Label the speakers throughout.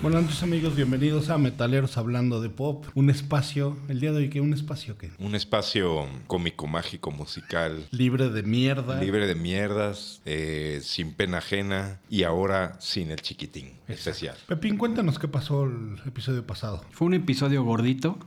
Speaker 1: Hola antes amigos, bienvenidos a Metaleros Hablando de Pop, un espacio, el día de hoy que un espacio que
Speaker 2: Un espacio cómico, mágico, musical,
Speaker 1: libre de mierda.
Speaker 2: libre de mierdas, eh, sin pena ajena y ahora sin el chiquitín especial.
Speaker 1: Pepín, cuéntanos qué pasó el episodio pasado.
Speaker 3: Fue un episodio gordito.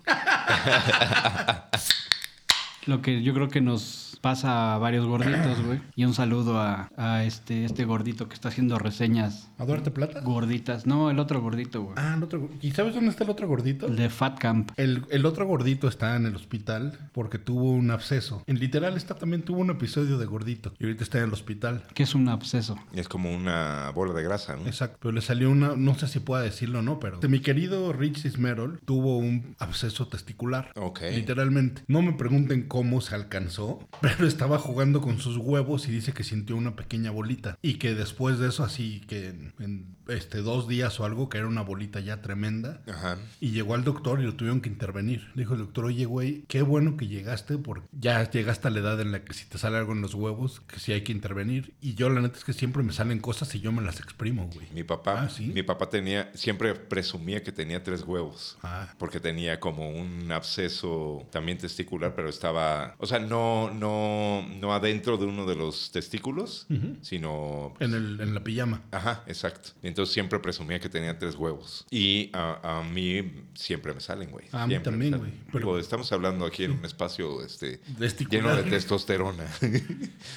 Speaker 3: Lo que yo creo que nos pasa a varios gorditos, güey. Y un saludo a, a este, este gordito que está haciendo reseñas
Speaker 1: ¿A Duarte Plata?
Speaker 3: gorditas. No, el otro gordito, güey.
Speaker 1: Ah, el otro. ¿Y sabes dónde está el otro gordito?
Speaker 3: El de Fat Camp.
Speaker 1: El, el otro gordito está en el hospital porque tuvo un absceso. En literal, está también tuvo un episodio de gordito y ahorita está en el hospital.
Speaker 3: Que es un absceso.
Speaker 2: Es como una bola de grasa, ¿no?
Speaker 1: Exacto, pero le salió una, no sé si pueda decirlo o no, pero mi querido Rich Sismerol tuvo un absceso testicular.
Speaker 2: Ok.
Speaker 1: Literalmente. No me pregunten cómo se alcanzó, pero estaba jugando con sus huevos y dice que sintió una pequeña bolita. Y que después de eso, así que en, en, este, dos días o algo, que era una bolita ya tremenda.
Speaker 2: Ajá.
Speaker 1: Y llegó al doctor y lo tuvieron que intervenir. Le dijo el doctor, oye, güey, qué bueno que llegaste porque ya llegaste a la edad en la que si te sale algo en los huevos, que sí hay que intervenir. Y yo la neta es que siempre me salen cosas y yo me las exprimo, güey.
Speaker 2: Mi papá,
Speaker 1: Ah, ¿sí?
Speaker 2: mi papá tenía, siempre presumía que tenía tres huevos.
Speaker 1: Ah.
Speaker 2: Porque tenía como un absceso también testicular, pero estaba, o sea, no, no, no adentro de uno de los testículos, sino
Speaker 1: En, el, en la pijama.
Speaker 2: Ajá, exacto. Y Entonces siempre presumía que tenía tres huevos. Y a, a mí siempre me salen, güey.
Speaker 1: A mí
Speaker 2: Siempre me
Speaker 1: también,
Speaker 2: salen.
Speaker 1: güey. Pero-
Speaker 2: Digo, estamos hablando aquí en un espacio este,
Speaker 1: Testicular.
Speaker 2: lleno de testosterona.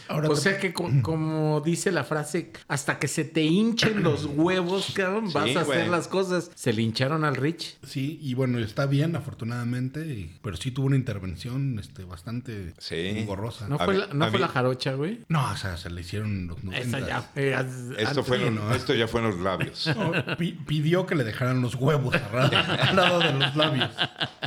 Speaker 1: Ahora
Speaker 4: O
Speaker 1: te-
Speaker 4: sea que co- como dice la frase, hasta que se te hinchen los huevos, cabrón, vas
Speaker 2: Sí,
Speaker 4: a hacer
Speaker 2: güey.
Speaker 4: las cosas. Se le hincharon al Rich.
Speaker 1: Sí, y bueno, está bien, afortunadamente, y- pero sí tuvo una intervención este, bastante
Speaker 2: Sí.
Speaker 1: engorrosa.
Speaker 4: No
Speaker 1: No.
Speaker 2: A
Speaker 4: fue,
Speaker 2: mí-
Speaker 4: la, no
Speaker 2: a
Speaker 4: fue
Speaker 2: mí-
Speaker 4: la jarocha, güey.
Speaker 1: o sea, se le hicieron los
Speaker 4: Esa
Speaker 1: noventas.
Speaker 4: ya. eh, as-
Speaker 2: esto,
Speaker 4: antes-
Speaker 2: fue en los-
Speaker 1: ¿no?
Speaker 2: esto ya fue en los labios.
Speaker 1: No, pi- pidió que le dejaran los huevos al lado, al lado de los labios.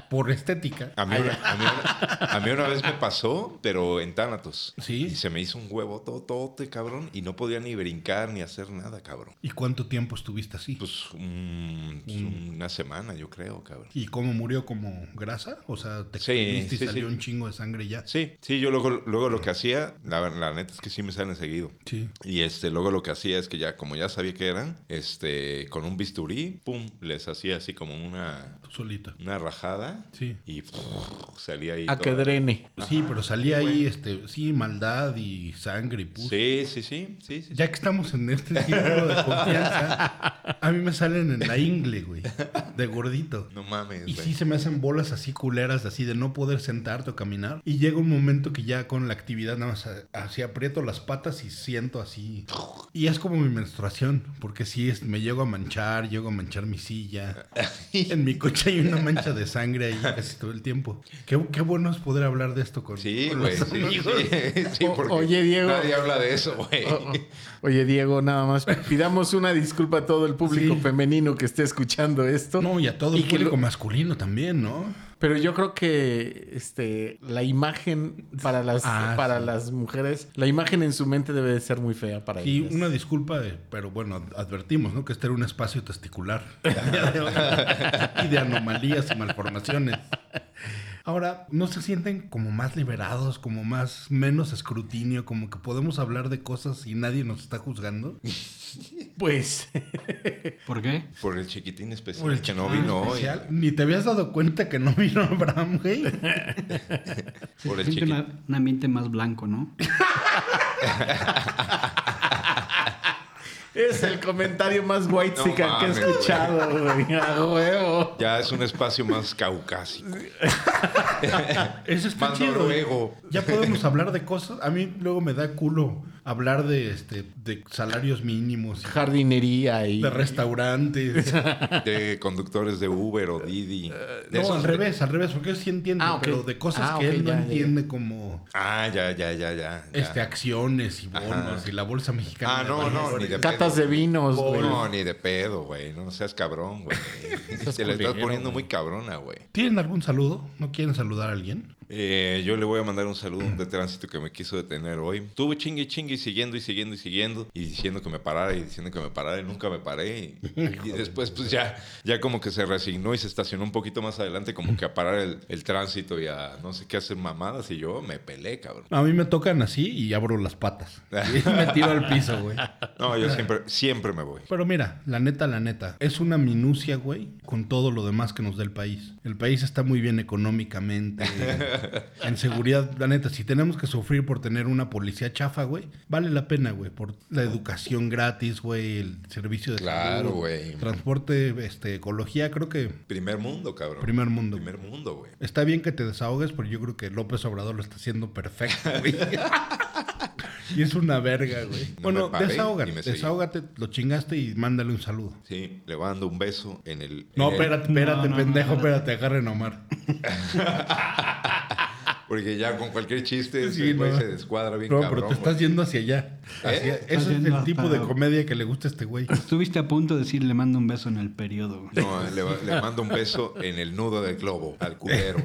Speaker 1: Por estética.
Speaker 2: A mí, una, a mí una- a mí una vez me pasó, pero en Tánatos.
Speaker 1: Sí.
Speaker 2: Y se me hizo un huevo totote, cabrón. Y no podía ni brincar ni hacer nada, cabrón.
Speaker 1: ¿Y cuánto tiempo estuviste así?
Speaker 2: Pues un- pues,
Speaker 1: Mm.
Speaker 2: una semana, yo creo, cabrón.
Speaker 1: ¿Y cómo murió? ¿Como grasa? O sea, te
Speaker 2: Sí,
Speaker 1: exprimiste y
Speaker 2: sí,
Speaker 1: salió
Speaker 2: sí.
Speaker 1: un chingo de sangre y ya.
Speaker 2: Sí, sí, yo luego, luego lo que hacía, la, la neta es que sí me salen seguido.
Speaker 1: Sí.
Speaker 2: Y este, luego lo que hacía es que ya, como ya sabía que eran, este, con un bisturí, pum, les hacía así como una,
Speaker 1: Tú solito.
Speaker 2: una rajada.
Speaker 1: Sí.
Speaker 2: Y puf, salía ahí.
Speaker 4: A
Speaker 2: todo.
Speaker 4: que drene.
Speaker 1: Sí, pero salía ahí, este, sí, maldad y sangre y pus.
Speaker 2: Sí, sí, sí, sí, sí.
Speaker 1: Ya que estamos en este círculo de confianza, a mí me salen en la ingle, güey, de gordito.
Speaker 2: No mames,
Speaker 1: Y
Speaker 2: güey.
Speaker 1: sí se me hacen bolas así culeras, de así de no poder sentarte o caminar. Y llega un momento que ya con la actividad nada más a- así aprieto las patas y siento así. Y es como mi menstruación, porque sí es, me llego a manchar, llego a manchar mi silla. En mi coche hay una mancha de sangre ahí casi todo el tiempo. Qué, qué bueno es poder hablar de esto con,
Speaker 2: Sí,
Speaker 1: con
Speaker 2: güey.
Speaker 1: los
Speaker 2: Sí,
Speaker 1: amigos.
Speaker 2: sí, sí,
Speaker 4: O-
Speaker 2: porque
Speaker 4: oye, Diego.
Speaker 2: Nadie habla de eso, güey.
Speaker 4: O- o- Oh, Oye, Diego, nada más pidamos una disculpa a todo el público
Speaker 1: Sí.
Speaker 4: femenino que esté escuchando esto.
Speaker 1: No, y a todo
Speaker 4: Y
Speaker 1: el
Speaker 4: que
Speaker 1: público
Speaker 4: lo-
Speaker 1: masculino también, ¿no?
Speaker 4: Pero yo creo que este la imagen para las
Speaker 1: Ah,
Speaker 4: para
Speaker 1: sí.
Speaker 4: las mujeres, la imagen en su mente debe de ser muy fea para
Speaker 1: Y
Speaker 4: ellas.
Speaker 1: una disculpa, eh, pero bueno, ad- advertimos, ¿no? Que este era un espacio testicular y de anomalías y malformaciones. Ahora, ¿no se sienten como más liberados, como más menos escrutinio, como que podemos hablar de cosas y nadie nos está juzgando?
Speaker 4: Pues
Speaker 3: ¿Por qué?
Speaker 2: Por el chiquitín especial
Speaker 1: Por el
Speaker 2: que no vino hoy.
Speaker 1: Especial, Ni te habías dado cuenta que no vino Abraham, güey.
Speaker 3: Se
Speaker 2: Por el
Speaker 3: siente una- un ambiente más blanco, ¿no?
Speaker 4: es el comentario más white
Speaker 2: No
Speaker 4: que he
Speaker 2: mames,
Speaker 4: escuchado, güey. A huevo.
Speaker 2: Ya es un espacio más caucásico.
Speaker 1: Eso está
Speaker 2: Más
Speaker 1: chido. ¿eh?
Speaker 2: noruego.
Speaker 1: Ya podemos hablar de cosas. A mí luego me da culo hablar de este de salarios mínimos,
Speaker 4: Jardinería y
Speaker 1: de restaurantes.
Speaker 2: De conductores de Uber o Didi. De
Speaker 1: Eh, No,
Speaker 2: esos
Speaker 1: al
Speaker 2: de-
Speaker 1: revés, al revés, porque yo sí entiendo,
Speaker 4: Ah, ok.
Speaker 1: pero de cosas
Speaker 4: Ah,
Speaker 1: que
Speaker 4: ok,
Speaker 1: él no
Speaker 4: ya, ya, ya.
Speaker 1: entiende como
Speaker 2: Ah, ya, ya, ya, ya. ya.
Speaker 1: este acciones y bonos
Speaker 2: Ajá.
Speaker 1: y la bolsa mexicana.
Speaker 2: Ah,
Speaker 1: de
Speaker 2: no,
Speaker 1: valores.
Speaker 2: no, ni de
Speaker 4: catas de vinos, güey.
Speaker 2: No, ni de pedo, güey. No seas cabrón, güey. Se le estás poniendo muy cabrona, güey.
Speaker 1: ¿Tienen algún saludo? ¿No quieren saludar a alguien?
Speaker 2: Eh, yo le voy a mandar un saludo de tránsito que me quiso detener hoy. Estuvo chingue chingue y siguiendo y siguiendo y siguiendo y diciendo que me parara y diciendo que me parara y nunca me paré. Y, y después pues ya, ya como que se resignó y se estacionó un poquito más adelante como que a parar el, el tránsito y a no sé qué hacer mamadas y yo me pelé, cabrón.
Speaker 1: A mí me tocan así y abro las patas. Y me tiro al piso, güey.
Speaker 2: No, yo siempre, siempre me voy.
Speaker 1: Pero mira, la neta, la neta, es una minucia, güey, con todo lo demás que nos da el país. El país está muy bien económicamente, en seguridad, la neta, si tenemos que sufrir por tener una policía chafa, güey, vale la pena, güey, por la educación gratis, güey, el servicio de
Speaker 2: Claro,
Speaker 1: salud,
Speaker 2: güey.
Speaker 1: transporte, este, ecología, creo que
Speaker 2: Primer mundo, cabrón.
Speaker 1: primer mundo.
Speaker 2: Primer mundo, güey.
Speaker 1: Está bien que te desahogues, pero yo creo que López Obrador lo está haciendo perfecto, güey. y es una verga, güey.
Speaker 2: me
Speaker 1: bueno,
Speaker 2: paré
Speaker 1: desahógate,
Speaker 2: y me seguí.
Speaker 1: desahógate, lo chingaste y mándale un saludo.
Speaker 2: Sí, le mando un beso en el... en
Speaker 1: No,
Speaker 2: el-
Speaker 1: espérate, espérate,
Speaker 3: Eh, No, no,
Speaker 1: pendejo,
Speaker 3: no,
Speaker 1: espérate, agarren a Omar.
Speaker 2: Porque ya con cualquier chiste ese
Speaker 1: Sí,
Speaker 2: güey
Speaker 1: no.
Speaker 2: se descuadra bien
Speaker 1: No,
Speaker 2: cabrón.
Speaker 1: pero te estás
Speaker 2: güey.
Speaker 1: yendo hacia allá. Hacia-
Speaker 2: ¿Eh?
Speaker 1: Ese es
Speaker 3: yendo
Speaker 1: el
Speaker 3: hasta-
Speaker 1: tipo de comedia que le gusta a este güey.
Speaker 3: Estuviste a punto de decir le mando un beso en el periodo, güey.
Speaker 2: No, eh, le, le mando un beso en el nudo del globo, al culero.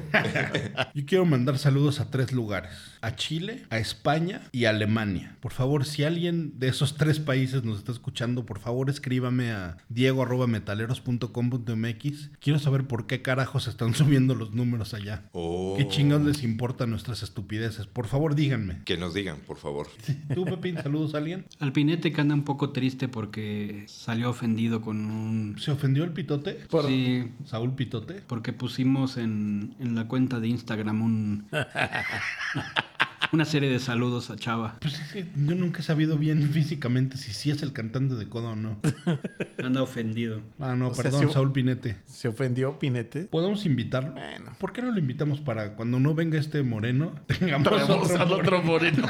Speaker 1: Yo quiero mandar saludos a tres lugares. A Chile, a España y a Alemania. Por favor, si alguien de esos tres países nos está escuchando, por favor escríbame a diego.metaleros.com.mx. Quiero saber por qué carajos están subiendo los números allá.
Speaker 2: Oh.
Speaker 1: ¿Qué chingados les importan nuestras estupideces? Por favor, díganme.
Speaker 2: Que nos digan, por favor.
Speaker 1: ¿Tú, Pepín, saludos a alguien?
Speaker 3: Al pinete que anda un poco triste porque salió ofendido con un...
Speaker 1: ¿Se ofendió el pitote?
Speaker 4: Por-
Speaker 3: Sí,
Speaker 1: ¿Saúl Pitote?
Speaker 3: porque pusimos en, en la cuenta de Instagram un... Una serie de saludos a Chava.
Speaker 1: Pues es que yo nunca he sabido bien físicamente si sí es el cantante de Coda o no.
Speaker 3: Anda ofendido.
Speaker 1: Ah, no,
Speaker 4: O sea,
Speaker 1: perdón,
Speaker 4: sí-
Speaker 1: Saúl Pinete.
Speaker 4: ¿Se ofendió Pinete?
Speaker 1: ¿Podemos invitarlo?
Speaker 4: Bueno.
Speaker 1: ¿Por qué no lo invitamos para cuando no venga este moreno? Tengamos
Speaker 4: Traemos
Speaker 1: otro
Speaker 4: al
Speaker 1: moreno?
Speaker 4: otro moreno.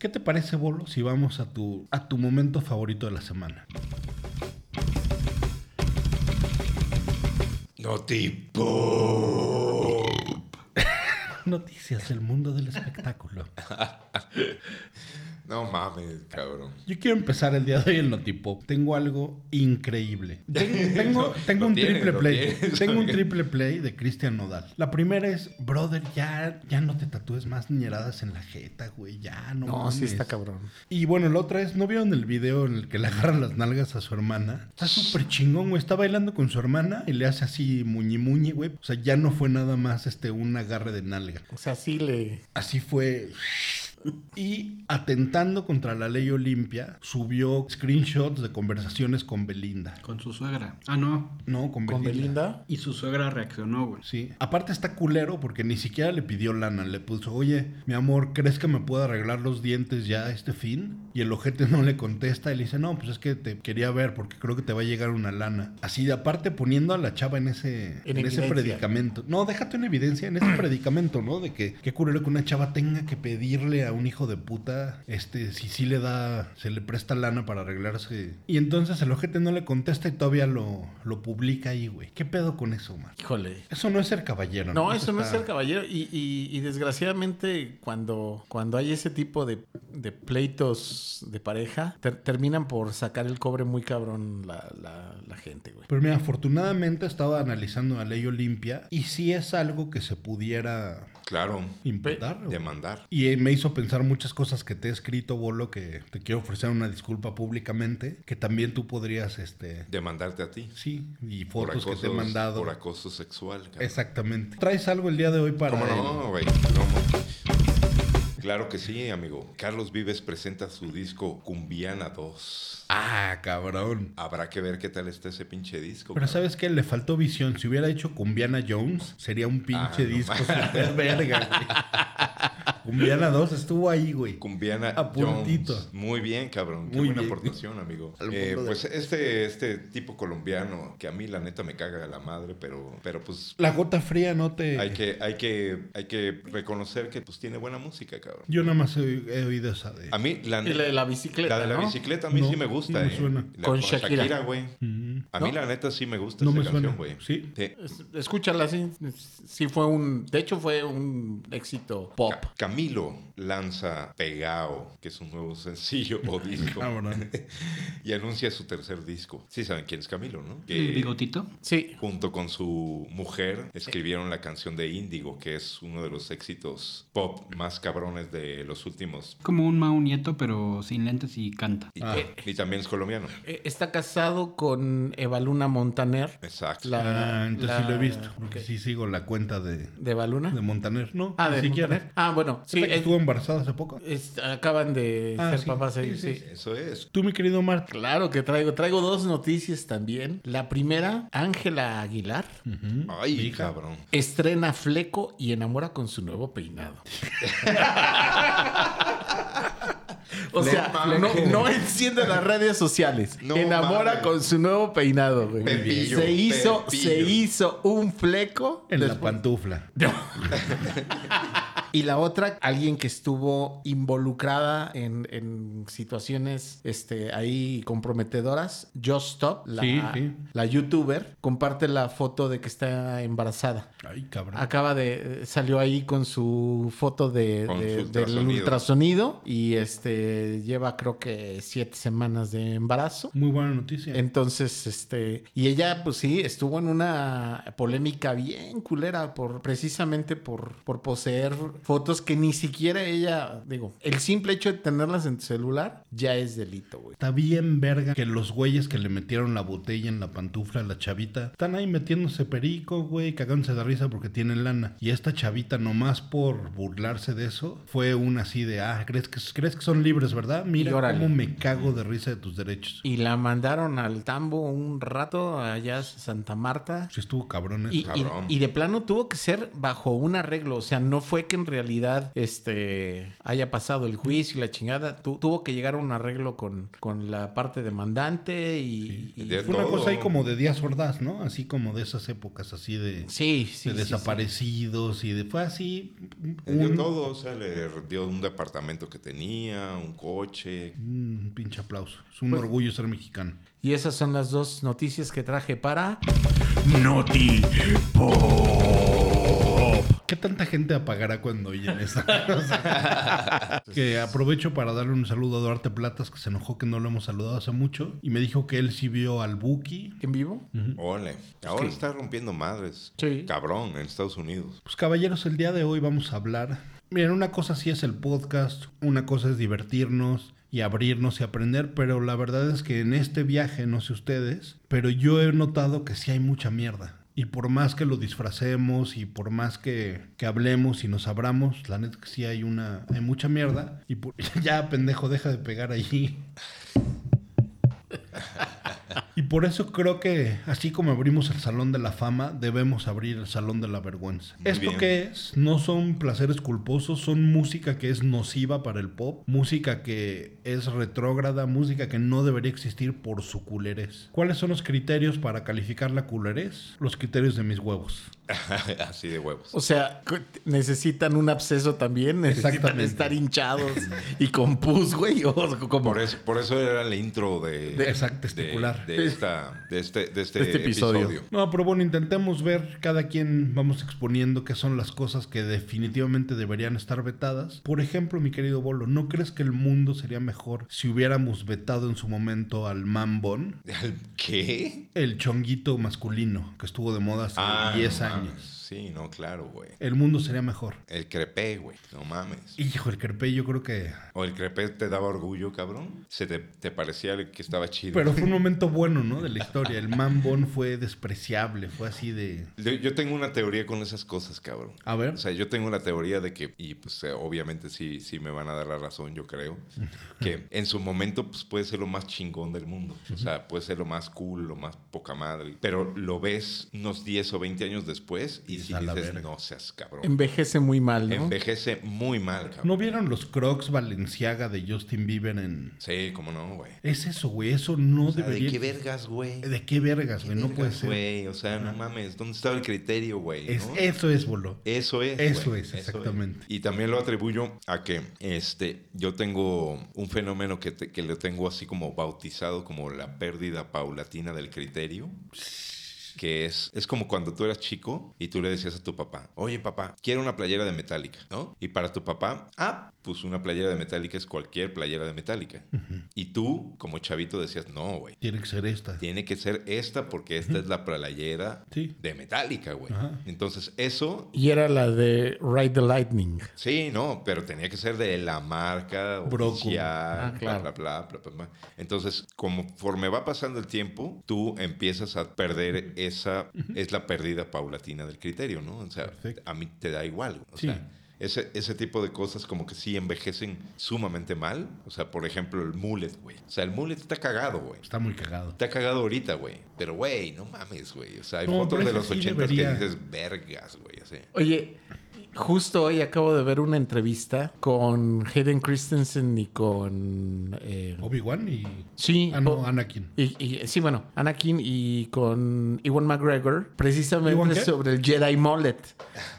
Speaker 1: ¿Qué te parece, Bolo, si vamos a tu, a tu momento favorito de la semana?
Speaker 2: No tipo.
Speaker 1: Noticias del mundo del espectáculo.
Speaker 2: No mames, cabrón.
Speaker 1: Yo quiero empezar el día de hoy en Notipop. Tengo algo increíble. Tengo, tengo- tengo
Speaker 2: lo
Speaker 1: un
Speaker 2: tienes,
Speaker 1: triple
Speaker 2: lo
Speaker 1: play.
Speaker 2: tienes.
Speaker 1: Tengo un triple play de Cristian Nodal. La primera es, brother, ya, ya no te tatúes más niñeradas en la jeta, güey. Ya, no
Speaker 4: No, sí
Speaker 1: mames".
Speaker 4: está cabrón.
Speaker 1: Y bueno, la otra es, ¿no vieron el video en el que le agarran las nalgas a su hermana? Está súper chingón, güey. Está bailando con su hermana y le hace así muñi muñi, güey. O sea, ya no fue nada más este un agarre de nalga.
Speaker 4: O sea, sí le...
Speaker 1: Así fue. Y atentando contra la ley Olimpia, subió screenshots de conversaciones con Belinda.
Speaker 3: Con su suegra. Ah, no.
Speaker 1: No, con
Speaker 4: ¿Con
Speaker 1: Belinda.
Speaker 4: Belinda?
Speaker 3: Y su suegra reaccionó, güey.
Speaker 1: Sí. Aparte está culero porque ni siquiera le pidió lana. Le puso, oye, mi amor, ¿crees que me puedo arreglar los dientes ya este fin? Y el ojete no le contesta y le dice, no, pues es que te quería ver porque creo que te va a llegar una lana. Así de aparte poniendo a la chava en ese,
Speaker 4: En
Speaker 1: en ese
Speaker 4: evidencia.
Speaker 1: predicamento. No, déjate en evidencia, en ese predicamento, ¿no? De que qué culero que una chava tenga que pedirle a un hijo de puta, este, si sí le da, se le presta lana para arreglarse. Y entonces el ojete no le contesta y todavía lo, lo publica ahí, güey. ¿Qué pedo con eso, man?
Speaker 4: Híjole.
Speaker 1: Eso no es ser caballero.
Speaker 4: No, eso no es
Speaker 1: Está-
Speaker 4: ser caballero. Y, y- y desgraciadamente, cuando, cuando hay ese tipo de, de pleitos de pareja, ter- terminan por sacar el cobre muy cabrón la, la- la gente, güey.
Speaker 1: Pero mira, afortunadamente estaba analizando la ley Olimpia y sí es algo que se pudiera
Speaker 2: Claro.
Speaker 1: imputar. güey.
Speaker 2: Demandar.
Speaker 1: Y eh, me hizo pensar muchas cosas que te he escrito, Bolo, que te quiero ofrecer una disculpa públicamente, que también tú podrías, este,
Speaker 2: Demandarte a ti.
Speaker 1: sí, y
Speaker 2: Por
Speaker 1: fotos que te he
Speaker 2: acosos-
Speaker 1: mandado.
Speaker 2: Por acoso sexual, cabrón.
Speaker 1: Exactamente. ¿Traes algo el día de hoy para
Speaker 2: ¿Cómo
Speaker 1: el-
Speaker 2: no, güey? ¿Cómo? Claro que sí, amigo. Carlos Vives presenta su disco Cumbiana 2.
Speaker 1: Ah, cabrón.
Speaker 2: Habrá que ver qué tal está ese pinche disco.
Speaker 1: Pero
Speaker 2: cabrón.
Speaker 1: ¿sabes qué? Le faltó visión. Si hubiera hecho Cumbiana Jones, sería un
Speaker 2: Ah,
Speaker 1: pinche
Speaker 2: no
Speaker 1: disco super verga, güey. Cumbiana 2 estuvo ahí, güey.
Speaker 2: Cumbiana
Speaker 1: A puntito.
Speaker 2: Jones. Muy bien, cabrón. Qué
Speaker 1: Muy
Speaker 2: buena
Speaker 1: bien.
Speaker 2: aportación, amigo.
Speaker 1: Al
Speaker 2: Eh,
Speaker 1: mundo de-
Speaker 2: pues este, este tipo colombiano, que a mí la neta me caga la madre, pero, pero pues
Speaker 1: La gota fría no te...
Speaker 2: hay que, hay que, hay que reconocer que pues tiene buena música, cabrón.
Speaker 1: Yo nada más he, he oído esa de...
Speaker 2: A mí la
Speaker 4: Y la de
Speaker 2: neta.
Speaker 4: la bicicleta,
Speaker 2: La de la
Speaker 4: ¿no?
Speaker 2: bicicleta a mí
Speaker 1: No,
Speaker 2: sí me gusta,
Speaker 1: no me
Speaker 2: eh.
Speaker 1: suena.
Speaker 2: La- con
Speaker 4: Con Shakira.
Speaker 2: Shakira, güey.
Speaker 1: Mm.
Speaker 2: A mí
Speaker 4: ¿No?
Speaker 2: la neta sí me gusta
Speaker 1: No
Speaker 2: esa
Speaker 1: me suena.
Speaker 2: canción, güey.
Speaker 1: ¿Sí?
Speaker 4: Es- Escúchala, sí. Sí fue un... De hecho, fue un éxito pop.
Speaker 2: Ca- Camilo lanza Pegao, que es un nuevo sencillo o
Speaker 1: Ah,
Speaker 2: disco,
Speaker 1: Cabrón.
Speaker 2: y anuncia su tercer disco. Sí saben quién es Camilo, ¿no?
Speaker 1: Mm,
Speaker 3: ¿El
Speaker 2: Que
Speaker 3: bigotito?
Speaker 4: Sí.
Speaker 2: junto con su mujer escribieron la canción de Índigo, que es uno de los éxitos pop más cabrones de los últimos.
Speaker 3: Como un Mao Nieto, pero sin lentes y canta.
Speaker 2: Y,
Speaker 1: Ah.
Speaker 2: y también es colombiano.
Speaker 4: Eh, Está casado con Evaluna Montaner.
Speaker 2: Exacto.
Speaker 4: La-
Speaker 1: Ah, entonces sí lo he
Speaker 4: la-
Speaker 1: visto. Porque
Speaker 4: ok.
Speaker 1: sí sigo la cuenta de,
Speaker 4: ¿De Evaluna?
Speaker 1: de Montaner. No,
Speaker 4: ah,
Speaker 1: ni
Speaker 4: de
Speaker 1: siquiera.
Speaker 4: Montaner. Ah, bueno. Sí,
Speaker 1: Esta que
Speaker 4: es-
Speaker 1: estuvo embarazada hace poco.
Speaker 4: es- acaban de
Speaker 1: Ah,
Speaker 4: ser
Speaker 1: sí.
Speaker 4: papás. sí,
Speaker 1: Sí, sí,
Speaker 4: sí.
Speaker 2: Eso es.
Speaker 1: Tú, mi querido Marta.
Speaker 4: Claro que traigo. Traigo dos noticias también. La primera, Ángela Aguilar
Speaker 2: Ay,
Speaker 1: Mm, Hija.
Speaker 2: cabrón.
Speaker 4: estrena fleco y enamora con su nuevo peinado. O sea, no, no enciende las redes sociales.
Speaker 2: No
Speaker 4: Enamora
Speaker 2: mames.
Speaker 4: con su nuevo peinado, güey.
Speaker 2: Pepillo,
Speaker 4: se hizo,
Speaker 2: Pepillo.
Speaker 4: se hizo un fleco
Speaker 1: En la
Speaker 4: después-
Speaker 1: pantufla.
Speaker 4: Y la otra, alguien que estuvo involucrada en, en situaciones este, ahí comprometedoras, Just Stop, la,
Speaker 1: Sí, sí.
Speaker 4: la youtuber, comparte la foto de que está embarazada.
Speaker 1: Ay, cabrón.
Speaker 4: Acaba de. eh, salió ahí con su foto de,
Speaker 2: Con
Speaker 4: de-
Speaker 2: su
Speaker 4: del
Speaker 2: ultrasonido.
Speaker 4: ultrasonido y este lleva creo que siete semanas de embarazo.
Speaker 1: Muy buena noticia.
Speaker 4: Entonces, este, y ella, pues sí, estuvo en una polémica bien culera por precisamente por, por poseer fotos que ni siquiera ella, digo, el simple hecho de tenerlas en tu celular ya es delito, güey.
Speaker 1: Está bien verga que los güeyes que le metieron la botella en la pantufla a la chavita están ahí metiéndose perico, güey, cagándose de risa porque tienen lana. Y esta chavita, nomás por burlarse de eso, fue una así de, ah, ¿crees que, crees que son libres, verdad? Mira
Speaker 4: Y órale.
Speaker 1: cómo me cago de risa de tus derechos.
Speaker 4: Y la mandaron al tambo un rato allá a Santa Marta.
Speaker 1: Sí estuvo cabrón eso.
Speaker 4: Y, y-
Speaker 2: Cabrón.
Speaker 4: y de plano tuvo que ser bajo un arreglo. O sea, no fue que en realidad este haya pasado el juicio y la chingada. Tu- tuvo que llegar a un arreglo con, con la parte demandante y. y-
Speaker 2: De-
Speaker 1: Fue una
Speaker 2: todo.
Speaker 1: cosa ahí como de Díaz Ordaz, ¿no? Así como de esas épocas, así de,
Speaker 4: sí, sí.
Speaker 1: de
Speaker 4: sí,
Speaker 1: desaparecidos y de... Fue así...
Speaker 2: Le dio
Speaker 1: un-
Speaker 2: todo, o sea, le dio un departamento que tenía, un coche.
Speaker 1: Un pinche aplauso. Es
Speaker 4: Pues
Speaker 1: un orgullo ser mexicano.
Speaker 4: sí. Y esas son las dos noticias que traje para.
Speaker 1: Noti ¿Qué tanta gente apagará cuando oyen esa? O sea, que aprovecho para darle un saludo a Duarte Platas, que se enojó que no lo hemos saludado hace mucho. Y me dijo que él sí vio al Buki.
Speaker 4: ¿En vivo?
Speaker 2: Mm. Ole, ahora está rompiendo madres.
Speaker 4: Sí.
Speaker 2: Cabrón, en Estados Unidos.
Speaker 1: Pues caballeros, el día de hoy vamos a hablar. Miren, una cosa sí es el podcast, una cosa es divertirnos y abrirnos y aprender, pero la verdad es que en este viaje, no sé ustedes, pero yo he notado que sí hay mucha mierda. Y por más que lo disfracemos y por más que, que hablemos y nos abramos, la neta que sí hay una hay mucha mierda. Y por- ya, pendejo, deja de pegar allí. Y por eso creo que, así como abrimos el Salón de la Fama, debemos abrir el Salón de la Vergüenza.
Speaker 2: Muy
Speaker 1: ¿Esto
Speaker 2: bien.
Speaker 1: qué es? No son placeres culposos, son música que es nociva para el pop, música que es retrógrada, música que no debería existir por su culerez. ¿Cuáles son los criterios para calificar la culerez? Los criterios de mis huevos.
Speaker 2: Así de huevos.
Speaker 4: O sea, cu- necesitan un absceso también. Necesitan
Speaker 1: Exactamente.
Speaker 4: estar hinchados y con pus, güey. O como.
Speaker 2: Por eso, por eso era la intro de,
Speaker 1: De- Exacto, testicular.
Speaker 2: de, de esta, de este, de este,
Speaker 4: De este
Speaker 2: episodio.
Speaker 4: episodio.
Speaker 1: No, pero bueno, intentemos ver, cada quien vamos exponiendo qué son las cosas que definitivamente deberían estar vetadas. Por ejemplo, mi querido Bolo, ¿no crees que el mundo sería mejor si hubiéramos vetado en su momento al Mambón?
Speaker 2: ¿Qué?
Speaker 1: El chonguito masculino que estuvo de moda hace
Speaker 2: Ah,
Speaker 1: 10
Speaker 2: no
Speaker 1: años.
Speaker 2: mames. Sí, no, claro, güey.
Speaker 1: El mundo sería mejor.
Speaker 2: El crepé, güey. No mames.
Speaker 1: Hijo, el Kerpey yo creo que...
Speaker 2: ¿O el crepé te daba orgullo, cabrón? ¿Se te, te parecía el que estaba chido?
Speaker 1: Pero fue un momento bueno, ¿no? De la historia. El Mambón fue despreciable, fue así de...
Speaker 2: Yo, yo tengo una teoría con esas cosas, cabrón.
Speaker 1: A ver.
Speaker 2: O sea, yo tengo la teoría de que, y pues eh, obviamente sí, sí me van a dar la razón, yo creo, que en su momento pues, puede ser lo más chingón del mundo. O sea, puede ser lo más cool, lo más poca madre. Pero lo ves unos 10 o 20 años después y
Speaker 1: Dices,
Speaker 2: si
Speaker 1: "A la
Speaker 2: dices,
Speaker 1: verga".
Speaker 2: no seas cabrón.
Speaker 4: Envejece muy mal, ¿no?
Speaker 2: Envejece muy mal, cabrón.
Speaker 1: ¿No vieron los crocs Valenciaga de Justin Bieber en,
Speaker 2: Sí, cómo no, güey.
Speaker 1: Es eso, güey. Eso no
Speaker 2: O sea, ¿De
Speaker 1: debería.
Speaker 2: qué vergas, güey?
Speaker 1: ¿De qué vergas, güey? No
Speaker 2: Vergas,
Speaker 1: puede ser.
Speaker 2: Güey, o sea, no mames. ¿Dónde estaba el criterio, güey?
Speaker 1: Es,
Speaker 2: no?
Speaker 1: Eso es, boludo.
Speaker 2: Eso es.
Speaker 1: Eso
Speaker 2: güey,
Speaker 1: es, exactamente.
Speaker 2: Y también lo atribuyo a que este, yo tengo un fenómeno que, te- que lo tengo así como bautizado como la pérdida paulatina del criterio. que es, es como cuando tú eras chico y tú le decías a tu papá, oye papá, quiero una playera de Metallica, ¿no? Y para tu papá, ah, pues una playera de Metallica es cualquier playera de Metallica. Y tú, como chavito, decías, no, güey.
Speaker 1: Tiene que ser esta.
Speaker 2: Tiene que ser esta porque esta es la playera
Speaker 1: Sí.
Speaker 2: de Metallica, güey.
Speaker 1: Ajá.
Speaker 2: Entonces, eso
Speaker 4: Y era la de Ride the Lightning.
Speaker 2: Sí, no, pero tenía que ser de la marca
Speaker 1: Broco.
Speaker 2: oficial,
Speaker 4: Ah, claro.
Speaker 2: bla, bla, bla, bla, bla. Entonces, conforme va pasando el tiempo, tú empiezas a perder esa, es la pérdida paulatina del criterio, ¿no? O sea,
Speaker 1: Perfecto.
Speaker 2: a mí te da igual. O
Speaker 1: Sí.
Speaker 2: sea, ese, ese tipo de cosas como que sí envejecen sumamente mal. O sea, por ejemplo, el mullet, güey. O sea, el mullet está cagado, güey.
Speaker 1: Está muy cagado.
Speaker 2: Está cagado ahorita, güey. Pero, güey, no mames, güey. O sea, hay
Speaker 1: No,
Speaker 2: fotos
Speaker 1: pero
Speaker 2: de
Speaker 1: ese
Speaker 2: los
Speaker 1: sí
Speaker 2: ochentas que
Speaker 1: debería.
Speaker 2: dices, vergas, güey. Así.
Speaker 4: Oye, justo hoy acabo de ver una entrevista con Hayden Christensen y con... eh,
Speaker 1: Obi-Wan y.
Speaker 4: sí,
Speaker 1: Ah, no,
Speaker 4: o-
Speaker 1: Anakin.
Speaker 4: Y, y- sí, bueno, Anakin y con Ewan McGregor,
Speaker 1: ¿Ewan
Speaker 4: precisamente
Speaker 1: qué?
Speaker 4: sobre el Jedi Mullet.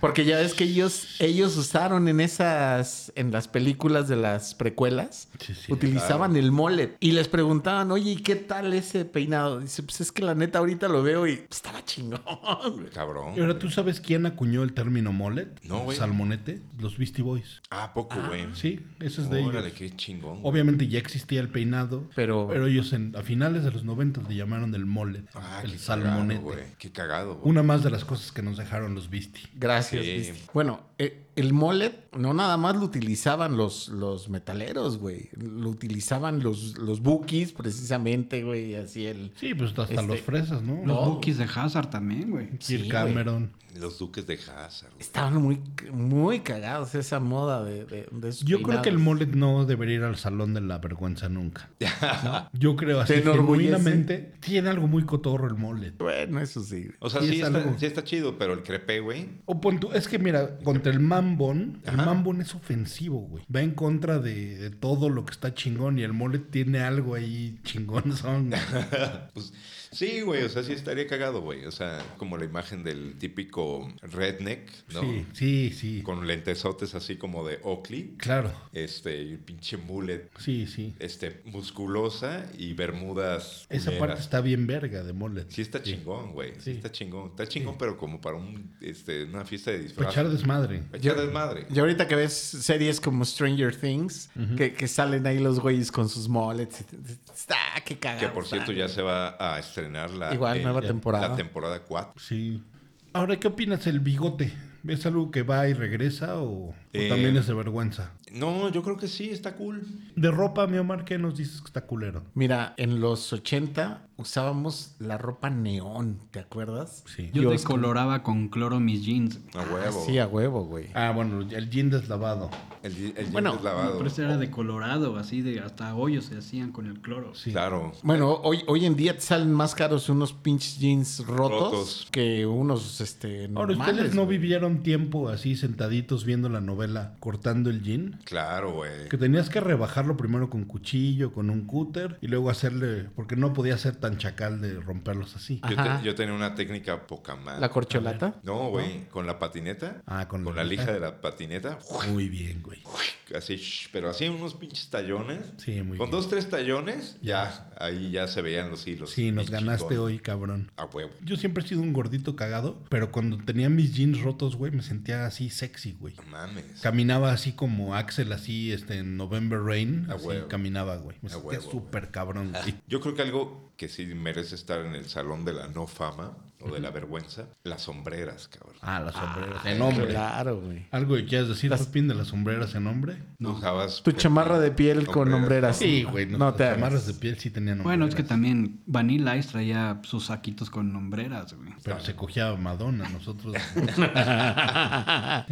Speaker 4: Porque ya ves que ellos, ellos usaron en esas, en las películas de las precuelas,
Speaker 1: Sí, sí.
Speaker 4: utilizaban el mullet. Y les preguntaban, oye, ¿y qué tal ese peinado? Dice, pues es que la neta ahorita lo veo y estaba chingón. güey".
Speaker 2: Cabrón.
Speaker 1: Y ahora, ¿tú sabes quién acuñó el término mullet?
Speaker 2: No, güey.
Speaker 1: Salmonete. Los Beastie Boys.
Speaker 2: Ah, poco, güey.
Speaker 1: Sí, eso es de
Speaker 2: Órale,
Speaker 1: ellos.
Speaker 2: qué chingón. güey.
Speaker 1: Obviamente ya existía el peinado.
Speaker 4: Pero-
Speaker 1: Pero ellos en- a finales de los 90 le llamaron el mullet.
Speaker 2: Ah,
Speaker 1: el este.
Speaker 2: qué
Speaker 1: salmonete.
Speaker 2: Cagado, güey. qué cagado, güey.
Speaker 1: Una más de las cosas que nos dejaron los Beastie.
Speaker 4: Gracias.
Speaker 2: Sí.
Speaker 4: viste. Bueno, eh, el mullet no nada más lo utilizaban los, los metaleros, güey. Lo utilizaban los, los bookies, precisamente, güey. Así el...
Speaker 1: Sí, pues hasta
Speaker 4: Este-
Speaker 1: los fresas, ¿no?
Speaker 3: Los
Speaker 4: No.
Speaker 3: bookies de Hazard también, güey.
Speaker 1: Kirk
Speaker 4: Sí, güey.
Speaker 1: Cameron.
Speaker 2: Los duques de Hazard. güey.
Speaker 4: Estaban muy, muy cagados esa moda de, de, de esos
Speaker 1: Yo creo que el
Speaker 4: peinados.
Speaker 1: mullet no debería ir al salón de la vergüenza nunca. ¿no? Yo creo así.
Speaker 4: ¿Te enorgullece?
Speaker 1: Genuinamente tiene algo muy cotorro el mullet.
Speaker 4: Bueno, eso sí. güey.
Speaker 2: O sea,
Speaker 1: Sí,
Speaker 2: sí,
Speaker 1: es
Speaker 2: está,
Speaker 1: algo.
Speaker 2: sí está chido, pero el crepe, güey.
Speaker 1: O pon tú- es que mira, contra el mambón, el
Speaker 2: Ajá.
Speaker 1: mambón es ofensivo, güey. Va en contra de, de todo lo que está chingón y el mullet tiene algo ahí chingón. Son.
Speaker 2: Pues, sí, güey. O sea, sí estaría cagado, güey. O sea, como la imagen del típico redneck, ¿no?
Speaker 1: Sí, sí, sí.
Speaker 2: Con lentesotes así como de Oakley.
Speaker 1: Claro.
Speaker 2: Este, y pinche mullet.
Speaker 1: Sí, sí.
Speaker 2: Este, musculosa y bermudas.
Speaker 1: Esa
Speaker 2: culeras.
Speaker 1: parte está bien verga de mullet.
Speaker 2: Sí está chingón, güey. Sí.
Speaker 1: Sí.
Speaker 2: está chingón. Está chingón, pero como para un, este, una fiesta de
Speaker 1: Para
Speaker 2: disfraz.
Speaker 1: echar desmadre.
Speaker 2: Echar desmadre.
Speaker 4: Y ahorita que ves series como Stranger Things, que, que salen ahí los güeyes con sus mullets. y te- te- Está, qué cagado.
Speaker 2: Que por cierto ya se va a estrenar la,
Speaker 4: Igual, nueva temporada.
Speaker 2: la temporada 4.
Speaker 1: Sí. Ahora, ¿qué opinas del bigote? ¿Es algo que va y regresa o, o
Speaker 2: Eh,
Speaker 1: también es de vergüenza?
Speaker 2: No, yo creo que sí, está cool.
Speaker 1: De ropa, mi Omar, ¿qué nos dices que está culero?
Speaker 4: Mira, en los 80 usábamos la ropa neón, ¿te acuerdas?
Speaker 1: Sí.
Speaker 3: Yo
Speaker 4: Dios,
Speaker 3: decoloraba con cloro mis jeans.
Speaker 2: A
Speaker 4: Ah,
Speaker 2: huevo.
Speaker 4: sí, a huevo, güey.
Speaker 1: Ah, bueno, el jean deslavado.
Speaker 2: El, di- el jean
Speaker 4: Bueno,
Speaker 2: deslavado.
Speaker 3: Pero este era decolorado, así de hasta hoyos se hacían con el cloro.
Speaker 1: Sí.
Speaker 2: Claro.
Speaker 4: Bueno, hoy, hoy en día te salen más caros unos pinches jeans rotos,
Speaker 2: Rotos.
Speaker 4: que unos este,
Speaker 1: Ahora,
Speaker 4: normales.
Speaker 1: ¿ustedes no
Speaker 4: güey.
Speaker 1: vivieron tiempo así sentaditos viendo la novela cortando el jean?
Speaker 2: Claro, güey.
Speaker 1: Que tenías que rebajarlo primero con cuchillo, con un cúter, y luego hacerle, porque no podía ser tan chacal de romperlos así.
Speaker 2: Yo,
Speaker 4: Ajá.
Speaker 2: te- yo tenía una técnica poca más.
Speaker 4: ¿La corcholata?
Speaker 2: no, güey. Con la patineta.
Speaker 1: Ah, con la
Speaker 2: con la
Speaker 1: lija. Pues,
Speaker 2: lija de la patineta.
Speaker 1: Muy bien, güey.
Speaker 2: Así, shh, pero así unos pinches tallones.
Speaker 1: Sí, muy
Speaker 2: Con
Speaker 1: bien.
Speaker 2: dos, tres tallones, ya. Ahí ya se veían los hilos.
Speaker 1: Sí, nos
Speaker 2: Pinche
Speaker 1: ganaste
Speaker 2: chingón.
Speaker 1: hoy, cabrón.
Speaker 2: A huevo.
Speaker 1: Yo siempre he sido un gordito cagado, pero cuando tenía mis jeans rotos, güey, me sentía así sexy, güey.
Speaker 2: No mames.
Speaker 1: Caminaba así como Axel, así, este, en November Rain.
Speaker 2: A
Speaker 1: Así
Speaker 2: huevo.
Speaker 1: caminaba, güey. Me
Speaker 2: A
Speaker 1: sentía
Speaker 2: huevo,
Speaker 1: súper cabrón, güey.
Speaker 2: Yo creo que algo que sí merece estar en el salón de la no fama o de la vergüenza, las sombreras, cabrón.
Speaker 1: Ah, las sombreras. en hombre.
Speaker 4: Claro, güey.
Speaker 1: ¿Algo que quieras decir,
Speaker 4: Las-
Speaker 1: Pepín, de las sombreras en hombre?
Speaker 2: No. Usabas
Speaker 4: Tu chamarra de piel con
Speaker 2: Hombreras.
Speaker 4: hombreras.
Speaker 1: Sí, güey.
Speaker 4: No,
Speaker 1: No,
Speaker 4: te
Speaker 1: las
Speaker 4: hagas.
Speaker 1: chamarras de piel sí tenían
Speaker 3: Bueno, es que
Speaker 1: hombreras,
Speaker 3: también Vanilla Ice traía sus saquitos con hombreras, güey.
Speaker 1: Pero se cogía a Madonna, nosotros...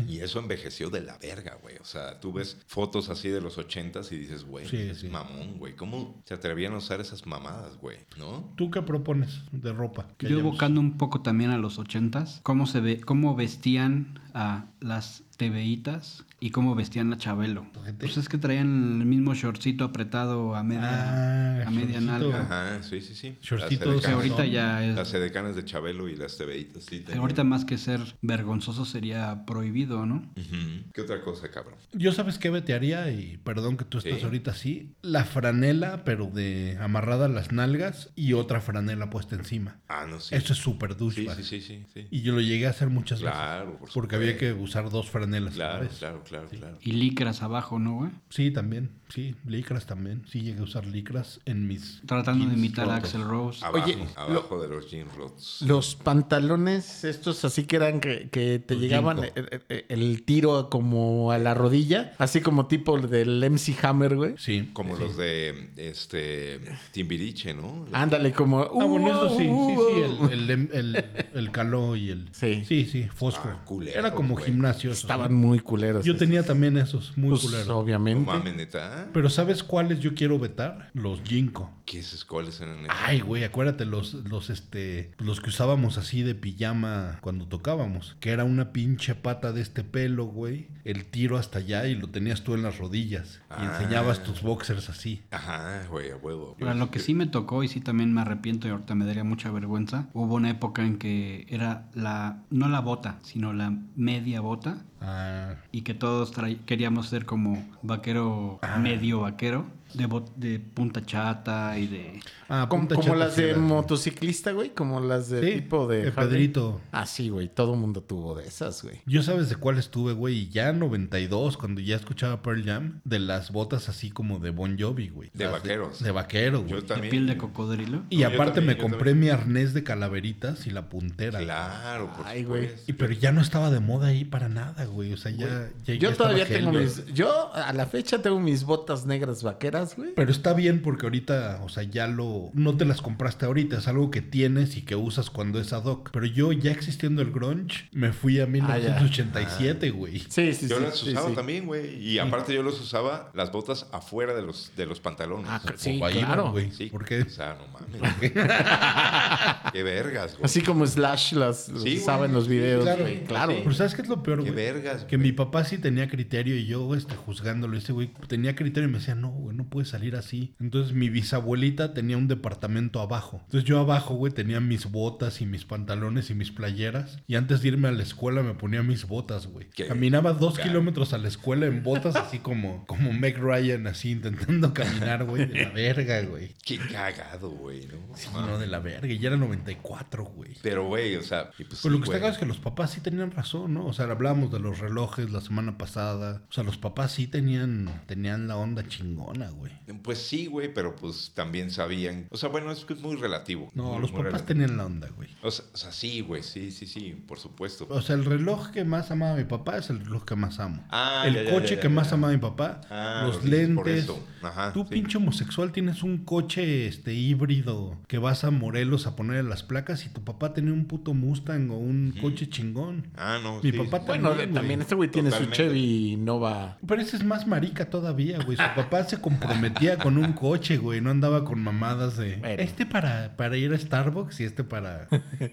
Speaker 2: Y eso envejeció de la verga, güey. O sea, tú ves fotos así de los ochentas y dices, güey,
Speaker 1: Sí,
Speaker 2: es
Speaker 1: sí.
Speaker 2: mamón, güey. ¿Cómo se atrevían a usar esas mamadas, güey? ¿No?
Speaker 1: ¿Tú qué propones de ropa? Que
Speaker 3: Yo
Speaker 1: hayamos-
Speaker 3: evocando un poco también a los ochentas, cómo se ve, cómo vestían a las TVitas y cómo vestían a Chabelo.
Speaker 1: Ojete.
Speaker 3: Pues es que traían el mismo shortcito apretado a media,
Speaker 1: Ah,
Speaker 3: a media
Speaker 1: shortcito.
Speaker 3: nalga.
Speaker 2: Ajá, sí, sí, sí.
Speaker 1: Shortcitos,
Speaker 2: Las
Speaker 3: Que
Speaker 2: edecanas.
Speaker 3: ahorita ya es-
Speaker 2: Las edecanas de Chabelo y las TVitas, sí. tenían-
Speaker 3: Ahorita más que ser vergonzoso sería prohibido, ¿no?
Speaker 2: Ujú. ¿Qué otra cosa, cabrón?
Speaker 1: Yo sabes qué vetearía, y perdón que tú estás
Speaker 2: Sí.
Speaker 1: ahorita así, la franela, pero de amarrada a las nalgas y otra franela puesta encima.
Speaker 2: Ah, no, sí.
Speaker 1: Eso es súper
Speaker 2: sí,
Speaker 1: douchebag.
Speaker 2: sí, sí, sí, sí.
Speaker 1: Y yo lo llegué a hacer muchas
Speaker 2: Claro,
Speaker 1: veces.
Speaker 2: por
Speaker 1: Porque había que
Speaker 2: supuesto.
Speaker 1: usar dos franelas. a la
Speaker 2: Claro,
Speaker 1: vez.
Speaker 2: claro, claro, claro.
Speaker 3: Y licras abajo, ¿no, güey?
Speaker 1: Sí, también. Sí, licras también. Sí, llegué a usar licras en mis.
Speaker 3: Tratando de
Speaker 1: jeans
Speaker 3: imitar a
Speaker 1: rotos. Ah,
Speaker 3: Axel Rose.
Speaker 2: Abajo,
Speaker 4: Oye,
Speaker 2: abajo de los jeans rotos.
Speaker 4: Los pantalones, estos así que eran que, que te
Speaker 1: Los
Speaker 4: llegaban
Speaker 1: Jinko.
Speaker 4: el, el- el tiro como a la rodilla, así como tipo del MC Hammer, güey.
Speaker 1: Sí.
Speaker 2: Como los de este Timbiriche, ¿no?
Speaker 4: Ándale, como.
Speaker 1: Ah, bueno, eso sí, sí, sí,
Speaker 4: uh,
Speaker 1: el, el, el- el caló y el...
Speaker 4: Sí.
Speaker 1: Sí, sí, fosco.
Speaker 2: Ah, culero,
Speaker 1: Era como
Speaker 2: güey.
Speaker 1: gimnasio. esos,
Speaker 4: Estaban
Speaker 1: ¿no?
Speaker 4: muy culeros.
Speaker 1: Yo tenía también esos, muy
Speaker 4: Pues,
Speaker 1: culeros.
Speaker 2: No
Speaker 4: obviamente.
Speaker 2: mames, neta.
Speaker 1: Pero ¿sabes cuáles yo quiero vetar? Los ginkgo.
Speaker 2: ¿Qué es cuáles eran esos?
Speaker 1: Ay, güey, acuérdate los, los, este, los que usábamos así de pijama cuando tocábamos, que era una pinche pata de este pelo, güey, el tiro hasta allá y lo tenías tú en las rodillas y
Speaker 2: Ah.
Speaker 1: enseñabas tus boxers así.
Speaker 2: Ajá, güey, a huevo.
Speaker 3: Ahora, lo que sí me tocó y sí también me arrepiento y ahorita me daría mucha vergüenza, hubo una época en que era la, no la bota, sino la media bota
Speaker 1: Ah,
Speaker 3: y que todos trai- queríamos ser como vaquero, medio vaquero, de, bot- de punta chata y de...
Speaker 1: ah,
Speaker 4: Como,
Speaker 1: punta
Speaker 4: como
Speaker 1: chata
Speaker 4: las
Speaker 1: sí
Speaker 4: de
Speaker 1: era.
Speaker 4: motociclista, güey. Como las de
Speaker 1: Sí,
Speaker 4: tipo de.
Speaker 1: de
Speaker 4: Harley.
Speaker 1: Pedrito.
Speaker 4: Ah, sí, güey. Todo mundo tuvo de esas, güey.
Speaker 1: Yo sabes de cuál estuve, güey, y ya en 92, cuando ya escuchaba Pearl Jam, de las botas así como de Bon Jovi, güey.
Speaker 2: De
Speaker 1: Las
Speaker 2: vaqueros.
Speaker 1: De, vaquero, güey.
Speaker 2: Yo
Speaker 3: de
Speaker 2: también.
Speaker 3: piel de cocodrilo.
Speaker 1: Y
Speaker 2: Yo
Speaker 1: aparte
Speaker 2: también,
Speaker 1: me
Speaker 2: yo
Speaker 1: compré mi arnés de calaveritas y la puntera.
Speaker 2: Claro, por
Speaker 4: Ay, güey.
Speaker 2: supuesto.
Speaker 1: Y pues, pero ya no estaba de moda ahí para nada, güey. O sea, ya, ya- ya
Speaker 4: Yo
Speaker 1: estaba
Speaker 4: todavía
Speaker 1: gel,
Speaker 4: tengo
Speaker 1: güey.
Speaker 4: mis. Yo a la fecha tengo mis botas negras vaqueras, güey.
Speaker 1: Pero está bien porque ahorita, o sea, ya lo... No te las compraste ahorita, es algo que tienes y que usas cuando es ad hoc. Pero yo, ya existiendo el grunge, me fui a
Speaker 4: Ah,
Speaker 1: 1987, güey.
Speaker 4: Sí, sí,
Speaker 2: Yo
Speaker 4: sí.
Speaker 2: las
Speaker 4: sí,
Speaker 2: usaba
Speaker 4: sí.
Speaker 2: también, güey. Y aparte yo las usaba las botas afuera de los, de los pantalones.
Speaker 4: Ah, sí,
Speaker 1: O ahí,
Speaker 4: claro.
Speaker 1: güey.
Speaker 2: Sí.
Speaker 1: ¿Por qué?
Speaker 2: O sea, no mames. qué vergas, güey.
Speaker 4: Así como Slash las las
Speaker 2: Sí,
Speaker 4: usaba
Speaker 2: güey.
Speaker 4: en los videos,
Speaker 1: Claro.
Speaker 4: güey. Claro.
Speaker 1: Pero ¿sabes qué es lo peor,
Speaker 2: Qué
Speaker 1: güey?
Speaker 2: vergas,
Speaker 1: Que
Speaker 2: güey.
Speaker 1: mi papá sí tenía criterio y yo, este, juzgándolo, ese güey tenía criterio y me decía, no, güey, no puedes salir así. Entonces mi bisabuelita tenía un departamento abajo. Entonces yo abajo, güey, tenía mis botas y mis pantalones y mis playeras. Y antes de irme a la escuela me ponía mis botas, güey.
Speaker 2: Qué
Speaker 1: Caminaba dos
Speaker 2: caro.
Speaker 1: kilómetros a la escuela en botas, así como, como Meg Ryan, así intentando caminar, güey, de la verga, güey.
Speaker 2: Qué cagado, güey, ¿no?
Speaker 1: Sí, no, de la verga. Y ya era 94, güey.
Speaker 2: Pero, güey, o sea... y pues
Speaker 1: Pues lo que
Speaker 2: sí, güey.
Speaker 1: está claro es que los papás sí tenían razón, ¿no? O sea, hablamos de los relojes la semana pasada. O sea, los papás sí tenían, tenían la onda chingona, güey.
Speaker 2: Pues sí, güey, pero pues también sabían. O sea, bueno, es que es muy relativo.
Speaker 1: No,
Speaker 2: Muy-
Speaker 1: los
Speaker 2: muy
Speaker 1: papás
Speaker 2: relativo.
Speaker 1: tenían la onda, güey.
Speaker 2: O sea, o sea, sí, güey, sí, sí, sí, por supuesto.
Speaker 1: O sea, el reloj que más amaba mi papá es el reloj que más amo.
Speaker 2: Ah,
Speaker 1: el
Speaker 2: ya, ya,
Speaker 1: coche
Speaker 2: ya, ya,
Speaker 1: que
Speaker 2: ya.
Speaker 1: más amaba mi papá,
Speaker 2: Ah,
Speaker 1: los
Speaker 2: lo dices por
Speaker 1: lentes.
Speaker 2: eso. Ajá,
Speaker 1: Tú,
Speaker 2: sí.
Speaker 1: pinche homosexual, tienes un coche este híbrido que vas a Morelos a poner en las placas y tu papá tenía un puto Mustang o un coche chingón.
Speaker 2: Ah, no.
Speaker 1: Mi
Speaker 2: sí,
Speaker 1: papá
Speaker 2: sí.
Speaker 4: Bueno,
Speaker 1: También, güey.
Speaker 4: de- también este güey tiene su
Speaker 2: Totalmente.
Speaker 4: Chevy Nova.
Speaker 1: Pero ese es más marica todavía, güey. Su papá se comprometía con un coche, güey. No andaba con mamadas de...
Speaker 4: Bueno.
Speaker 1: Este para, para ir a Starbucks y este para,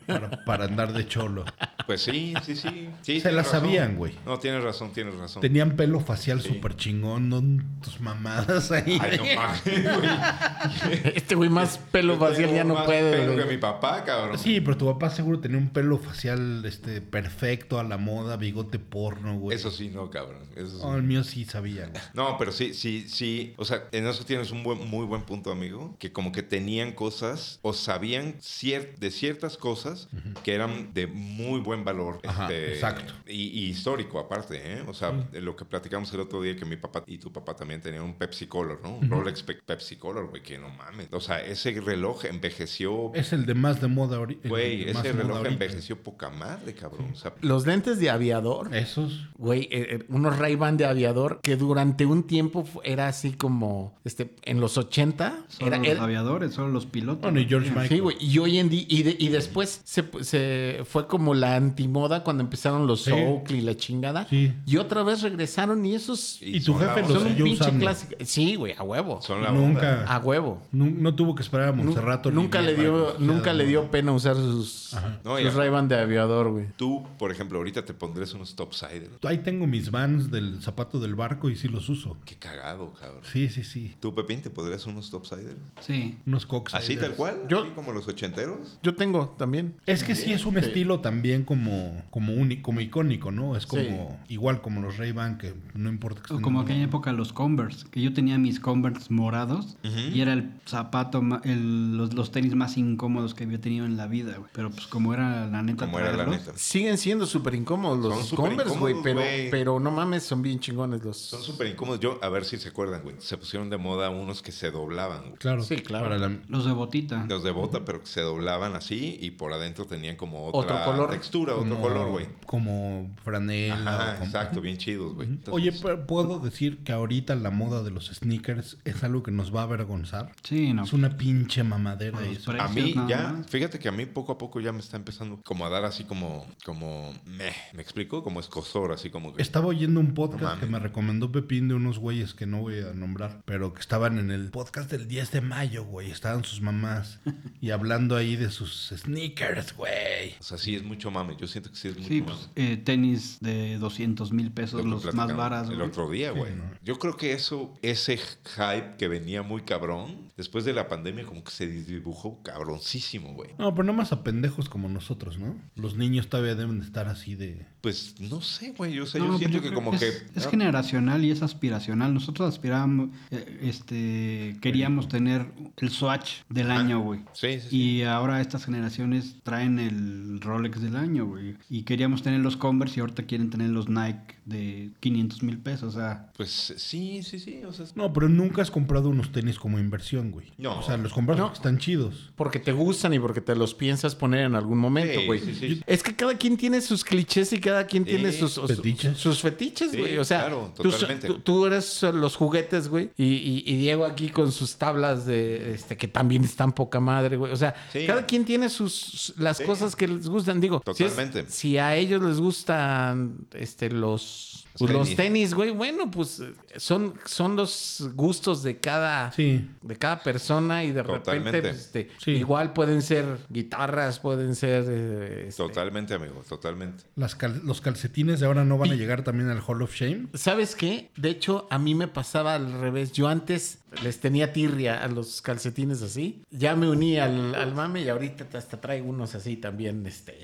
Speaker 1: para, para andar de cholo.
Speaker 2: Pues sí, sí, sí. sí
Speaker 1: Se
Speaker 2: tienes
Speaker 1: la
Speaker 2: razón.
Speaker 1: sabían, güey.
Speaker 2: No, tienes razón, tienes razón.
Speaker 1: Tenían pelo facial súper chingón, no tus mamadas ahí.
Speaker 2: Ay, no mames, güey.
Speaker 4: Este güey más pelo
Speaker 2: Yo
Speaker 4: facial
Speaker 2: tengo
Speaker 4: ya no
Speaker 2: más
Speaker 4: puede.
Speaker 2: pelo que
Speaker 4: güey.
Speaker 2: mi papá, cabrón.
Speaker 1: Sí, pero tu papá seguro tenía un pelo facial este, perfecto, a la moda, bigote porno, güey.
Speaker 2: Eso sí, no, cabrón. Eso sí.
Speaker 1: Oh, el mío sí sabía, güey.
Speaker 2: No, pero sí, sí, sí. O sea, en eso tienes un buen, muy buen punto, amigo. Que como que tenían cosas o sabían cier- de ciertas cosas que eran de muy buen valor.
Speaker 1: Ajá, exacto.
Speaker 2: Y, y histórico, aparte, ¿eh? O sea, lo que platicamos el otro día que mi papá y tu papá también tenían un Pepsi Color, ¿no? Un Rolex Pe- Pepsi Color, güey, que no mames. O sea, ese reloj envejeció.
Speaker 1: Es el de más de moda ahori- el de
Speaker 2: Güey,
Speaker 1: más
Speaker 2: ese
Speaker 1: de moda
Speaker 2: reloj
Speaker 1: ahorita.
Speaker 2: envejeció poca madre, cabrón. O sea,
Speaker 4: Los lentes de aviador.
Speaker 1: Esos.
Speaker 4: Güey, eh, eh, unos Ray-Ban de aviador que durante un tiempo fu- era así como, este, en los 80.
Speaker 3: Solo
Speaker 4: Era,
Speaker 3: los
Speaker 4: era-
Speaker 3: aviadores, solo los pilotos.
Speaker 1: Bueno, y George Michael.
Speaker 4: sí, güey. Y hoy en día, y, de- y después se, se fue como la antimoda cuando empezaron los
Speaker 1: Sí.
Speaker 4: Oakley y la chingada.
Speaker 1: Sí.
Speaker 4: Y otra vez regresaron y esos
Speaker 1: Y tu
Speaker 2: son
Speaker 1: jefe los
Speaker 2: la
Speaker 4: son un
Speaker 2: onda.
Speaker 1: siguió
Speaker 4: pinche
Speaker 1: usando.
Speaker 4: clásico. Sí, güey, a huevo.
Speaker 2: Son la
Speaker 1: Nunca.
Speaker 2: onda.
Speaker 4: A huevo.
Speaker 1: Nu- No, tuvo que esperar a
Speaker 4: Nu-
Speaker 1: Monserrato.
Speaker 4: nunca le
Speaker 1: Olivier para
Speaker 4: dio,
Speaker 1: que se
Speaker 4: nunca
Speaker 1: quedara
Speaker 4: le
Speaker 1: de
Speaker 4: dio
Speaker 1: moda.
Speaker 4: pena usar sus,
Speaker 1: Ajá.
Speaker 2: No,
Speaker 4: sus
Speaker 2: ya.
Speaker 4: Ray-Ban de aviador, güey.
Speaker 2: Tú, por ejemplo, ahorita te pondrías unos Top Topsider.
Speaker 1: Ahí tengo mis vans del zapato del barco y sí los uso.
Speaker 2: Qué cagado, cabrón.
Speaker 1: Sí, sí, sí.
Speaker 2: ¿Tú, Pepín, te podrías unos Topsider?
Speaker 3: Sí.
Speaker 1: Unos cox.
Speaker 2: ¿Así tal cual?
Speaker 4: Yo-
Speaker 2: ¿Así como los ochenteros?
Speaker 4: Yo tengo también.
Speaker 1: Es que sí es un estilo también como, como, uni- como icónico, ¿no? Es como igual como los Ray-Ban, que no importa que
Speaker 2: Mm.
Speaker 3: O
Speaker 1: estén
Speaker 3: como
Speaker 1: en-
Speaker 3: aquella época los Converse, que yo tenía mis Converse morados y era el zapato, ma- el- los, los tenis más incómodos que había tenido en la vida, güey. Pero pues como era la neta
Speaker 2: Como era la
Speaker 3: traerlos,
Speaker 2: neta.
Speaker 4: Siguen siendo súper incómodos
Speaker 2: Son
Speaker 4: los
Speaker 2: súper
Speaker 4: Converse, güey,
Speaker 2: incómodos,
Speaker 4: pero,
Speaker 2: güey.
Speaker 4: pero no mames, son bien chingones los.
Speaker 2: Son súper incómodos. Yo, a ver si se acuerdan, güey. Se pusieron de moda unos que se doblaban, güey.
Speaker 1: Claro.
Speaker 4: Sí, claro.
Speaker 1: Para la-
Speaker 3: Los de botita.
Speaker 2: Los de bota, pero que se doblaban así y por adentro tenían como otra
Speaker 4: Otro color.
Speaker 2: textura, otro
Speaker 1: como-
Speaker 2: color, güey.
Speaker 1: Como franela.
Speaker 2: Ajá,
Speaker 1: o como-
Speaker 2: exacto, bien chidos, güey. Entonces,
Speaker 1: Oye, pues, pero puedo decir que ahorita la moda de los sneakers es algo que nos va a avergonzar.
Speaker 3: Sí, no.
Speaker 1: Es una pinche mamadera
Speaker 3: Los
Speaker 1: eso.
Speaker 3: pre-
Speaker 2: a mí
Speaker 3: nada
Speaker 2: ya,
Speaker 3: más.
Speaker 2: fíjate que a mí poco a poco ya me está empezando como a dar así como, como, meh, me explico, como escosor, así como que.
Speaker 1: Estaba oyendo un
Speaker 2: No
Speaker 1: podcast
Speaker 2: mames.
Speaker 1: que me recomendó Pepín de unos güeyes que no voy a nombrar, pero que estaban en el podcast del 10 de mayo, güey. Estaban sus mamás y hablando ahí de sus sneakers, güey.
Speaker 2: O sea, sí es mucho mame. Yo siento que sí es mucho
Speaker 3: Sí,
Speaker 2: mame.
Speaker 3: pues eh, tenis de 200 mil
Speaker 2: Lo
Speaker 3: pesos,
Speaker 2: que
Speaker 3: los más
Speaker 2: platicamos
Speaker 3: baratos.
Speaker 2: El
Speaker 3: güey.
Speaker 2: otro día, güey. Yo creo que eso, ese hype que venía muy cabrón, después de la pandemia, como que se dibujó cabroncísimo, güey.
Speaker 1: No, pero no más a pendejos como nosotros, ¿no? Los niños todavía deben de estar así de...
Speaker 2: Pues no sé, güey. O sea,
Speaker 3: No,
Speaker 2: yo
Speaker 3: pero
Speaker 2: siento
Speaker 3: yo
Speaker 2: que
Speaker 3: creo
Speaker 2: como
Speaker 3: es,
Speaker 2: que.
Speaker 3: es
Speaker 2: ah,
Speaker 3: generacional y es aspiracional. Nosotros aspirábamos, eh, este, queríamos tener el Swatch del
Speaker 2: Ajá.
Speaker 3: año, güey.
Speaker 2: Sí, sí, sí.
Speaker 3: Y ahora estas generaciones traen el Rolex del año, güey. Y queríamos tener los Converse y ahorita quieren tener los Nike de 500 mil pesos. O sea,
Speaker 2: Pues sí, sí, sí. O sea,
Speaker 1: No, pero nunca has comprado unos tenis como inversión, güey.
Speaker 2: No.
Speaker 1: O sea, los compras porque están chidos.
Speaker 4: Porque te gustan y porque te los piensas poner en algún momento,
Speaker 2: Sí,
Speaker 4: güey.
Speaker 2: sí, sí, sí.
Speaker 4: Pues Es que cada quien tiene sus clichés y cada quien
Speaker 2: Sí,
Speaker 4: tiene sus sus-
Speaker 1: fetiches.
Speaker 4: Sus fetiches,
Speaker 2: Sí,
Speaker 4: güey. o sea,
Speaker 2: claro,
Speaker 4: tú, so-
Speaker 2: totalmente.
Speaker 4: tú- tú eres eh, los juguetes, güey. Y, y- y Diego aquí con sus tablas de este que también están poca madre, güey. O sea,
Speaker 2: Sí.
Speaker 4: cada quien tiene sus las
Speaker 2: Sí.
Speaker 4: cosas que les gustan. Digo, si es- Si,
Speaker 2: Totalmente.
Speaker 4: a ellos les gustan este los,
Speaker 2: Los
Speaker 4: pues, los
Speaker 2: tenis.
Speaker 4: tenis, güey, bueno, pues eh, son, son los gustos de cada
Speaker 1: Sí.
Speaker 4: de cada persona y de repente
Speaker 2: Totalmente.
Speaker 4: pues, este,
Speaker 1: Sí.
Speaker 4: igual pueden ser guitarras, pueden ser eh, este,
Speaker 2: totalmente, amigo, totalmente.
Speaker 1: Las cal- los calcetines de ahora no van a llegar también al Hall of Shame.
Speaker 4: ¿Sabes qué? De hecho, a mí me pasaba al revés. Yo antes les tenía tirria a los calcetines así. Ya me uní al, al mame y ahorita hasta traigo unos así también, este,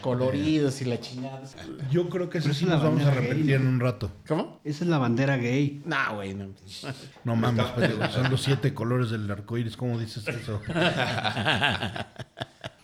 Speaker 4: coloridos y la chingada.
Speaker 1: Yo creo que eso
Speaker 3: Pero
Speaker 1: sí
Speaker 3: es la
Speaker 1: nos vamos a
Speaker 3: bandera gay,
Speaker 1: repetir en un rato.
Speaker 4: ¿Cómo?
Speaker 3: esa es la bandera gay.
Speaker 4: No, güey, no.
Speaker 1: No mames, pendejo, son los siete colores del arco iris. ¿Cómo dices eso?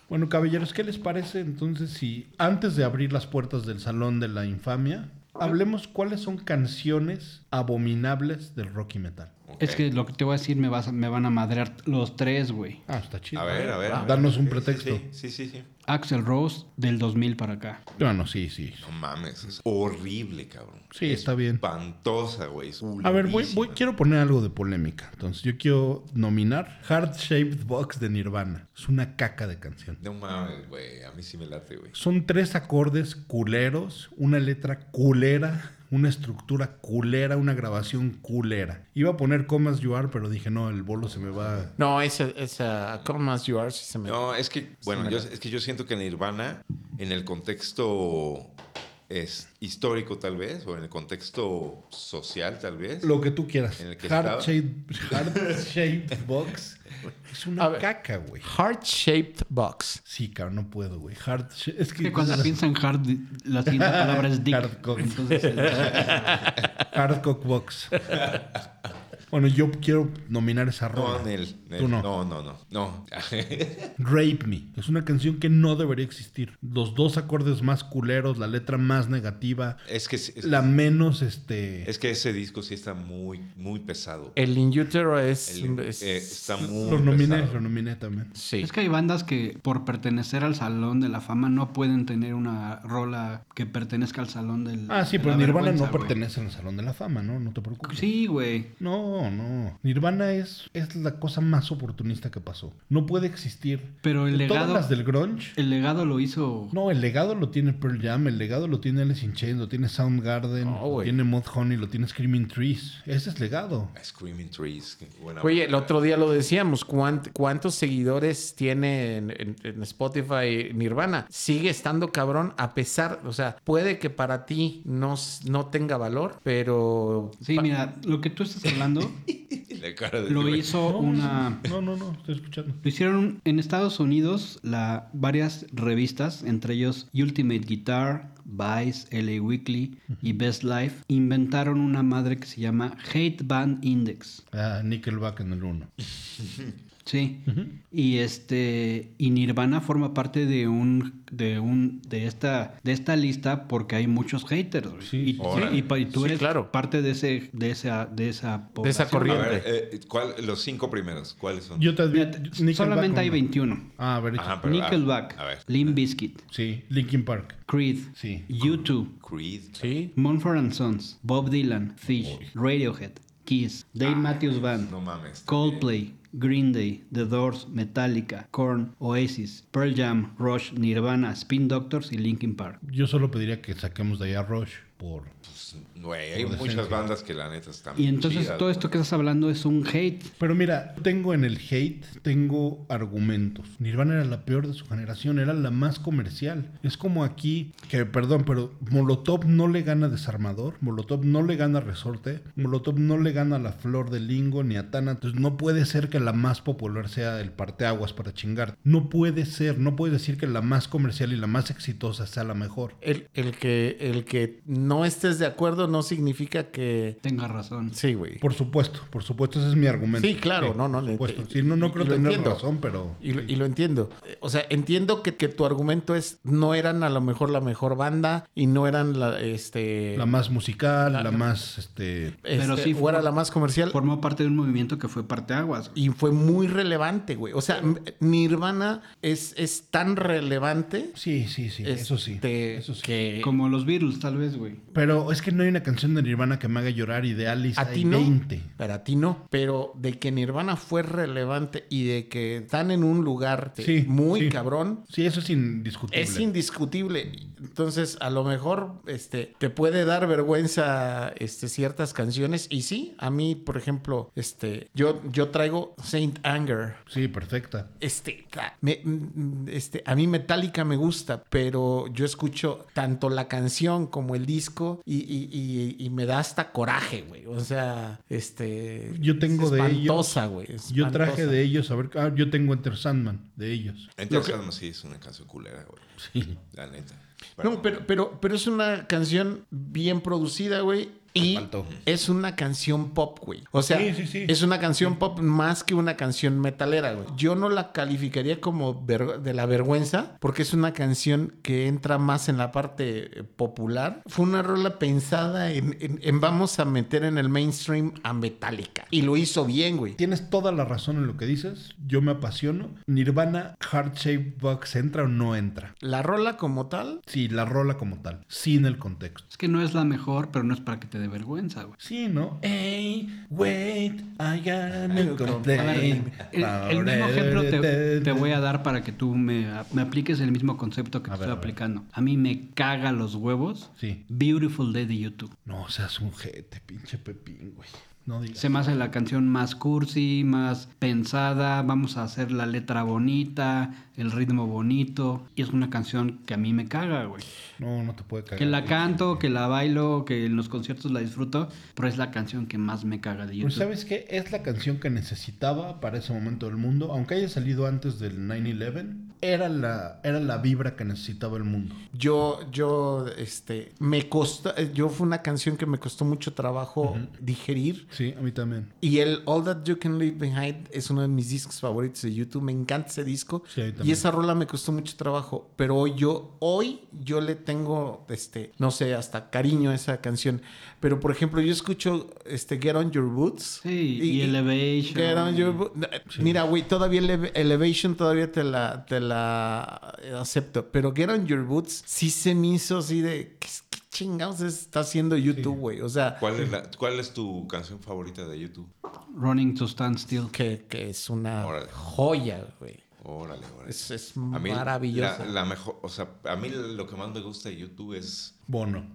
Speaker 1: bueno, caballeros, ¿qué les parece entonces si antes de abrir las puertas del Salón de la Infamia, hablemos cuáles son canciones abominables del rock y metal?
Speaker 2: Ok.
Speaker 3: Es que lo que te voy a decir me, vas a- me van a madrear los tres, güey.
Speaker 1: Ah, está chido.
Speaker 2: A ver, a ver. a ver.
Speaker 1: Danos un
Speaker 2: Sí, sí,
Speaker 1: pretexto.
Speaker 2: Sí, sí, sí. sí.
Speaker 3: Axel Rose del 2000 para acá.
Speaker 1: Bueno, sí, sí.
Speaker 2: No mames, es horrible, cabrón.
Speaker 1: Sí, está bien.
Speaker 2: Espantosa, güey. es
Speaker 1: A ver, voy,
Speaker 2: culerísima.
Speaker 1: voy- quiero poner algo de polémica. Entonces, yo quiero nominar Hard Shaped Box de Nirvana. Es una caca de canción.
Speaker 2: No mames, güey. A mí sí me late, güey.
Speaker 1: Son tres acordes culeros, una letra culera, una estructura culera, una grabación culera. Iba a poner comas you are, pero dije, no, el bolo se me va.
Speaker 4: No, esa, esa, Come As You Are, sí se me...
Speaker 2: No, es que, bueno, yo, es que yo siento que Nirvana, en el contexto es histórico tal vez, o en el contexto social tal vez,
Speaker 1: Lo que tú quieras.
Speaker 2: En el que
Speaker 1: Heart
Speaker 2: estaba.
Speaker 1: shaped, heart shaped box. Es
Speaker 4: A
Speaker 1: una
Speaker 4: ver.
Speaker 1: caca, güey.
Speaker 4: Heart Shaped Box.
Speaker 1: Sí, cabrón, no puedo, güey. Heart sha- Es
Speaker 3: Es
Speaker 1: que
Speaker 3: que cuando piensan hard, la siguiente palabra es dick.
Speaker 1: Hardcore.
Speaker 3: Entonces,
Speaker 1: Hardcock box. Bueno, yo quiero nominar esa rola.
Speaker 2: No, Nel, Nel,
Speaker 1: Tú no.
Speaker 2: no. no, no, no,
Speaker 1: Rape Me. Es una canción que no debería existir. Los dos acordes más culeros, la letra más negativa,
Speaker 2: es que sí- es,
Speaker 1: la menos este.
Speaker 2: es que ese disco sí está muy, muy pesado.
Speaker 4: El In Utero es...
Speaker 2: El-
Speaker 4: es-
Speaker 2: eh, está muy
Speaker 1: Lo nominé,
Speaker 2: pesado.
Speaker 1: lo nominé también.
Speaker 4: sí.
Speaker 3: Es que hay bandas que por pertenecer al Salón de la Fama no pueden tener una rola que pertenezca al Salón del
Speaker 1: Ah, sí,
Speaker 3: de
Speaker 1: pero
Speaker 3: la
Speaker 1: Nirvana
Speaker 3: Vergüenza,
Speaker 1: no
Speaker 3: güey.
Speaker 1: pertenece al Salón de la Fama, ¿no? No te preocupes.
Speaker 3: Sí, güey.
Speaker 1: No, No, no. Nirvana es, es la cosa más oportunista que pasó. No puede existir.
Speaker 3: Pero el legado-
Speaker 1: Todas las del grunge.
Speaker 3: El legado lo hizo.
Speaker 1: No, el legado lo tiene Pearl Jam, el legado lo tiene Alice in Chains, lo tiene Soundgarden,
Speaker 4: No,
Speaker 1: lo
Speaker 4: güey.
Speaker 1: tiene Mod Honey, lo tiene Screaming Trees. Ese es legado.
Speaker 2: Ah, Screaming Trees. qué buena
Speaker 4: Oye, el
Speaker 2: banda.
Speaker 4: otro día lo decíamos, ¿cuánt- ¿cuántos seguidores tiene en, en- en Spotify Nirvana? Sigue estando cabrón a pesar, o sea, puede que para ti no, s- no tenga valor, pero...
Speaker 3: Sí,
Speaker 4: pa-
Speaker 3: mira, lo que tú estás hablando
Speaker 2: La cara de
Speaker 3: lo
Speaker 2: güey.
Speaker 3: hizo
Speaker 1: No,
Speaker 3: una.
Speaker 1: No, no, no, estoy escuchando.
Speaker 3: Lo hicieron en Estados Unidos la, varias revistas, entre ellos Ultimate Guitar, Vice, LA Weekly y Best Life, inventaron una madre que se llama Hate Band Index.
Speaker 1: Ah, Nickelback en el 1.
Speaker 3: Sí. Y este y Nirvana forma parte de un de un de esta de esta lista porque hay muchos haters. güey.
Speaker 1: Sí,
Speaker 3: y,
Speaker 1: sí.
Speaker 2: Órale.
Speaker 3: y pa- y tú
Speaker 4: Sí,
Speaker 3: eres
Speaker 4: claro.
Speaker 3: parte de ese de esa de esa
Speaker 4: De esa
Speaker 2: A
Speaker 4: corriente.
Speaker 2: ver, eh, ¿cuál- los cinco primeros, ¿cuáles son?
Speaker 1: Yo te advierto.
Speaker 3: población. Mira,
Speaker 1: Nickelback
Speaker 3: solamente hay
Speaker 1: uno.
Speaker 3: 21.
Speaker 1: Ah, a ver,
Speaker 2: Ajá,
Speaker 1: échale.
Speaker 2: pero-
Speaker 3: Nickelback,
Speaker 2: a ver.
Speaker 3: Limp Bizkit,
Speaker 1: Sí, Linkin Park.
Speaker 3: Creed,
Speaker 1: Sí.
Speaker 3: U2,
Speaker 2: Creed.
Speaker 4: Sí.
Speaker 3: Mumford and Sons, Bob Dylan, Fish, Radiohead, Kiss, Dave Matthews Band,
Speaker 2: No mames.
Speaker 3: Coldplay, Green Day, The Doors, Metallica, Korn, Oasis, Pearl Jam, Rush, Nirvana, Spin Doctors y Linkin Park.
Speaker 1: Yo solo pediría que saquemos de allá a Rush por...
Speaker 2: Pues, güey, hay
Speaker 1: Por
Speaker 2: muchas
Speaker 1: decencia.
Speaker 2: bandas que la neta están.
Speaker 3: Y entonces
Speaker 2: chidas,
Speaker 3: todo
Speaker 2: güey.
Speaker 3: esto que estás hablando es un hate.
Speaker 1: Pero mira, tengo en el hate, tengo argumentos. Nirvana era la peor de su generación, era la más comercial. Es como aquí, que perdón, pero Molotov no le gana a Desarmador, Molotov no le gana a Resorte, Molotov no le gana a La Flor de Lingo ni a Tana. Entonces no puede ser que la más popular sea el parteaguas para chingar. No puede ser, no puedes decir que la más comercial y la más exitosa sea la mejor.
Speaker 4: El, el que, el que no estés de acuerdo no significa que...
Speaker 3: Tenga razón.
Speaker 4: Sí, güey.
Speaker 1: Por supuesto, por supuesto, ese es mi argumento.
Speaker 4: Sí, claro, no, no,
Speaker 1: Por
Speaker 4: le-
Speaker 1: supuesto.
Speaker 4: te-
Speaker 1: Sí, no, no creo
Speaker 4: y lo
Speaker 1: tener
Speaker 4: entiendo.
Speaker 1: razón, pero.
Speaker 4: Y, lo- y lo entiendo. Eh, O sea, entiendo que, que tu argumento es no eran a lo mejor la mejor banda y no eran la, este,
Speaker 1: La más musical, la más, este...
Speaker 4: este,
Speaker 3: Pero sí
Speaker 4: o era
Speaker 3: for-
Speaker 4: la más comercial.
Speaker 3: Formó parte de un movimiento que fue parteaguas.
Speaker 4: Y fue muy relevante, güey. O sea, m- Nirvana es, es tan relevante.
Speaker 1: Sí, sí, sí, eso sí.
Speaker 4: este,
Speaker 1: Eso sí.
Speaker 4: Que
Speaker 3: Como los Beatles, tal vez, güey.
Speaker 1: Pero es que no hay una canción de Nirvana que me haga llorar y de Alice
Speaker 4: a
Speaker 1: hay
Speaker 4: ti no.
Speaker 1: 20.
Speaker 4: Pero a ti no. Pero de que Nirvana fue relevante y de que están en un lugar
Speaker 1: Sí,
Speaker 4: muy
Speaker 1: sí.
Speaker 4: cabrón.
Speaker 1: Sí, eso es indiscutible.
Speaker 4: Es indiscutible. Entonces, a lo mejor este, te puede dar vergüenza este, ciertas canciones. Y sí, a mí, por ejemplo, este, yo, yo traigo Saint Anger.
Speaker 1: sí, perfecta.
Speaker 4: Este, ta- me- mm, este, a mí Metallica me gusta, pero yo escucho tanto la canción como el disco y, y- y- y me da hasta coraje, güey. O sea, este.
Speaker 1: Yo tengo
Speaker 4: es
Speaker 1: de ellos-
Speaker 4: espantosa, güey.
Speaker 1: Yo traje
Speaker 4: espantosa.
Speaker 1: de ellos, a ver, ah, yo tengo Enter Sandman, de ellos.
Speaker 2: Entonces, Alma sí es una canción culera, güey.
Speaker 1: Sí.
Speaker 2: La neta.
Speaker 4: No, pero, pero, pero es una canción bien producida, güey. Y
Speaker 1: Faltó.
Speaker 4: es una canción pop, güey. O sea,
Speaker 1: Sí, sí, sí.
Speaker 4: es una canción pop más que una canción metalera, güey. Yo no la calificaría como ver- de la vergüenza, porque es una canción que entra más en la parte eh, popular. Fue una rola pensada en, en- en vamos a meter en el mainstream a Metallica. Y lo hizo bien, güey.
Speaker 1: Tienes toda la razón en lo que dices. Yo me apasiono. Nirvana, Heart Shaped Box, ¿entra o no entra?
Speaker 4: La rola como tal,
Speaker 1: Sí, la rola como tal, sin el contexto.
Speaker 3: Es que no es la mejor, pero no es para que te dé vergüenza, güey.
Speaker 1: Sí, ¿no? Hey, wait, I got a new
Speaker 3: A ver,
Speaker 1: complaint.
Speaker 3: el, el mismo ejemplo te, te voy a dar para que tú me, me apliques el mismo concepto que
Speaker 1: A
Speaker 3: te
Speaker 1: ver,
Speaker 3: estoy
Speaker 1: a ver.
Speaker 3: aplicando. A mí me caga los huevos.
Speaker 1: Sí.
Speaker 3: Beautiful Day de YouTube.
Speaker 1: No seas un jete, pinche Pepín, güey. No digas.
Speaker 3: Se me hace la canción más cursi, más pensada. Vamos a hacer la letra bonita, el ritmo bonito. Y es una canción que a mí me caga, güey.
Speaker 1: No, no te puede cagar.
Speaker 3: Que la canto, que la bailo, que en los conciertos la disfruto. Pero es la canción que más me caga de
Speaker 1: Pero
Speaker 3: YouTube.
Speaker 1: ¿sabes qué? Es la canción que necesitaba para ese momento del mundo. Aunque haya salido antes del 9-11, era la, era la vibra que necesitaba el mundo.
Speaker 4: Yo, yo, este, me costó, yo fue una canción que me costó mucho trabajo digerir.
Speaker 1: Sí, a mí también.
Speaker 4: Y el All That You Can Leave Behind es uno de mis discos favoritos de YouTube. Me encanta ese disco.
Speaker 1: Sí, a mí también.
Speaker 4: y esa rola me costó mucho trabajo. Pero hoy yo, hoy yo le tengo, este, no sé, hasta cariño a esa canción. Pero por ejemplo, yo escucho, este, Get On Your Boots.
Speaker 3: Sí, y, Elevation.
Speaker 4: Get on your bo- No, eh, Mira, güey, todavía Ele- Elevation todavía te la, te la eh, acepto. Pero Get on Your Boots sí se me hizo así de... ¿Qué, qué chingados está haciendo YouTube, güey? O sea,
Speaker 2: ¿Cuál es, la- ¿Cuál es tu canción favorita de YouTube?
Speaker 3: Running to Stand Still.
Speaker 4: que, que es una
Speaker 2: Órale.
Speaker 4: joya, güey.
Speaker 2: Órale, órale.
Speaker 4: Es, es
Speaker 2: A mí
Speaker 4: maravilloso.
Speaker 2: La, la mejor, o sea, a mí lo que más me gusta de YouTube es
Speaker 1: Bono.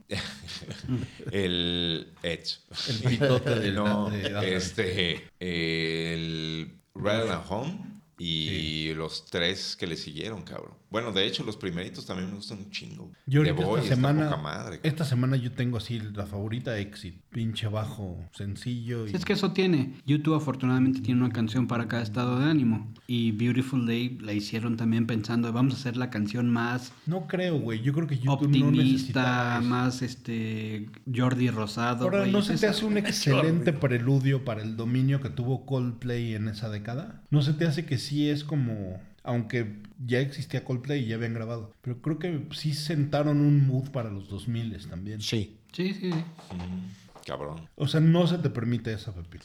Speaker 2: el Edge.
Speaker 1: El pitote de,
Speaker 2: no,
Speaker 1: de- de-
Speaker 2: este, el Rather Than Home y los tres que le siguieron, cabrón. Bueno, de hecho, los primeritos también me gustan un chingo.
Speaker 1: Yo
Speaker 2: The
Speaker 1: ahorita
Speaker 2: Boy
Speaker 1: esta
Speaker 2: está
Speaker 1: semana,
Speaker 2: poca madre, cabrón.
Speaker 1: esta semana yo tengo así la favorita Exit, pinche bajo, sencillo y
Speaker 3: Es que eso tiene. YouTube afortunadamente tiene una canción para cada estado de ánimo. Y Beautiful Day la hicieron también pensando, vamos a hacer la canción más
Speaker 1: no creo, güey, yo creo que YouTube no necesita
Speaker 3: optimista,
Speaker 1: eso.
Speaker 3: más este Jordi Rosado.
Speaker 1: Ahora,
Speaker 3: güey,
Speaker 1: ¿no
Speaker 3: es
Speaker 1: se te
Speaker 3: esa-
Speaker 1: hace un excelente preludio para el dominio que tuvo Coldplay en esa década? ¿No se te hace que sí es como... Aunque ya existía Coldplay y ya habían grabado. Pero creo que sí sentaron un mood para los 2000 también.
Speaker 4: Sí.
Speaker 3: Sí, sí, sí.
Speaker 2: Ujú, Cabrón.
Speaker 1: O sea, no se te permite esa, Pepe.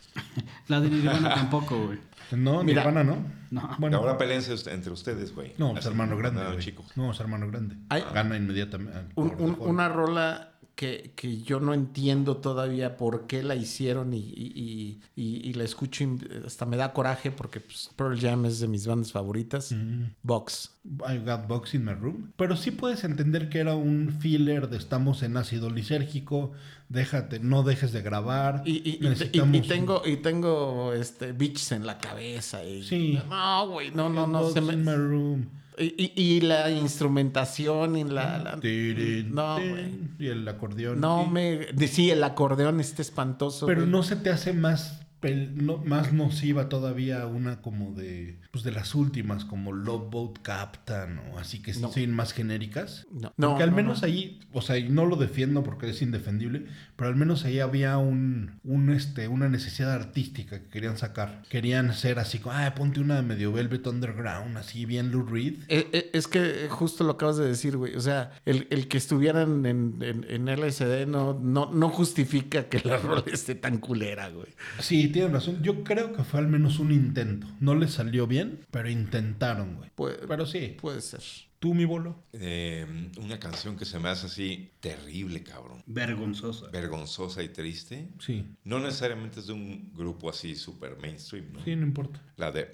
Speaker 3: La de Nirvana tampoco, güey.
Speaker 1: No,
Speaker 4: Mira.
Speaker 1: Nirvana no.
Speaker 3: No.
Speaker 1: Bueno,
Speaker 2: Ahora peléense ust- entre ustedes, güey.
Speaker 1: no, pues
Speaker 2: Así,
Speaker 1: hermano grande.
Speaker 2: no,
Speaker 1: güey.
Speaker 2: chico.
Speaker 1: No, pues hermano grande.
Speaker 4: Hay-
Speaker 1: Gana inmediatamente.
Speaker 4: Un-
Speaker 1: Por
Speaker 4: un-
Speaker 1: default.
Speaker 4: una rola que, que yo no entiendo todavía por qué la hicieron y, y- y- y- y la escucho y hasta me da coraje porque pues, Pearl Jam es de mis bandas favoritas.
Speaker 1: Mm.
Speaker 4: Vox.
Speaker 1: I got box in my room. Pero sí puedes entender que era un filler de estamos en ácido lisérgico, déjate, no dejes de grabar.
Speaker 4: Y, y- y- y-
Speaker 1: necesitamos-
Speaker 4: y tengo, y tengo este, bitches en la cabeza. y-
Speaker 1: Sí.
Speaker 4: No, güey, no, no, no.
Speaker 1: Box
Speaker 4: se me-
Speaker 1: in my room.
Speaker 4: y, y- y la instrumentación y
Speaker 1: Mm.
Speaker 4: la... la-
Speaker 1: Tirin,
Speaker 4: No,
Speaker 1: tin.
Speaker 4: güey.
Speaker 1: Y el acordeón.
Speaker 4: No
Speaker 1: Y-
Speaker 4: me... de- Sí, el acordeón está espantoso.
Speaker 1: Pero
Speaker 4: güey.
Speaker 1: no se te hace más pel- no- más nociva todavía una como de pues de las últimas como Love Boat Captain o así que sí
Speaker 4: No.
Speaker 1: son más genéricas.
Speaker 4: No,
Speaker 1: porque al
Speaker 4: no,
Speaker 1: menos
Speaker 4: no.
Speaker 1: ahí, o sea, y no lo defiendo porque es indefendible, pero al menos ahí había un, un este, una necesidad artística que querían sacar. Querían ser así, como, ah, ponte una medio Velvet Underground, así bien Lou Reed.
Speaker 4: Eh, eh, Es que justo lo acabas de decir, güey. O sea, el, el que estuvieran en, en, en LSD no, no, no justifica que la rola esté tan culera, güey.
Speaker 1: Sí, tienen razón. Yo creo que fue al menos un intento. No les salió bien, pero intentaron, güey.
Speaker 4: Puede,
Speaker 1: Pero sí,
Speaker 4: puede ser.
Speaker 1: tú mi bolo.
Speaker 2: Eh, una canción que se me hace así terrible, cabrón.
Speaker 3: Vergonzosa.
Speaker 2: Vergonzosa y triste.
Speaker 1: Sí,
Speaker 2: No necesariamente es de un grupo así super mainstream, ¿no?
Speaker 1: Sí, no importa.
Speaker 2: La de...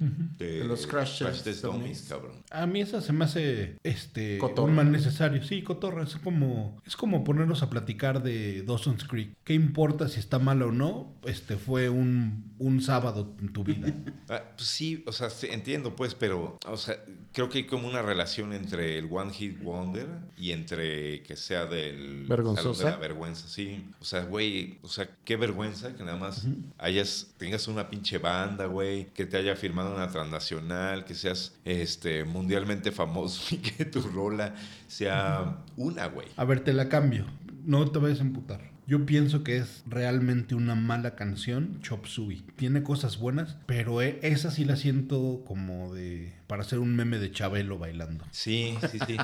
Speaker 2: mm,
Speaker 4: De los Crash
Speaker 2: Crash
Speaker 4: Test
Speaker 2: Test Dummies, cabrón.
Speaker 1: A mí esa se me hace este
Speaker 4: Cotorra.
Speaker 1: un mal necesario. Sí, cotorra, es como es como ponernos a platicar de Dawson's Creek. ¿Qué importa si está mal o no? Este fue un, un sábado en tu vida.
Speaker 2: Ah, pues sí, o sea, sí, entiendo, pues, pero, o sea, creo que hay como una relación entre el One Hit Wonder y entre que sea del
Speaker 4: Vergonzosa.
Speaker 2: Salón de la vergüenza, sí. O sea, güey, o sea, qué vergüenza que nada más hayas, tengas una pinche banda, güey, que te haya firmado una transnacional, que seas este mundialmente famoso y que tu rola sea una, güey.
Speaker 1: A ver, te la cambio. No te vayas a emputar. Yo pienso que es realmente una mala canción, Chop Suey. Tiene cosas buenas, pero e- esa sí la siento como de para hacer un meme de Chabelo bailando.
Speaker 2: Sí, sí, sí.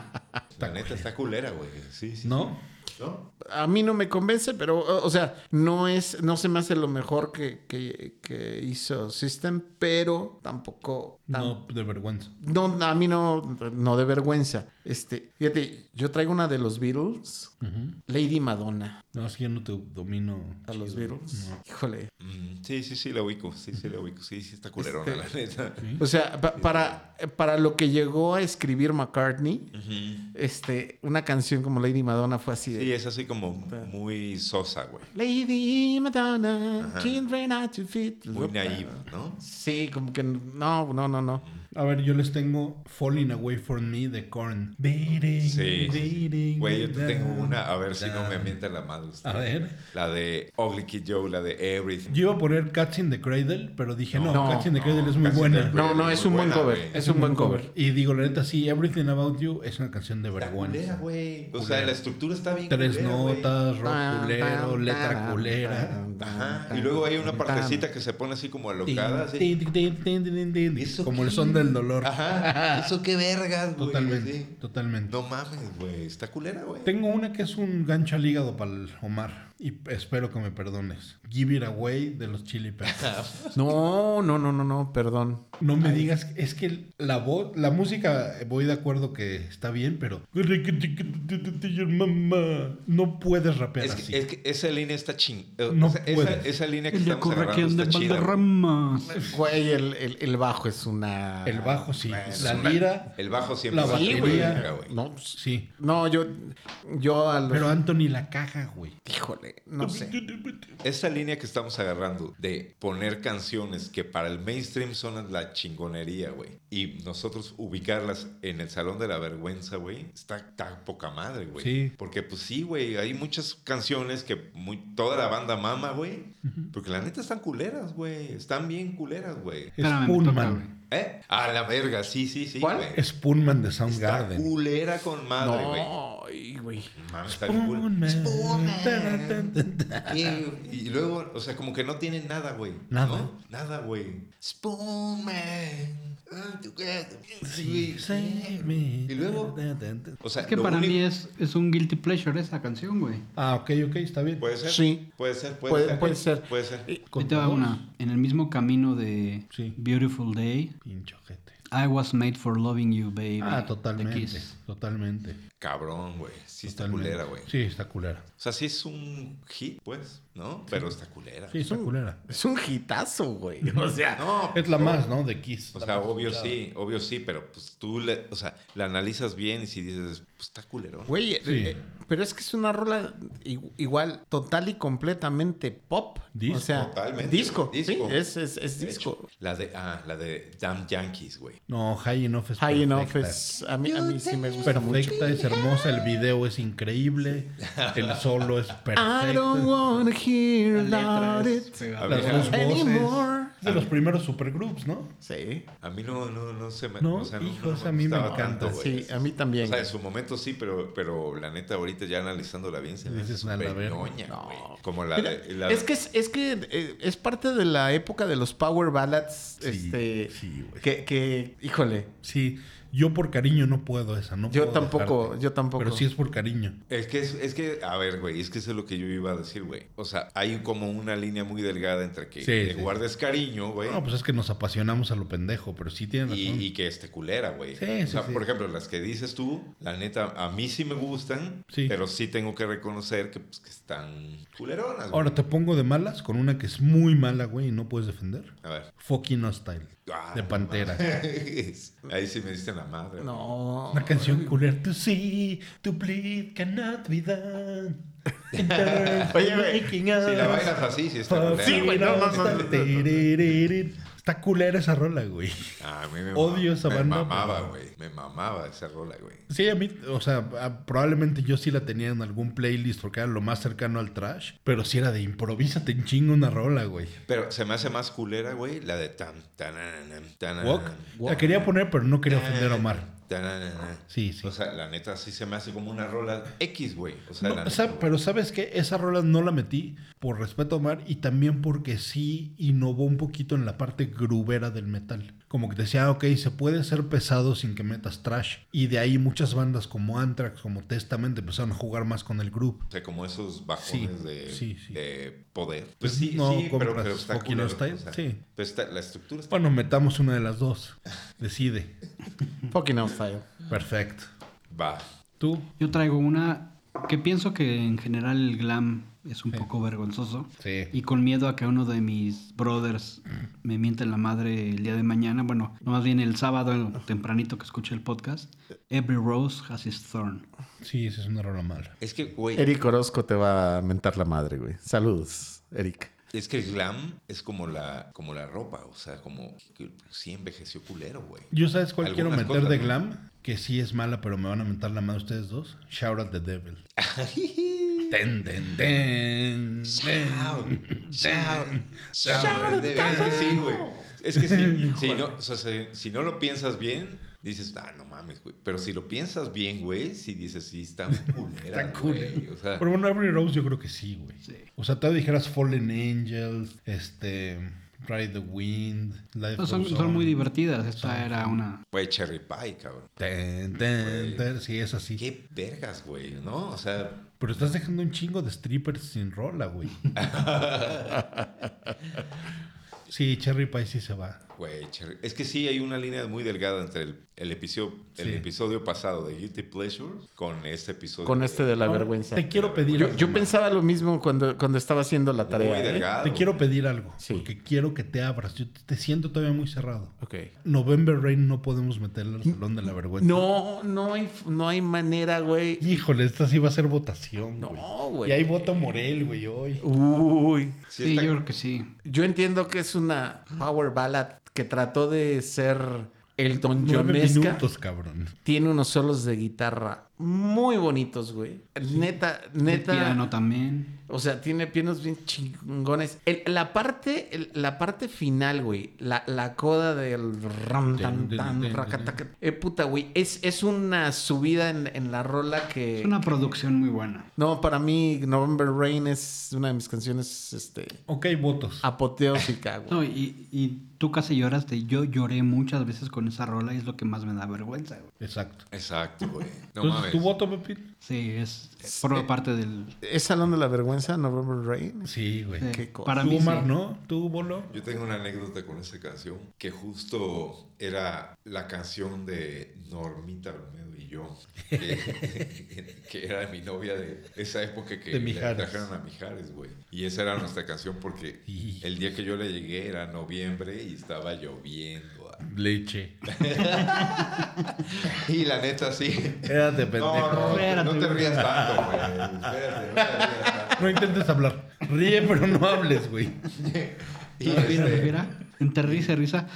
Speaker 2: La neta está culera, güey. Sí, sí.
Speaker 1: ¿No?
Speaker 2: ¿No?
Speaker 4: A mí no me convence, pero, o o sea, no es, no se me hace lo mejor que, que, que hizo System, pero tampoco. tam-
Speaker 1: No, de vergüenza.
Speaker 4: No, a mí no, no de vergüenza. Este, fíjate, yo traigo una de los Beatles,
Speaker 1: Ujú.
Speaker 4: Lady Madonna,
Speaker 1: No, es que yo no te domino.
Speaker 4: a los Beatles. Híjole,
Speaker 2: Mm, Sí, sí, sí, la ubico. Sí, sí, la ubico. Sí, sí, está culerona, la neta.
Speaker 4: O sea, pa- para, para lo que llegó a escribir McCartney,
Speaker 2: Ujú.
Speaker 4: este, una canción como Lady Madonna fue así de...
Speaker 2: Sí, es así como muy sosa, güey.
Speaker 4: Lady Madonna,
Speaker 2: Ajá.
Speaker 4: children are to fit.
Speaker 2: Muy naiva, ¿no?
Speaker 4: Sí, como que no, no, no, no.
Speaker 1: A ver, yo les tengo Falling Away From Me de Korn. Beating,
Speaker 2: Sí, sí, sí.
Speaker 1: beating
Speaker 2: Güey, yo te tengo
Speaker 1: down,
Speaker 2: una, a ver si no me
Speaker 1: down.
Speaker 2: mienta la madre usted.
Speaker 1: A ver.
Speaker 2: La de Ugly Kid Joe, la de Everything.
Speaker 1: Yo iba a poner Cats in the Cradle, pero dije, no,
Speaker 4: No,
Speaker 1: Cats in the
Speaker 2: no,
Speaker 1: Cradle es muy
Speaker 2: Cats in the
Speaker 1: buena.
Speaker 2: Cradle.
Speaker 4: No, no,
Speaker 2: Muy
Speaker 4: es un buen
Speaker 2: buena,
Speaker 4: cover.
Speaker 2: güey.
Speaker 4: Es un buen cover.
Speaker 1: Y digo, la neta, sí, Everything About You es una canción de
Speaker 2: Culera,
Speaker 1: vergüenza.
Speaker 2: güey. O sea, la estructura está bien
Speaker 1: Tres
Speaker 2: culera, güey.
Speaker 1: notas, rock culero,
Speaker 4: Tan,
Speaker 1: letra
Speaker 4: tan,
Speaker 1: culera.
Speaker 4: tan, tan,
Speaker 2: Ajá.
Speaker 4: tan,
Speaker 2: Y luego hay una
Speaker 4: tan,
Speaker 2: partecita que se pone así como alocada. así.
Speaker 1: Tin, tin, tin, tin, tin, tin, tin.
Speaker 2: ¿Eso
Speaker 1: Como el
Speaker 2: qué?
Speaker 1: son del dolor.
Speaker 2: Ajá. Eso qué vergas, güey.
Speaker 1: Totalmente,
Speaker 2: Sí.
Speaker 1: totalmente.
Speaker 2: No mames, güey. Está culera, güey.
Speaker 1: Tengo una que es un gancho al hígado para el Omar. y espero que me perdones. Give It Away de los Chili Peppers.
Speaker 4: No, no, no, no, no, perdón.
Speaker 1: No me digas, es que la voz, la música, eh, voy de acuerdo que está bien, pero mamá, no puedes rapear
Speaker 2: Es
Speaker 1: así.
Speaker 2: que, es que esa línea está ching...
Speaker 1: No
Speaker 2: esa, esa,
Speaker 1: puedes.
Speaker 2: esa línea que
Speaker 3: El de
Speaker 2: estamos agarrando
Speaker 3: de
Speaker 2: está chida. güey.
Speaker 3: Valderramas.
Speaker 4: Güey, el, el- el bajo es una.
Speaker 1: El bajo sí,
Speaker 4: Es
Speaker 1: la
Speaker 2: una-
Speaker 1: lira
Speaker 2: El bajo siempre
Speaker 1: la
Speaker 2: va a ser
Speaker 1: batería.
Speaker 2: verga, güey.
Speaker 4: No, pues,
Speaker 1: sí,
Speaker 4: no, yo. Yo a los.
Speaker 1: pero Anthony la caja, güey.
Speaker 4: híjole, no sé.
Speaker 2: Esa línea que estamos agarrando de poner canciones que para el mainstream son la chingonería, güey. Y nosotros ubicarlas en el salón de la vergüenza, güey, está tan poca madre, güey.
Speaker 1: Sí.
Speaker 2: Porque pues sí, güey, hay muchas canciones que muy, toda la banda mama, güey. Porque la neta están culeras, güey. Están bien culeras, güey.
Speaker 3: Espérame, me toca, güey.
Speaker 1: Spoonman,
Speaker 2: ¿Eh? A la verga, sí, sí, sí,
Speaker 4: ¿Cuál?
Speaker 2: güey.
Speaker 1: Spoonman de
Speaker 2: Está
Speaker 1: Soundgarden.
Speaker 2: culera con madre, güey.
Speaker 4: No, ay, güey.
Speaker 2: Mames, está bien
Speaker 1: Spoonman.
Speaker 2: culera. Spoonman.
Speaker 1: Tan, tan, tan.
Speaker 2: Y, y luego, o sea, como que no tienen nada, güey.
Speaker 1: Nada.
Speaker 2: ¿no? Nada, güey. Spoon Man. Sí,
Speaker 1: Save me.
Speaker 2: Y luego,
Speaker 1: Tan, tan, tan.
Speaker 2: o sea,
Speaker 3: Es que
Speaker 2: lo
Speaker 3: para
Speaker 2: único-
Speaker 3: mí es, es un guilty pleasure esa canción, güey.
Speaker 1: Ah, ok, ok, está bien.
Speaker 2: Puede ser.
Speaker 4: Sí.
Speaker 2: Puede ser, puede,
Speaker 4: Puede-
Speaker 2: ser.
Speaker 4: puede ser.
Speaker 2: Puede ser.
Speaker 1: Con
Speaker 3: Ahí te va
Speaker 1: dos.
Speaker 3: una. En el mismo camino de
Speaker 1: Sí.
Speaker 3: Beautiful Day,
Speaker 1: Pincho gente.
Speaker 3: I was made for loving you, baby.
Speaker 1: Ah,
Speaker 3: de
Speaker 1: totalmente.
Speaker 3: Kiss.
Speaker 1: Totalmente.
Speaker 2: Cabrón, güey. Sí, está
Speaker 1: totalmente.
Speaker 2: culera, güey.
Speaker 1: Sí, está culera.
Speaker 2: O sea, sí es un hit, pues, ¿no? Pero está culera.
Speaker 1: Sí, está culera.
Speaker 4: Es un hitazo, güey. O sea,
Speaker 2: No,
Speaker 1: Es la más, ¿no? De Kiss.
Speaker 2: O
Speaker 1: La
Speaker 2: sea,
Speaker 1: más
Speaker 2: obvio
Speaker 1: escuchada.
Speaker 2: sí, obvio sí, pero pues tú, le, o sea, la analizas bien y si dices, pues está culero.
Speaker 4: Güey,
Speaker 1: Sí.
Speaker 4: eh, pero es que es una rola i- igual, total y completamente pop.
Speaker 1: Disco.
Speaker 4: O sea,
Speaker 2: Totalmente,
Speaker 4: disco.
Speaker 2: güey, disco.
Speaker 4: Sí, es, es, es ¿Este disco.
Speaker 2: La de, ah, la de Damn Yankees, güey.
Speaker 1: No, High Enough es
Speaker 4: High Enough
Speaker 1: perfecta.
Speaker 4: es. A mí, a mí sí me gusta mucho.
Speaker 1: perfecta, es hermosa, el video es increíble, el solo es
Speaker 4: I don't
Speaker 1: perfecto.
Speaker 4: wanna hear
Speaker 3: La letra
Speaker 4: about
Speaker 3: es
Speaker 4: it
Speaker 3: pegada.
Speaker 2: A
Speaker 1: Las
Speaker 2: ver,
Speaker 1: dos voces.
Speaker 4: anymore.
Speaker 1: Es de los primeros supergroups, ¿no?
Speaker 4: Sí.
Speaker 2: A mí no, no, no se me...
Speaker 1: No, hijos, a mí me
Speaker 2: gustaba
Speaker 1: encanta.
Speaker 2: tanto, güey.
Speaker 4: Sí, a mí también.
Speaker 2: O sea, en su momento sí, pero, pero la neta, ahorita ya analizándola bien, se me hace
Speaker 1: Dices, a la
Speaker 2: súper
Speaker 1: verga.
Speaker 2: ñoña,
Speaker 4: No.
Speaker 2: güey. Como la
Speaker 4: Mira,
Speaker 2: de... eh, la-
Speaker 4: es que es, es que eh, es parte de la época de los power ballads, este,
Speaker 1: sí, güey.
Speaker 4: que, que, híjole,
Speaker 1: Sí, yo por cariño no puedo esa, no
Speaker 4: yo
Speaker 1: puedo
Speaker 4: tampoco,
Speaker 1: dejarte.
Speaker 4: yo tampoco.
Speaker 1: Pero sí es por cariño.
Speaker 2: Es que, es, es que, a ver, güey, es que eso es lo que yo iba a decir, güey. O sea, hay como una línea muy delgada entre que
Speaker 1: Sí,
Speaker 2: le
Speaker 1: sí.
Speaker 2: guardes cariño, güey,
Speaker 1: No, pues es que nos apasionamos a lo pendejo, pero sí tienen
Speaker 2: y,
Speaker 1: razón.
Speaker 2: y que esté culera, güey.
Speaker 1: Sí, sí,
Speaker 2: o sea,
Speaker 1: sí.
Speaker 2: por ejemplo, las que dices tú, la neta, a mí sí me gustan,
Speaker 1: Sí.
Speaker 2: pero sí tengo que reconocer que, pues, que están culeronas, güey.
Speaker 1: Ahora te pongo de malas con una que es muy mala, güey, y no puedes defender.
Speaker 2: A ver.
Speaker 1: Fucking Hostile,
Speaker 2: Ah,
Speaker 1: de
Speaker 2: no
Speaker 1: Pantera.
Speaker 2: mames. Ahí sí me diste la madre.
Speaker 4: No.
Speaker 1: Una canción culera. To see, to bleed, cannot be done.
Speaker 4: Oye, güey,
Speaker 1: Si
Speaker 2: Si la bailas así, sí
Speaker 1: Ah,
Speaker 2: está culera.
Speaker 4: Sí, güey, no, no, no, no, no.
Speaker 1: Está culera esa rola, güey.
Speaker 2: Ah, a mí me
Speaker 1: Odio esa
Speaker 2: me
Speaker 1: banda,
Speaker 2: mamaba,
Speaker 1: pero-
Speaker 2: güey. Me mamaba esa rola, güey.
Speaker 1: Sí, a mí, o sea, a- probablemente yo sí la tenía en algún playlist porque era lo más cercano al trash, pero si era de improvísate en chingo una rola, güey.
Speaker 2: Pero se me hace más culera, güey, la de tam, tananam,
Speaker 4: Ah.
Speaker 2: tananam,
Speaker 1: Walk. La quería poner, pero no quería ofender a
Speaker 4: Eh.
Speaker 1: Omar.
Speaker 2: tananam.
Speaker 1: Sí, sí.
Speaker 2: O sea, la neta sí se me hace como una rola X, güey. O sea,
Speaker 1: No,
Speaker 2: la neta,
Speaker 1: sa-
Speaker 2: güey.
Speaker 1: pero sabes que esa rola no la metí por respeto a Omar y también porque sí innovó un poquito en la parte grubera del metal. Como que decía, "Ah, ok, se puede ser pesado sin que metas trash. Y de ahí muchas bandas como Anthrax, como Testament, empezaron a jugar más con el groove.
Speaker 2: O sea, como esos bajones
Speaker 1: Sí,
Speaker 2: de,
Speaker 1: sí, sí.
Speaker 2: de poder.
Speaker 1: Pues
Speaker 2: Pues sí,
Speaker 1: no
Speaker 2: sí, pero,
Speaker 1: compras
Speaker 2: pero está
Speaker 1: Fucking
Speaker 2: culero.
Speaker 1: Hostile,
Speaker 2: o sea,
Speaker 1: sí.
Speaker 2: pero está- la estructura está...
Speaker 1: Bueno, metamos una de las dos. Decide.
Speaker 4: Fucking Hostile.
Speaker 1: Perfecto.
Speaker 2: Va.
Speaker 1: ¿Tú?
Speaker 3: Yo traigo una que pienso que en general el glam es un poco vergonzoso.
Speaker 1: Sí.
Speaker 3: Y con miedo a que uno de mis brothers me miente la madre el día de mañana, bueno, no más bien el sábado el tempranito que escuche el podcast, Every Rose Has Its Thorn.
Speaker 1: Sí, esa es una rola mala.
Speaker 2: Es que, güey,
Speaker 4: Eric Orozco te va a mentar la madre, güey. Saludos, Eric.
Speaker 2: es que el glam es como la, como la ropa. O sea, como que sí envejeció culero, güey.
Speaker 1: ¿Yo sabes cuál quiero
Speaker 2: Algunas
Speaker 1: meter
Speaker 2: cosas,
Speaker 1: de
Speaker 2: ¿no?
Speaker 1: glam? Que sí es mala, pero me van a mentar la mano ustedes dos. Shout out the devil. ten, ten, ten,
Speaker 2: Chao,
Speaker 1: ten.
Speaker 2: chao, chao. De veras que sí, güey. Es que si, si no, o sea, si, si no lo piensas bien, dices, ah, no mames, güey. Pero si lo piensas bien, güey, si dices, sí, está culera,
Speaker 1: Está cool.
Speaker 2: güey. O sea,
Speaker 1: Pero bueno, Every Rose yo creo que sí, güey.
Speaker 3: Sí.
Speaker 1: O sea, te dijeras Fallen Angels, este... Ride the Wind, Life
Speaker 3: No, son,
Speaker 1: Goes
Speaker 3: son
Speaker 1: On.
Speaker 3: muy divertidas. Esta era una.
Speaker 2: Güey, Cherry Pie, cabrón.
Speaker 1: Ten, ten, ten. Sí, es así.
Speaker 2: Qué vergas, güey, ¿no? O sea,
Speaker 1: Pero estás dejando un chingo de strippers sin rola, güey. sí, Cherry Pie sí se va.
Speaker 2: güey, Cherry... Es que sí hay una línea muy delgada entre el, el episodio, el
Speaker 1: Sí.
Speaker 2: episodio pasado de Guilty Pleasure con este episodio.
Speaker 4: Con este de la
Speaker 1: Ahora,
Speaker 4: vergüenza.
Speaker 1: Te quiero pedir
Speaker 4: Yo,
Speaker 1: algo.
Speaker 4: yo pensaba lo mismo cuando, cuando estaba haciendo la
Speaker 2: Muy
Speaker 4: tarea. ¿eh?
Speaker 2: delgado.
Speaker 1: Te quiero pedir algo.
Speaker 4: Sí.
Speaker 1: Porque quiero que te abras. Yo te, te siento todavía muy cerrado.
Speaker 4: Ok.
Speaker 1: November Rain no podemos meterle al salón de la vergüenza.
Speaker 4: No, no hay, no hay manera, güey.
Speaker 1: Híjole, esta sí va a ser votación.
Speaker 4: No,
Speaker 1: güey.
Speaker 4: güey.
Speaker 1: Y ahí vota Morel, güey, hoy.
Speaker 4: Uy.
Speaker 2: Sí,
Speaker 3: Sí,
Speaker 2: está-
Speaker 3: yo creo que sí.
Speaker 4: Yo entiendo que es una power ballad que trató de ser el Don
Speaker 1: Nueve
Speaker 4: Johnesca.
Speaker 1: minutos, cabrón.
Speaker 4: Tiene unos solos de guitarra muy bonitos, güey. Neta, neta.
Speaker 3: El piano también.
Speaker 4: O sea, tiene piernas bien chingones. El- la parte, el- la parte final, güey. La, la coda del ram tan tan racataca. Eh, puta, güey. Es, es una subida en, en la rola que.
Speaker 3: Es una producción muy buena.
Speaker 4: No, para mí, November Rain es una de mis canciones este,
Speaker 1: Ok, votos.
Speaker 2: Ah.
Speaker 4: apoteósica, güey.
Speaker 3: No, y, y tú casi lloraste. Yo lloré muchas veces con esa rola y es lo que más me da vergüenza. güey.
Speaker 1: Exacto.
Speaker 2: Exacto, güey. No
Speaker 1: Entonces,
Speaker 2: mames.
Speaker 1: ¿tu voto, Pepín?
Speaker 3: Sí, es. Forma parte del.
Speaker 4: ¿Es Salón de la Vergüenza, November Rain?
Speaker 1: Sí, güey.
Speaker 3: de-
Speaker 4: Qué cosa.
Speaker 3: para
Speaker 1: ¿Tú,
Speaker 3: mí. sí.
Speaker 1: Omar, no? ¿Tú, Bolo?
Speaker 2: Yo tengo una anécdota con esta canción que justo era la canción de Normita Olmedo y yo, que, que era mi novia de esa época que
Speaker 1: De
Speaker 2: le
Speaker 1: Mijares.
Speaker 2: trajeron a Mijares, güey. Y esa era nuestra canción porque
Speaker 1: Y-
Speaker 2: el día que yo le llegué era noviembre y estaba lloviendo.
Speaker 1: Leche.
Speaker 2: Y la neta, sí.
Speaker 1: Quédate, pendejo.
Speaker 2: No, no,
Speaker 3: Espérate,
Speaker 2: no te
Speaker 3: güey.
Speaker 2: rías tanto, güey. Espérate, no te rías tanto.
Speaker 1: No intentes hablar. Ríe, pero no hables, güey.
Speaker 2: Y
Speaker 3: Respira,
Speaker 2: este-
Speaker 3: respira. Entre risa y risa,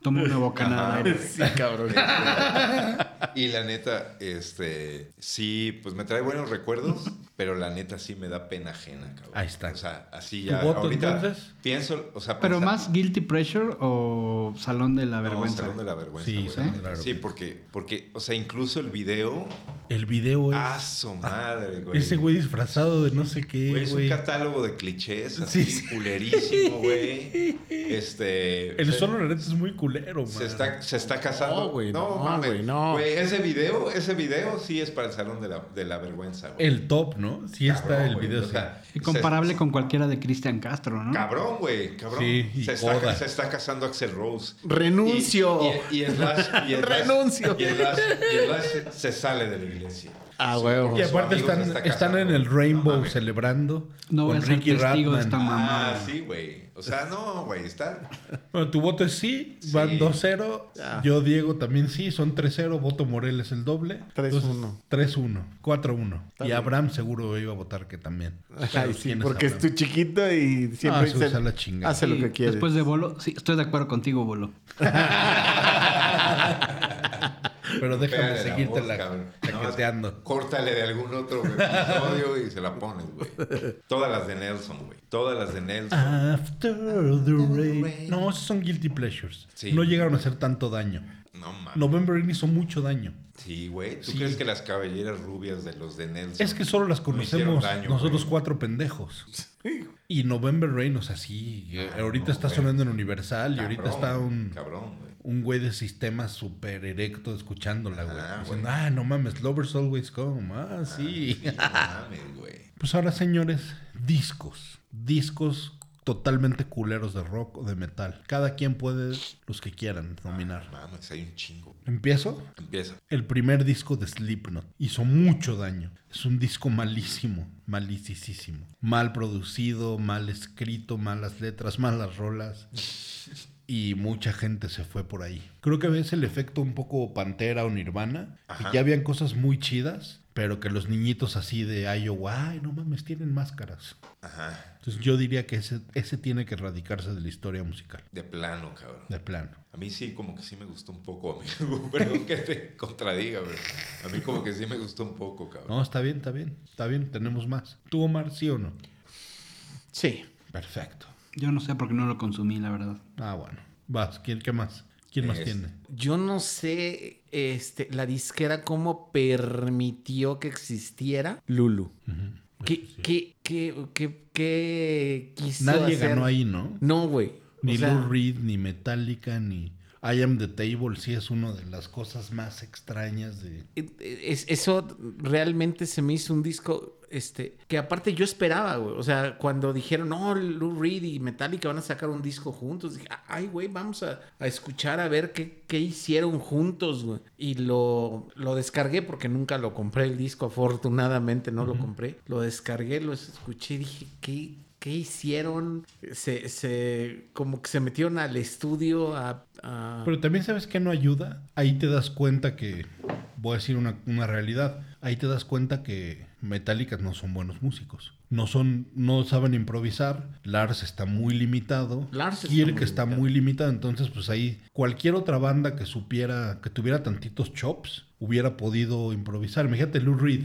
Speaker 3: toma una bocanada.
Speaker 2: Ajá.
Speaker 3: de aire.
Speaker 4: Sí, cabrón.
Speaker 2: Y la neta, este, sí, pues me trae buenos recuerdos, pero la neta sí me da pena ajena, cabrón.
Speaker 1: Ahí está.
Speaker 2: O sea, así
Speaker 1: ¿Tu
Speaker 2: ya.
Speaker 1: voto,
Speaker 2: ahorita
Speaker 1: entonces?
Speaker 2: pienso, o sea,
Speaker 3: Pero
Speaker 2: pensar-
Speaker 3: más guilty pressure o salón de la
Speaker 2: No,
Speaker 3: vergüenza.
Speaker 2: Salón de la vergüenza.
Speaker 1: Sí,
Speaker 2: güey,
Speaker 1: Salón de
Speaker 2: neta.
Speaker 1: la
Speaker 2: Sí,
Speaker 1: vergüenza.
Speaker 2: porque, porque, o sea, incluso el video,
Speaker 1: El video es...
Speaker 2: ah, su madre, güey.
Speaker 1: Pues, ese güey disfrazado de no sé
Speaker 2: Güey,
Speaker 1: qué,
Speaker 2: es un
Speaker 1: güey.
Speaker 2: catálogo de clichés, así,
Speaker 1: Sí, sí.
Speaker 2: culerísimo, güey. Este.
Speaker 1: El
Speaker 2: se-
Speaker 1: solo la neta es muy culero, man.
Speaker 2: Se está, se está casando.
Speaker 4: No, güey, no,
Speaker 2: mames.
Speaker 4: güey, no.
Speaker 2: Güey, ese video, ese video sí es para el salón de la, de la vergüenza, güey.
Speaker 1: El top, ¿no? Sí está
Speaker 2: Cabrón,
Speaker 1: el
Speaker 2: güey,
Speaker 1: video.
Speaker 2: o sea,
Speaker 3: Y
Speaker 2: se-
Speaker 3: comparable con cualquiera de Cristian Castro, ¿no?
Speaker 2: Cabrón, güey, cabrón.
Speaker 1: Sí, y
Speaker 2: se, está,
Speaker 1: Coda.
Speaker 2: se está casando Axel Rose.
Speaker 4: Renuncio.
Speaker 2: Y, y, y Slash- y Slash-
Speaker 4: Renuncio.
Speaker 2: Y Slash, y Slash se sale de la iglesia.
Speaker 4: Ah, huevo.
Speaker 1: sí. Y aparte
Speaker 2: Su amigo
Speaker 1: están,
Speaker 2: se está
Speaker 1: están
Speaker 2: casando.
Speaker 1: en el Rainbow
Speaker 2: No mames.
Speaker 1: celebrando
Speaker 3: No voy
Speaker 1: con
Speaker 3: a ser
Speaker 1: Ricky
Speaker 3: testigo de
Speaker 1: Ratman.
Speaker 3: esta ma-
Speaker 2: Ah,
Speaker 3: Mamá.
Speaker 2: sí, güey. O sea, no, güey, está.
Speaker 1: Bueno, tu voto es sí, van
Speaker 2: Sí.
Speaker 1: 2-0.
Speaker 4: Ya.
Speaker 1: Yo, Diego, también sí, son 3-0. Voto Morel es el doble.
Speaker 4: 3-1.
Speaker 1: Entonces, 3-1, 4-1. Y
Speaker 4: bien.
Speaker 1: Abraham seguro iba a votar que también. Pero
Speaker 4: Ay, sí,
Speaker 1: ¿quién es
Speaker 4: porque es
Speaker 1: Abraham?
Speaker 4: tu chiquito y siempre
Speaker 1: Ah, se usa
Speaker 4: dice-
Speaker 1: la chingada.
Speaker 4: hace lo
Speaker 3: Y
Speaker 4: que quiere.
Speaker 3: Después de Bolo, sí, estoy de acuerdo contigo, Bolo.
Speaker 1: Pero déjame
Speaker 2: Pégale la
Speaker 1: seguirte
Speaker 2: voz,
Speaker 1: la,
Speaker 2: cabrón.
Speaker 1: la
Speaker 2: Nada más
Speaker 1: jeteando.
Speaker 2: Córtale de algún otro güey, episodio y se la pones, güey. Todas las de Nelson, güey. Todas las de Nelson.
Speaker 1: After the rain.
Speaker 2: rain.
Speaker 1: No, esos son guilty pleasures.
Speaker 2: Sí.
Speaker 1: No llegaron a hacer tanto daño.
Speaker 2: No mames.
Speaker 1: November Rain hizo mucho daño.
Speaker 2: Sí, güey. ¿Tú
Speaker 1: Sí.
Speaker 2: crees que las cabelleras rubias de los de Nelson?
Speaker 1: Es que solo las
Speaker 2: no
Speaker 1: conocemos
Speaker 2: hicieron daño,
Speaker 1: nosotros
Speaker 2: güey?
Speaker 1: cuatro pendejos. Y November Rain, o sea, sí. eh, ahorita
Speaker 2: Ah, no,
Speaker 1: está
Speaker 2: güey.
Speaker 1: sonando en Universal y ahorita
Speaker 2: Cabrón,
Speaker 1: está un,
Speaker 2: Cabrón, güey.
Speaker 1: un güey de sistema súper erecto escuchándola, güey.
Speaker 2: Ah,
Speaker 1: diciendo, ah, no mames, lovers always come. Ah, sí.
Speaker 2: Ah, No mames, güey.
Speaker 1: Pues ahora, señores, discos. Discos totalmente culeros de rock o de metal. Cada quien puede los que quieran nominar.
Speaker 2: Mames, hay un chingo.
Speaker 1: Empiezo.
Speaker 2: Empieza.
Speaker 1: El primer disco de Slipknot hizo mucho daño. Es un disco malísimo, malicisísimo. Mal producido, mal escrito, malas letras, malas rolas. Y mucha gente se fue por ahí. Creo que ves el efecto un poco Pantera o Nirvana.
Speaker 2: Ajá.
Speaker 1: Que ya habían cosas muy chidas, pero que los niñitos así de Iowa, ay, no mames, tienen máscaras.
Speaker 2: Ajá.
Speaker 1: Entonces yo diría que ese, ese tiene que erradicarse de la historia musical.
Speaker 2: De plano, cabrón.
Speaker 1: De plano.
Speaker 2: A mí sí, como que sí me gustó un poco, amigo. Pero que te contradiga, güey. A mí como que sí me gustó un poco, cabrón.
Speaker 1: No, está bien, está bien. Está bien, tenemos más. ¿Tú, Omar, sí o no?
Speaker 4: Sí.
Speaker 1: Perfecto.
Speaker 3: Yo no sé por qué no lo consumí, la verdad.
Speaker 1: Ah, bueno. Vas, ¿quién, ¿qué más? ¿Quién más
Speaker 2: Es-
Speaker 1: tiene?
Speaker 4: Yo no sé este, la disquera cómo permitió que existiera Lulu. ¿Qué, qué, qué, qué, qué quiso
Speaker 1: Nadie
Speaker 4: hacer?
Speaker 1: ganó ahí, ¿no?
Speaker 4: No, güey.
Speaker 1: Ni
Speaker 4: O sea-
Speaker 1: Lou Reed, ni Metallica, ni I Am the Table, sí es una de las cosas más extrañas de.
Speaker 4: eh, Es- eso realmente se me hizo un disco este, que aparte yo esperaba, güey. O sea, cuando dijeron, no, Lou Reed y Metallica van a sacar un disco juntos, dije, ay, güey, vamos a, a escuchar a ver qué, qué hicieron juntos, güey. Y lo, lo descargué porque nunca lo compré el disco, afortunadamente no lo compré. Lo descargué, lo escuché y dije, qué, ¿Qué hicieron? Se, se, como que se metieron al estudio a... a-
Speaker 1: Pero también sabes que no ayuda. Ahí te das cuenta que. Voy a decir una, una realidad. Ahí te das cuenta que Metallica no son buenos músicos. No son, no saben improvisar. Lars está muy limitado.
Speaker 4: Lars está
Speaker 1: Kirk
Speaker 4: muy
Speaker 1: está
Speaker 4: limitado.
Speaker 1: muy limitado. Entonces, pues ahí cualquier otra banda que supiera, que tuviera tantitos chops, hubiera podido improvisar. Imagínate Lou Reed,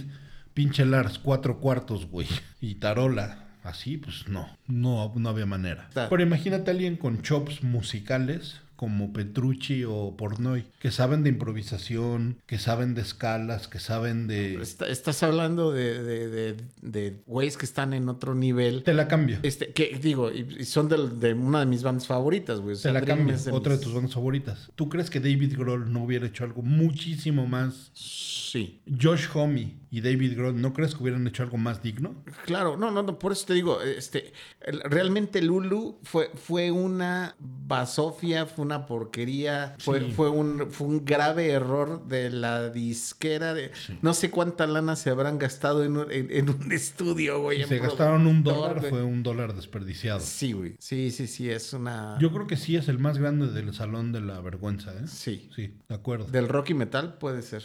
Speaker 1: pinche Lars, cuatro cuartos, güey. Y Tarola. Así, pues no, no, no había manera.
Speaker 4: Claro.
Speaker 1: Pero imagínate a alguien con chops musicales como Petrucci o Pornoy, que saben de improvisación, que saben de escalas, que saben de...
Speaker 4: Está- estás hablando de, de, de- de güeyes que están en otro nivel.
Speaker 1: Te la cambio.
Speaker 4: Este, que digo, y, y son del- de, una de mis bandas favoritas, güey. O sea,
Speaker 1: Te la
Speaker 4: Dream
Speaker 1: cambio.
Speaker 4: es de
Speaker 1: Otra de
Speaker 4: mis-
Speaker 1: tus bandas favoritas. ¿Tú crees que David Grohl no hubiera hecho algo muchísimo más
Speaker 4: Sí.
Speaker 1: Josh Homme y David Grohl, ¿no crees que hubieran hecho algo más digno?
Speaker 4: Claro, no, no, no, por eso te digo, este, el- realmente Lulu fue, fue una basofia, fue una porquería, fue,
Speaker 1: Sí.
Speaker 4: fue, un, fue un grave error de la disquera. De, No sé cuánta lana se habrán gastado en un, en, en un estudio, güey.
Speaker 1: Si
Speaker 4: en
Speaker 1: se gastaron un dólar,
Speaker 4: productor,
Speaker 1: fue
Speaker 4: güey.
Speaker 1: un dólar desperdiciado.
Speaker 4: Sí, güey. Sí, sí, sí, es una...
Speaker 1: Yo creo que sí es el más grande del salón de la vergüenza, ¿eh?
Speaker 4: Sí.
Speaker 1: Sí, de acuerdo.
Speaker 4: Del rock y metal puede ser.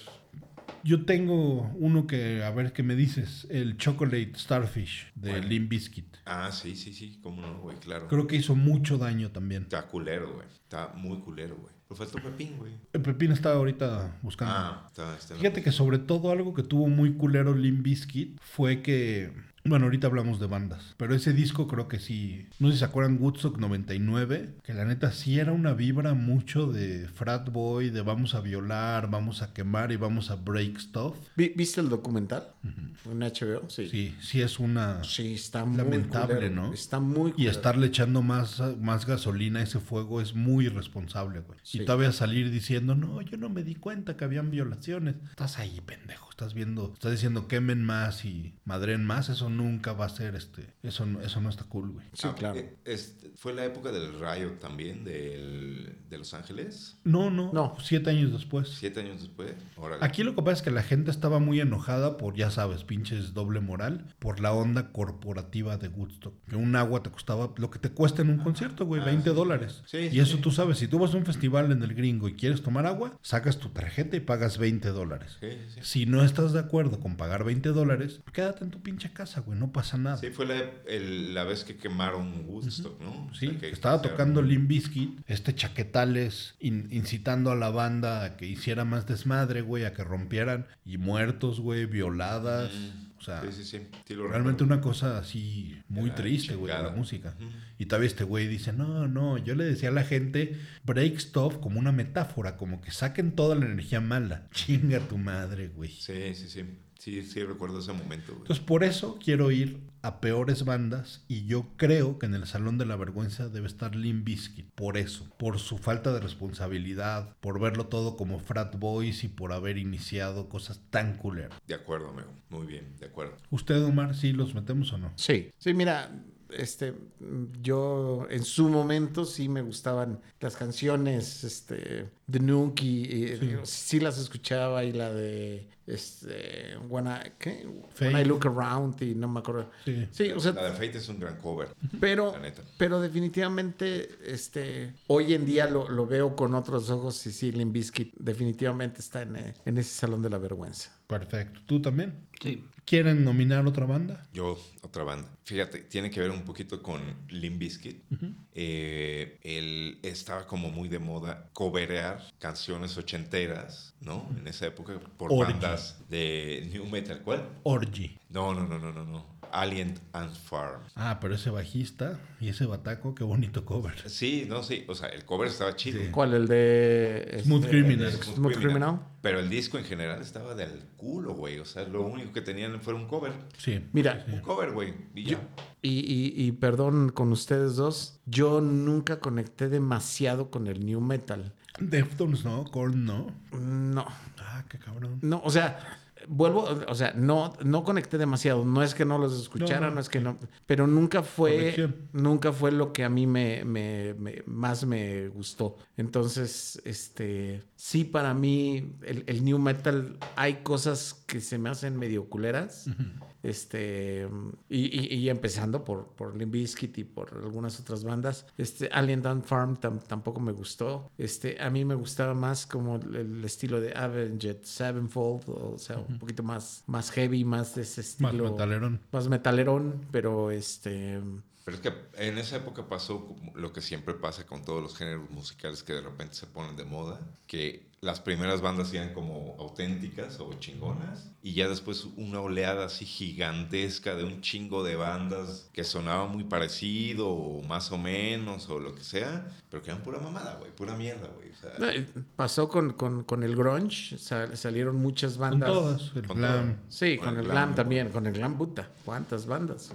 Speaker 1: Yo tengo uno que, a ver qué me dices, el Chocolate Starfish de Limp Bizkit.
Speaker 2: Ah, sí, sí, sí, cómo no, güey, claro.
Speaker 1: Creo que hizo mucho daño también.
Speaker 2: Está culero, güey. Está muy culero, güey. Pero faltó Pepín, güey.
Speaker 1: El Pepín está ahorita buscando.
Speaker 2: Ah, está, está.
Speaker 1: Fíjate que sobre todo algo que tuvo muy culero Limp Bizkit fue que... Bueno, ahorita hablamos de bandas, pero ese disco creo que sí... No sé si se acuerdan Woodstock 99, que la neta sí era una vibra mucho de frat boy, de vamos a violar, vamos a quemar y vamos a break stuff.
Speaker 4: Vi- ¿Viste el documental? En HBO, sí. Sí,
Speaker 1: Sí, sí es una...
Speaker 4: está muy
Speaker 1: Lamentable,
Speaker 4: culero.
Speaker 1: ¿no?
Speaker 4: Está muy
Speaker 1: Y
Speaker 4: culero.
Speaker 1: estarle echando más, más gasolina a ese fuego es muy irresponsable, güey.
Speaker 4: Sí.
Speaker 1: Y todavía salir diciendo, no, yo no me di cuenta que habían violaciones. Estás ahí, pendejo. Estás viendo, estás diciendo quemen más y madren más. Eso nunca va a ser, este, eso no, eso no está cool, güey.
Speaker 4: Sí,
Speaker 2: Ah,
Speaker 4: claro.
Speaker 2: eh, este, fue la época del rayo también, del, de Los Ángeles.
Speaker 1: No, no, no.
Speaker 4: No.
Speaker 1: Siete años después.
Speaker 2: Siete años después. Órale.
Speaker 1: Aquí lo que pasa es que la gente estaba muy enojada por, ya sabes, pinches doble moral, por la onda corporativa de Woodstock. Que un agua te costaba lo que te cuesta en un concierto, güey, 20 dólares.
Speaker 2: Ah, Sí,
Speaker 1: y
Speaker 2: sí,
Speaker 1: eso
Speaker 2: sí.
Speaker 1: tú sabes, si tú vas a un festival en el gringo y quieres tomar agua, sacas tu tarjeta y pagas 20 dólares.
Speaker 2: Sí, sí, sí.
Speaker 1: Si no estás de acuerdo con pagar 20 dólares, quédate en tu pinche casa, güey, no pasa nada.
Speaker 2: Sí, fue la, el- la vez que quemaron Woodstock, ¿no? O
Speaker 1: Sí,
Speaker 2: sea, mm. que-
Speaker 1: estaba
Speaker 2: que-
Speaker 1: tocando Limp Bizkit, este chaquetales, in- incitando a la banda a que hiciera más desmadre, güey, a que rompieran. Y muertos, güey, violadas.
Speaker 2: Mm.
Speaker 1: O sea,
Speaker 2: Sí, sí, sí. sí lo
Speaker 1: realmente
Speaker 2: recuerdo.
Speaker 1: una cosa así muy
Speaker 2: la
Speaker 1: triste, güey, de la
Speaker 2: chingada.
Speaker 1: música.
Speaker 2: Ujú.
Speaker 1: Y todavía este güey dice, no, no, yo le decía a la gente, break stuff como una metáfora, como que saquen toda la energía mala. Chinga tu madre, güey.
Speaker 2: Sí, sí, sí. Sí, sí, recuerdo ese momento, güey.
Speaker 1: Entonces, por eso quiero ir a peores bandas y yo creo que en el Salón de la Vergüenza debe estar Limp Bizkit. Por eso, por su falta de responsabilidad, por verlo todo como frat boys y por haber iniciado cosas tan culeras.
Speaker 2: De acuerdo, amigo. Muy bien, de acuerdo.
Speaker 1: ¿Usted, Omar, sí los metemos o no?
Speaker 4: Sí. Sí, mira, este, mm, yo en su momento sí me gustaban las canciones, este, de Nuke y, y- sí. las escuchaba y la de, este, When I, ¿qué? When
Speaker 1: Fade.
Speaker 4: I Look Around y no me acuerdo.
Speaker 1: Sí.
Speaker 4: Sí, o sea,
Speaker 2: La de Fate es un gran cover.
Speaker 4: Pero,
Speaker 2: La neta.
Speaker 4: pero definitivamente, este, hoy en día lo, lo veo con otros ojos y sí, Limp Bizkit definitivamente está en, eh, en ese salón de la vergüenza.
Speaker 1: Perfecto. ¿Tú también?
Speaker 3: Sí. pues,
Speaker 1: ¿Quieren nominar otra banda?
Speaker 2: Yo, otra banda. Fíjate, tiene que ver un poquito con Limp Bizkit. Eh, él estaba como muy de moda coberear canciones ochenteras, ¿no? En esa época, por
Speaker 1: Orgy.
Speaker 2: bandas de New Metal. ¿Cuál?
Speaker 1: Orgy.
Speaker 2: No, no, no, no, no, no. Alien and Farm.
Speaker 1: Ah, pero ese bajista y ese bataco, qué bonito cover.
Speaker 2: Sí, no, sí. O sea, el cover estaba chido.
Speaker 1: Sí.
Speaker 4: ¿Cuál? El de.
Speaker 1: Smooth
Speaker 4: este,
Speaker 1: Criminal.
Speaker 2: Smooth
Speaker 4: Smooth Criminal.
Speaker 2: Pero el disco en general estaba del culo, güey. O sea, lo único que tenían fue un cover.
Speaker 1: Sí.
Speaker 4: Mira,
Speaker 2: Un cover, güey. Y ya.
Speaker 4: Y, y- y perdón con ustedes dos, yo nunca conecté demasiado con el new metal.
Speaker 1: Deftones no, Korn no.
Speaker 4: No,
Speaker 1: Ah, qué cabrón.
Speaker 4: no, o sea, vuelvo, o sea, no, no conecté demasiado. No es que no los escuchara,
Speaker 1: No,
Speaker 4: no,
Speaker 1: no.
Speaker 4: es que no, pero nunca fue,
Speaker 1: Conexión.
Speaker 4: nunca fue lo que a mí me, me- me- más me gustó. Entonces, este, sí, para mí el, el new metal hay cosas que se me hacen medio culeras. Este, y, y- y empezando por, por Limp Bizkit y por algunas otras bandas. Este, Alien Down Farm tam- tampoco me gustó. Este, a mí me gustaba más como el, el estilo de Avenged Sevenfold, o sea, un poquito más, más heavy, más de ese
Speaker 1: Más
Speaker 4: estilo.
Speaker 1: metalerón.
Speaker 4: más metalerón, pero este.
Speaker 2: Pero es que en esa época pasó como lo que siempre pasa con todos los géneros musicales que de repente se ponen de moda, que las primeras bandas eran como auténticas o chingonas y ya después una oleada así gigantesca de un chingo de bandas que sonaba muy parecido o más o menos o lo que sea, pero que eran pura mamada, güey, pura mierda, güey. O sea,
Speaker 4: no, eh, Pasó con, con, con el grunge, sal- salieron muchas
Speaker 1: Con
Speaker 4: bandas.
Speaker 1: todas. El
Speaker 2: Con
Speaker 1: glam.
Speaker 2: todas.
Speaker 4: Sí, con, el glam
Speaker 2: ¿no?
Speaker 4: también, con el glam puta. ¿Cuántas bandas?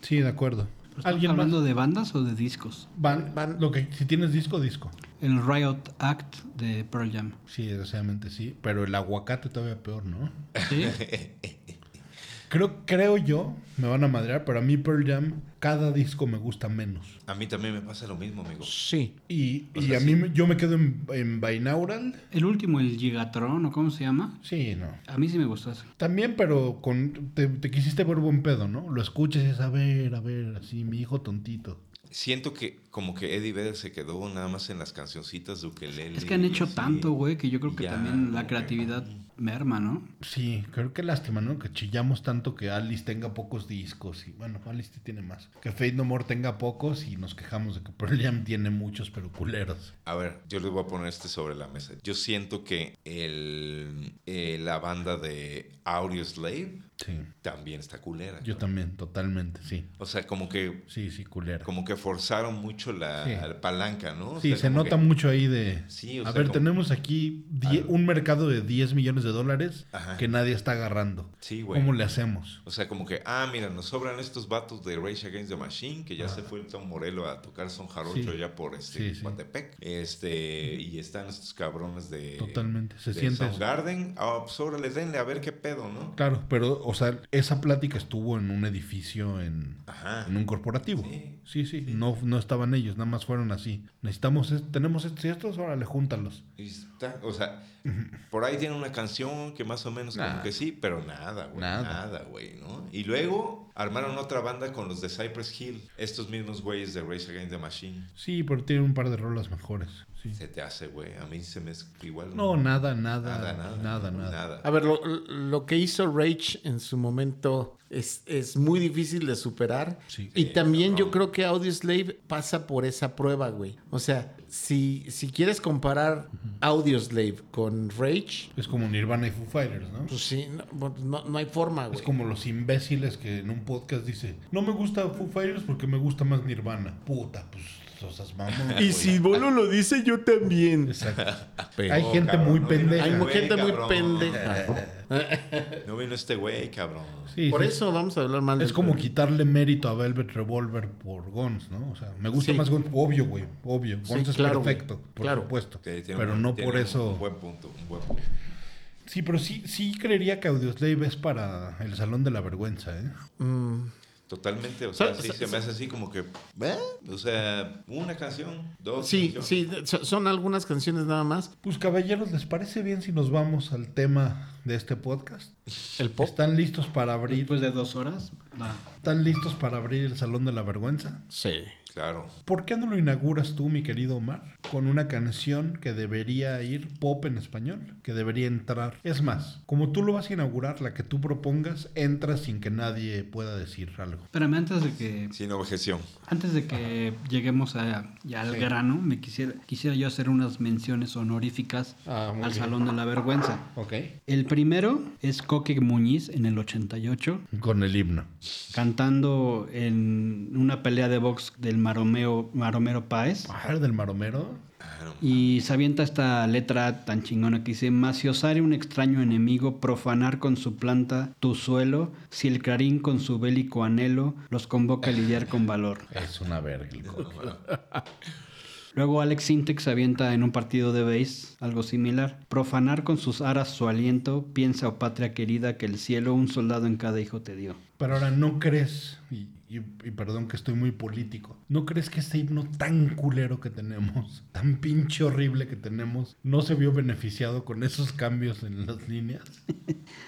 Speaker 1: Sí, de acuerdo.
Speaker 3: ¿Estamos
Speaker 1: ¿Alguien más?
Speaker 3: hablando de bandas o de discos?
Speaker 1: Van,
Speaker 4: Van-
Speaker 1: Lo que, si tienes disco, disco.
Speaker 3: El Riot Act de Pearl Jam.
Speaker 1: Sí, desgraciadamente sí. Pero el aguacate todavía peor, ¿no?
Speaker 3: ¿Sí?
Speaker 1: Creo, creo yo, me van a madrear, pero a mí Pearl Jam, cada disco me gusta menos.
Speaker 2: A mí también me pasa lo mismo, amigo.
Speaker 4: Sí.
Speaker 1: Y,
Speaker 2: O
Speaker 1: y
Speaker 2: sea,
Speaker 1: a mí, me- yo me quedo en, en Binaural.
Speaker 3: El último, el Gigatron, ¿o cómo se llama?
Speaker 1: Sí, no.
Speaker 3: A mí sí me gustó ese.
Speaker 1: También, pero con te, te quisiste ver buen pedo, ¿no? Lo escuchas y es, a ver, a ver, así, mi hijo tontito.
Speaker 2: Siento que como que Eddie Vedder se quedó nada más en las cancioncitas de ukelele.
Speaker 3: Es que han hecho
Speaker 2: sí.
Speaker 3: tanto, güey, que yo creo que
Speaker 2: Ya,
Speaker 3: también la
Speaker 2: güey.
Speaker 3: creatividad merma, ¿no?
Speaker 1: Sí, creo que lástima, ¿no? Que chillamos tanto que Alice tenga pocos discos y bueno, Alice sí tiene más. Que Fate No More tenga pocos y nos quejamos de que Pearl Jam tiene muchos pero culeros.
Speaker 2: A ver, yo les voy a poner este sobre la mesa. Yo siento que el, eh, la banda de Audio Slave
Speaker 1: Sí,
Speaker 2: también está culera.
Speaker 1: yo
Speaker 2: güey.
Speaker 1: también, totalmente, sí.
Speaker 2: O sea, como que,
Speaker 1: Sí, sí, culera.
Speaker 2: como que forzaron mucho la,
Speaker 1: Sí.
Speaker 2: la palanca, ¿no? O
Speaker 1: Sí,
Speaker 2: sea,
Speaker 1: se
Speaker 2: como
Speaker 1: nota
Speaker 2: que-
Speaker 1: mucho ahí de...
Speaker 2: Sí, o
Speaker 1: a
Speaker 2: sea,
Speaker 1: ver,
Speaker 2: como-
Speaker 1: tenemos aquí die-
Speaker 2: Algo.
Speaker 1: un mercado de 10 millones de dólares
Speaker 2: Ajá.
Speaker 1: que nadie está agarrando.
Speaker 2: Sí, güey.
Speaker 1: ¿Cómo le hacemos?
Speaker 2: O sea, como que, ah, mira, nos sobran estos vatos de Rage Against the Machine, que ya se fue el Tom Morello a tocar son jarocho
Speaker 1: Sí.
Speaker 2: ya por este
Speaker 1: Sí, sí.
Speaker 2: Coatepec. Este, y están estos cabrones de
Speaker 1: Totalmente, se
Speaker 2: Eh, de
Speaker 1: siente eso.
Speaker 2: Soundgarden. Ah, pues órale, denle a ver qué pedo, ¿no?
Speaker 1: Claro, pero, o sea, esa plática estuvo en un edificio en,
Speaker 2: Ajá.
Speaker 1: en un corporativo.
Speaker 2: Sí.
Speaker 1: Sí, sí, No, no estaban ellos, nada más fueron así. Necesitamos, es- tenemos estos y estos, órale, júntalos.
Speaker 2: Y está- o sea, por ahí tiene una canción que más o menos como
Speaker 1: Nada.
Speaker 2: que sí, pero nada, güey.
Speaker 1: Nada.
Speaker 2: Nada, güey, ¿no? Y luego armaron otra banda con los de Cypress Hill, estos mismos güeyes de Rage Against the Machine.
Speaker 1: Sí, pero tienen un par de rolas mejores. sí.
Speaker 2: Se te hace, güey. A mí se me es igual.
Speaker 1: No, nada, nada,
Speaker 2: Nada, nada.
Speaker 1: nada,
Speaker 2: no,
Speaker 1: nada.
Speaker 4: A ver, lo, lo que hizo Rage en su momento es, es muy difícil de superar.
Speaker 1: Sí.
Speaker 4: Y
Speaker 2: Sí,
Speaker 4: también yo
Speaker 2: cabrón.
Speaker 4: creo que Audioslave pasa por esa prueba, güey. O sea, si, si quieres comparar Audioslave con Rage,
Speaker 1: Es como Nirvana y Foo Fighters, ¿no?
Speaker 4: pues sí, no, no- no hay forma,
Speaker 1: es
Speaker 4: güey.
Speaker 1: como los imbéciles que en un podcast dice, no me gusta Foo Fighters porque me gusta más Nirvana. Puta, pues, o sea, mamón,
Speaker 4: Y
Speaker 1: güey.
Speaker 4: si Bolo lo dice, yo también.
Speaker 1: Exacto.
Speaker 4: Pero-
Speaker 1: Hay gente
Speaker 2: Oh, cabrón,
Speaker 1: muy
Speaker 2: no, este
Speaker 1: pendeja.
Speaker 4: Hay
Speaker 2: güey,
Speaker 4: gente muy
Speaker 2: cabrón.
Speaker 4: pendeja.
Speaker 2: No vino este güey, cabrón.
Speaker 1: Sí,
Speaker 4: Por
Speaker 1: sí.
Speaker 4: eso vamos a hablar mal
Speaker 1: Es
Speaker 4: de-
Speaker 1: como quitarle mérito a Velvet Revolver por Guns, ¿no? O sea, me gusta
Speaker 4: Sí.
Speaker 1: más Guns, obvio, güey, obvio.
Speaker 4: Sí,
Speaker 1: Guns es
Speaker 4: claro, güey.
Speaker 1: perfecto, por
Speaker 4: Claro.
Speaker 1: supuesto.
Speaker 2: Que tiene
Speaker 1: pero
Speaker 2: un-
Speaker 1: no
Speaker 2: tiene
Speaker 1: por eso.
Speaker 2: Un buen punto, un buen punto.
Speaker 1: Sí, pero sí, sí creería que Audioslave es para el salón de la vergüenza, ¿eh?
Speaker 4: Mm,
Speaker 2: Totalmente, o sea,
Speaker 4: Sa-
Speaker 2: sí
Speaker 4: sa-
Speaker 2: se me
Speaker 4: sa-
Speaker 2: hace así como que, ¿eh? O sea, una canción, dos.
Speaker 4: Sí,
Speaker 2: canciones.
Speaker 4: sí, so- son algunas canciones nada más.
Speaker 1: Pues caballeros, ¿les parece bien si nos vamos al tema de este podcast?
Speaker 4: El pop. Pues,
Speaker 1: ¿Están listos para abrir?
Speaker 3: Después de dos horas, va.
Speaker 1: ¿Están listos para abrir el salón de la vergüenza?
Speaker 4: Sí.
Speaker 2: Claro.
Speaker 1: ¿Por qué no lo inauguras tú, mi querido Omar, con una canción que debería ir pop en español, que debería entrar? Es más, como tú lo vas a inaugurar, la que tú propongas entra sin que nadie pueda decir algo.
Speaker 3: Espérame, antes de que
Speaker 2: Sin objeción.
Speaker 3: Antes de que lleguemos a- ya al grano, me quisiera, quisiera yo hacer unas menciones honoríficas
Speaker 1: Ah,
Speaker 3: al
Speaker 1: muy bien.
Speaker 3: Salón de la Vergüenza.
Speaker 1: Ok.
Speaker 3: El primero es Coque Muñiz en el 88,
Speaker 1: Con el himno.
Speaker 3: cantando en una pelea de box del Maromeo, Maromero Páez.
Speaker 1: Bajar del maromero.
Speaker 3: Y se avienta esta letra tan chingona que dice: Maciosare un extraño enemigo, profanar con su planta tu suelo, si el clarín con su bélico anhelo los convoca a lidiar con valor.
Speaker 1: Es una verga. el coque.
Speaker 3: Luego Alex Sintex avienta en un partido de base algo similar. Profanar con sus aras su aliento, piensa, oh patria querida, que el cielo un soldado en cada hijo te dio.
Speaker 1: Pero ahora, ¿no crees, y, y- y perdón que estoy muy político, ¿no crees que este himno tan culero que tenemos, tan pinche horrible que tenemos, no se vio beneficiado con esos cambios en las líneas?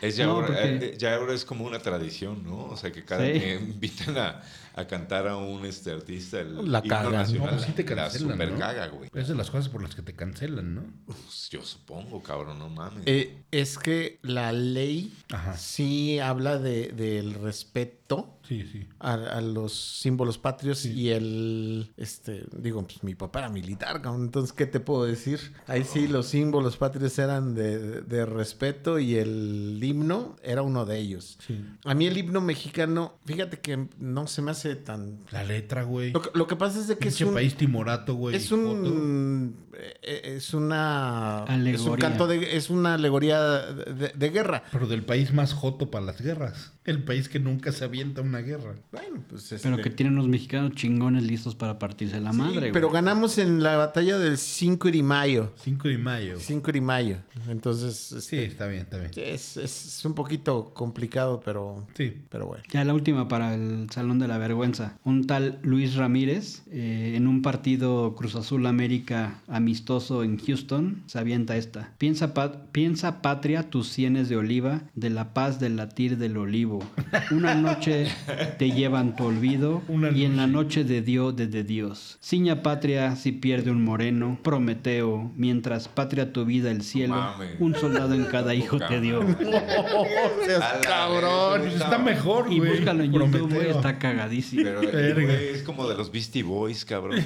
Speaker 2: Es ya,
Speaker 3: No,
Speaker 2: ahora,
Speaker 3: porque-
Speaker 2: eh, ya ahora es como una tradición, ¿no? O sea, que cada
Speaker 3: Sí.
Speaker 2: que invitan a, a cantar a un este artista, el
Speaker 4: La
Speaker 2: himno
Speaker 4: cagan, ¿no?
Speaker 1: No,
Speaker 2: nacional,
Speaker 1: pues sí te
Speaker 2: la
Speaker 1: cancelan,
Speaker 2: super
Speaker 1: ¿no?
Speaker 2: caga, güey.
Speaker 1: Es de las cosas por las que te cancelan, ¿no?
Speaker 2: Pues yo supongo, cabrón, no mames.
Speaker 4: Eh, es que la ley
Speaker 1: Ajá.
Speaker 4: sí habla de, del respeto
Speaker 1: Sí, sí.
Speaker 4: a, a los símbolos patrios
Speaker 1: Sí.
Speaker 4: y el, este, digo, pues mi papá era militar, cabrón, entonces, ¿qué te puedo decir? Ahí
Speaker 1: Oh.
Speaker 4: sí los símbolos patrios eran de, de respeto y el himno era uno de ellos.
Speaker 1: sí.
Speaker 4: A mí el himno mexicano, fíjate que no se me hace tan...
Speaker 1: La letra, güey.
Speaker 4: Lo, que- lo que pasa es de que es
Speaker 1: Pinche
Speaker 4: un...
Speaker 1: país timorato, güey.
Speaker 4: Es
Speaker 1: joto.
Speaker 4: un eh, es una es un
Speaker 3: Alegoría.
Speaker 4: canto de es una alegoría de, de- de guerra.
Speaker 1: Pero del país más joto para las guerras. El país que nunca se avienta una guerra.
Speaker 4: Bueno, pues este,
Speaker 3: Pero que tienen los mexicanos chingones listos para partirse la
Speaker 4: sí,
Speaker 3: madre,
Speaker 4: pero
Speaker 3: güey.
Speaker 4: ganamos en la batalla del 5 de mayo,
Speaker 1: 5 de mayo. Sí,
Speaker 4: 5 de mayo. Entonces este,
Speaker 1: está bien, está bien.
Speaker 4: es, es- es un poquito complicado, pero
Speaker 1: Sí.
Speaker 4: pero bueno.
Speaker 3: Ya la última para el Salón de la Vergüenza. Un tal Luis Ramírez, eh, en un partido Cruz Azul América amistoso en Houston, se avienta esta. Piensa, pa- piensa patria tus sienes de oliva, de la paz del latir del olivo. Una noche te llevan tu olvido
Speaker 1: Una
Speaker 3: y en la
Speaker 1: noche.
Speaker 3: noche de Dios desde Dios. Ciña patria si pierde un moreno, Prometeo, mientras patria tu vida el cielo,
Speaker 2: mames.
Speaker 3: un soldado en cada hijo
Speaker 2: Poca
Speaker 3: te dio.
Speaker 2: madre. A la verga,
Speaker 1: Pues
Speaker 2: eso
Speaker 1: está mejor, güey.
Speaker 3: Y búscalo en YouTube, güey,
Speaker 1: Prometeo.
Speaker 3: está cagadísimo.
Speaker 2: Pero eh,
Speaker 1: Verga.
Speaker 2: güey, es como de los Beastie Boys, cabrón.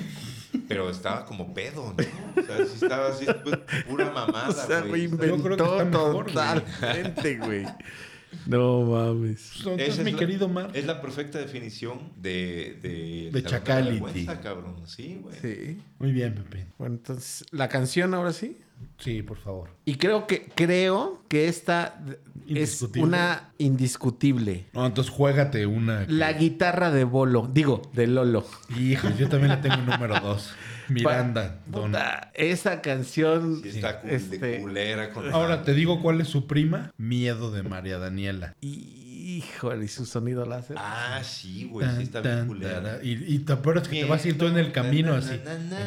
Speaker 2: Pero estaba como pedo, ¿no? O sea, sí estaba así, pues, pura mamada,
Speaker 4: Ah, O sea,
Speaker 2: güey.
Speaker 1: Yo creo que
Speaker 4: reinventó
Speaker 1: está mejor, güey.
Speaker 4: totalmente, güey. No mames.
Speaker 1: Pues Entonces,
Speaker 2: Esa
Speaker 1: mi
Speaker 2: la-
Speaker 1: querido Mar.
Speaker 2: Es la perfecta definición de... De,
Speaker 1: De
Speaker 2: la
Speaker 1: chacality.
Speaker 2: vergüenza, cabrón. Sí, güey.
Speaker 4: Sí.
Speaker 1: Muy bien, Pepe.
Speaker 4: Bueno, entonces la canción ahora sí.
Speaker 1: Sí, por favor.
Speaker 4: Y creo que creo que esta es
Speaker 1: Indiscutible.
Speaker 4: una indiscutible.
Speaker 1: No, entonces juégate una.
Speaker 4: La guitarra de Bolo, digo, de Lolo.
Speaker 1: Hijo, yo también le tengo un número dos. Miranda,
Speaker 4: Puta,
Speaker 1: Don.
Speaker 4: esa canción
Speaker 2: Sí, está cul- de
Speaker 4: este,
Speaker 2: culera con...
Speaker 1: Ahora te digo cuál es su prima. Miedo de María Daniela.
Speaker 4: híjole, y su sonido láser.
Speaker 2: Ah, sí,
Speaker 4: Pues
Speaker 2: güey. Sí está bien
Speaker 1: Tan,
Speaker 2: culera.
Speaker 1: tara. y, y te acuerdas que te vas a ir tú en el camino así.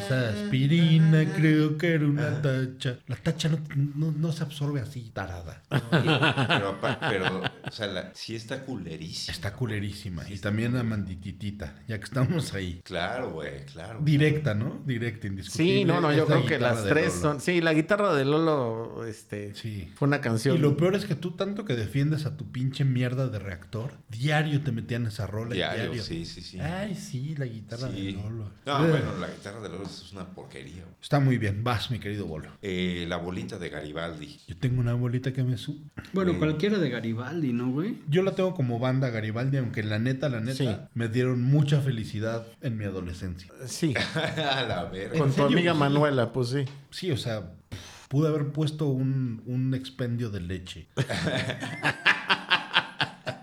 Speaker 1: Esa aspirina, creo que era una tacha. La tacha no, no- no se absorbe así, tarada.
Speaker 2: Pero, apa- pero, o sea, la- sí está culerísima.
Speaker 1: Está culerísima. Y también a Mandititita, ya que estamos ahí.
Speaker 2: Claro, güey, claro.
Speaker 1: Directa, ¿no? Directa, indiscutible.
Speaker 4: sí, no, no, yo
Speaker 1: Es la
Speaker 4: creo que
Speaker 1: guitarra
Speaker 4: las
Speaker 1: de
Speaker 4: tres
Speaker 1: Lolo.
Speaker 4: son. Sí, la guitarra de Lolo, este,
Speaker 1: Sí.
Speaker 4: fue una
Speaker 1: Y
Speaker 4: canción.
Speaker 1: lo peor es que tú tanto que defiendes a tu pinche mierda de reactor, diario te metían esa rola.
Speaker 2: Diario,
Speaker 1: Diario,
Speaker 2: sí, sí, sí.
Speaker 1: Ay, sí, la guitarra de
Speaker 2: Sí.
Speaker 1: Lolo.
Speaker 2: No,
Speaker 1: Eh,
Speaker 2: bueno, la guitarra de Lolo es una porquería. güey.
Speaker 1: Está muy bien, vas, mi querido Bolo.
Speaker 2: Eh, la bolita de Garibaldi.
Speaker 1: Yo tengo una bolita que me sube.
Speaker 3: Bueno, cualquiera de Garibaldi, ¿no, güey?
Speaker 1: Yo la tengo como banda Garibaldi, aunque la neta, la neta,
Speaker 4: Sí.
Speaker 1: me dieron mucha felicidad en mi adolescencia.
Speaker 4: Sí,
Speaker 2: A la verga.
Speaker 4: con tu
Speaker 1: serio?
Speaker 4: amiga
Speaker 1: Sí.
Speaker 4: Manuela, pues sí.
Speaker 1: Sí, o sea, pff, pude haber puesto un, un expendio de leche.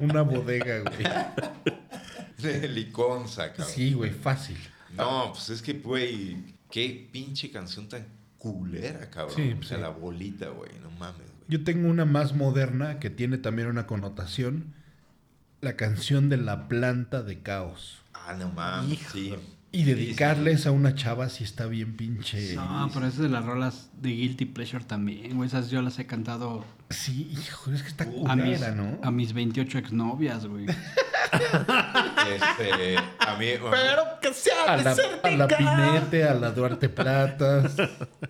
Speaker 1: Una bodega, güey.
Speaker 2: De Liconza, cabrón.
Speaker 1: Sí, güey, fácil.
Speaker 2: No, pues es que, güey, qué pinche canción tan culera, cabrón.
Speaker 1: Sí,
Speaker 2: o sea,
Speaker 1: sí.
Speaker 2: la bolita, güey, no mames, güey.
Speaker 1: Yo tengo una más moderna que tiene también una connotación. La canción de la planta de caos.
Speaker 2: Ah, no mames, sí.
Speaker 1: Y dedicarles a una chava si está bien pinche.
Speaker 3: No, pero esas de las rolas de Guilty Pleasure también, güey. Esas yo las he cantado
Speaker 1: Sí, hijo, es que está
Speaker 3: a mis,
Speaker 1: culera, ¿no?
Speaker 3: a mis 28 exnovias, güey.
Speaker 2: Este, a mí,
Speaker 4: Pero que sea
Speaker 1: A
Speaker 4: de
Speaker 1: la, a la
Speaker 4: cervical.
Speaker 1: Pinete, a la Duarte Platas.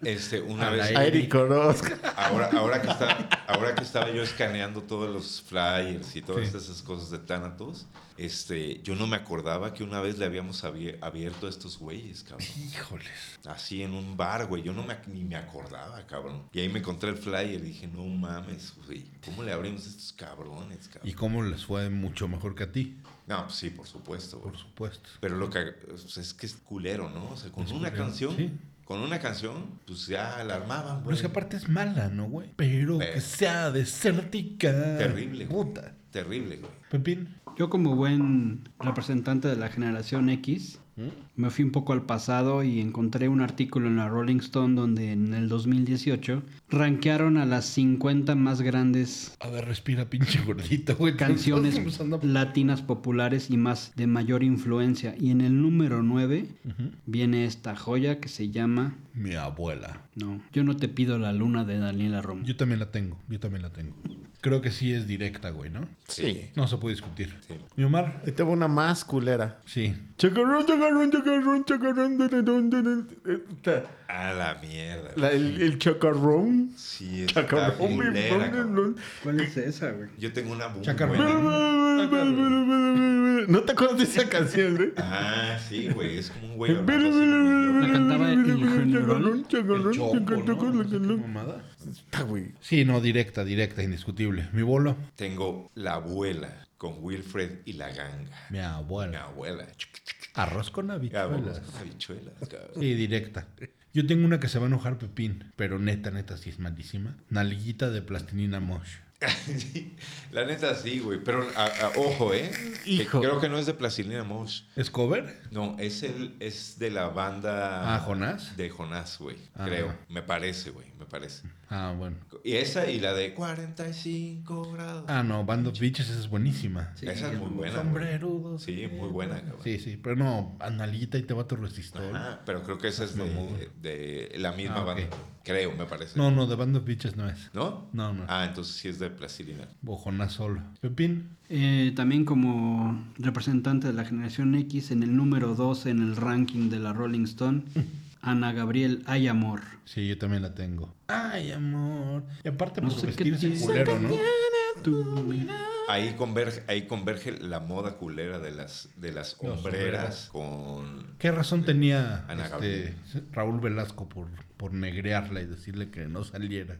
Speaker 2: este, una
Speaker 1: A
Speaker 2: vez,
Speaker 1: la
Speaker 4: A Eric Orozco.
Speaker 2: ahora, ahora, que estaba, ahora que estaba yo escaneando todos los flyers y todas
Speaker 1: Sí.
Speaker 2: esas cosas de Thanatos, este, yo no me acordaba que una vez le habíamos abie- abierto a estos güeyes, cabrón.
Speaker 1: Híjoles.
Speaker 2: Así en un bar, güey. Yo no me, ni me acordaba, cabrón. Y ahí me encontré el flyer y dije, no mames, güey. ¿Cómo le abrimos a estos cabrones,
Speaker 1: ¿Y
Speaker 2: cabrón?
Speaker 1: cómo les fue mucho mejor que a ti?
Speaker 2: No, pues sí, por supuesto, güey.
Speaker 1: Por supuesto.
Speaker 2: Pero lo que o sea, es que es culero, ¿no? O sea, con
Speaker 1: Es
Speaker 2: una
Speaker 1: culero,
Speaker 2: canción,
Speaker 1: sí.
Speaker 2: con una canción, pues ya la armaban,
Speaker 1: Pero
Speaker 2: güey.
Speaker 1: es que aparte es mala, ¿no, güey? Pero
Speaker 2: Pero-
Speaker 1: que sea desértica.
Speaker 2: Terrible, güey.
Speaker 1: Puta.
Speaker 2: Terrible, güey.
Speaker 1: Pepín.
Speaker 3: Yo como buen representante de la generación X,
Speaker 1: ¿Eh?
Speaker 3: me fui un poco al pasado y encontré un artículo en la Rolling Stone donde en el 2018 rankearon a las 50 más grandes
Speaker 1: A ver, respira, pinche gordito, güey.
Speaker 3: canciones
Speaker 1: Estamos usando-
Speaker 3: latinas populares y más de mayor influencia. Y en el número 9
Speaker 1: Ujú.
Speaker 3: viene esta joya que se llama...
Speaker 1: Mi abuela.
Speaker 3: No, yo no te pido la luna de Daniela Romo.
Speaker 1: Yo también la tengo, yo también la tengo. Creo que sí es directa, güey, ¿no?
Speaker 4: Sí.
Speaker 1: No se puede discutir.
Speaker 2: Sí.
Speaker 1: ¿Y Omar?
Speaker 4: Ahí te va una más culera.
Speaker 1: Sí.
Speaker 4: Chacarrón, chacarrón, chacarrón, chacarrón. dun, dun, dun, dun, dun. La-
Speaker 2: A la mierda. güey.
Speaker 4: la- el, el chacarrón.
Speaker 2: Sí, está
Speaker 4: Chacarrón.
Speaker 2: culera,
Speaker 4: dun,
Speaker 2: cabrón.
Speaker 4: dun, dun.
Speaker 3: ¿Cuál es esa, güey?
Speaker 2: Yo tengo una muy
Speaker 1: Chacarrón.
Speaker 2: buena.
Speaker 4: ¿No te acuerdas de esa canción, ¿eh? güey?
Speaker 2: Ah, sí, güey. Es como un güey. hablando así, güey.
Speaker 4: La
Speaker 3: cantaba el general.
Speaker 1: El choco, ¿no? No sé qué mamada.
Speaker 4: Está, güey.
Speaker 1: Sí, no, directa, directa, indiscutible. Mi bolo,
Speaker 2: Tengo la abuela con Wilfred y la ganga.
Speaker 1: mi
Speaker 2: Mi
Speaker 1: abuela.
Speaker 2: abuela.
Speaker 1: Arroz con
Speaker 2: Habichuelas.
Speaker 1: habichuelas.
Speaker 2: Habichuelas, cabrón.
Speaker 1: Sí, directa. Yo tengo una que se va a enojar Pepín, pero neta, neta, sí es malísima. Nalguita de plastilina mosh.
Speaker 2: Sí, La neta sí, güey. Pero a- a- ojo, ¿eh? Que
Speaker 4: Hijo.
Speaker 2: Creo que no es de Plastilina Mosh.
Speaker 1: ¿Es cover?
Speaker 2: No, es el es de la banda.
Speaker 1: Ah, ¿Jonás?
Speaker 2: De Jonás, güey.
Speaker 1: Ah.
Speaker 2: Creo. Me parece, güey. Me parece.
Speaker 1: Ah, bueno.
Speaker 2: Y esa y la de 45 grados.
Speaker 1: Ah, no, Band of Bitches esa es buenísima.
Speaker 3: Sí.
Speaker 2: esa es muy buena. güey.
Speaker 1: Sombrerudos.
Speaker 2: Sí, muy buena, cabrón.
Speaker 1: Sí, sí, pero no, a Nalguita y te va tu resistor.
Speaker 2: Ajá, pero creo que esa es de, de la misma
Speaker 1: Ah, ok.
Speaker 2: banda. Creo, me parece.
Speaker 1: No, no, de Band of Bitches no es.
Speaker 2: ¿No?
Speaker 1: No, no.
Speaker 2: Ah, entonces sí es de Plastilina.
Speaker 1: Bojona solo. Pepín,
Speaker 3: Eh, también como representante de la generación X en el número 12 en el ranking de la Rolling Stone, Ana Gabriel Hay Amor.
Speaker 1: sí, yo también la tengo. Ay, amor. Y aparte,
Speaker 3: No
Speaker 1: pues
Speaker 3: sé qué
Speaker 1: vestirse
Speaker 3: tiene.
Speaker 1: culero, ¿no?
Speaker 2: Ahí converge, ahí converge la moda culera de las, de las hombreras con
Speaker 1: ¿Qué razón tenía
Speaker 2: Ana
Speaker 1: este, Raúl Velasco por, por negrearla y decirle que no saliera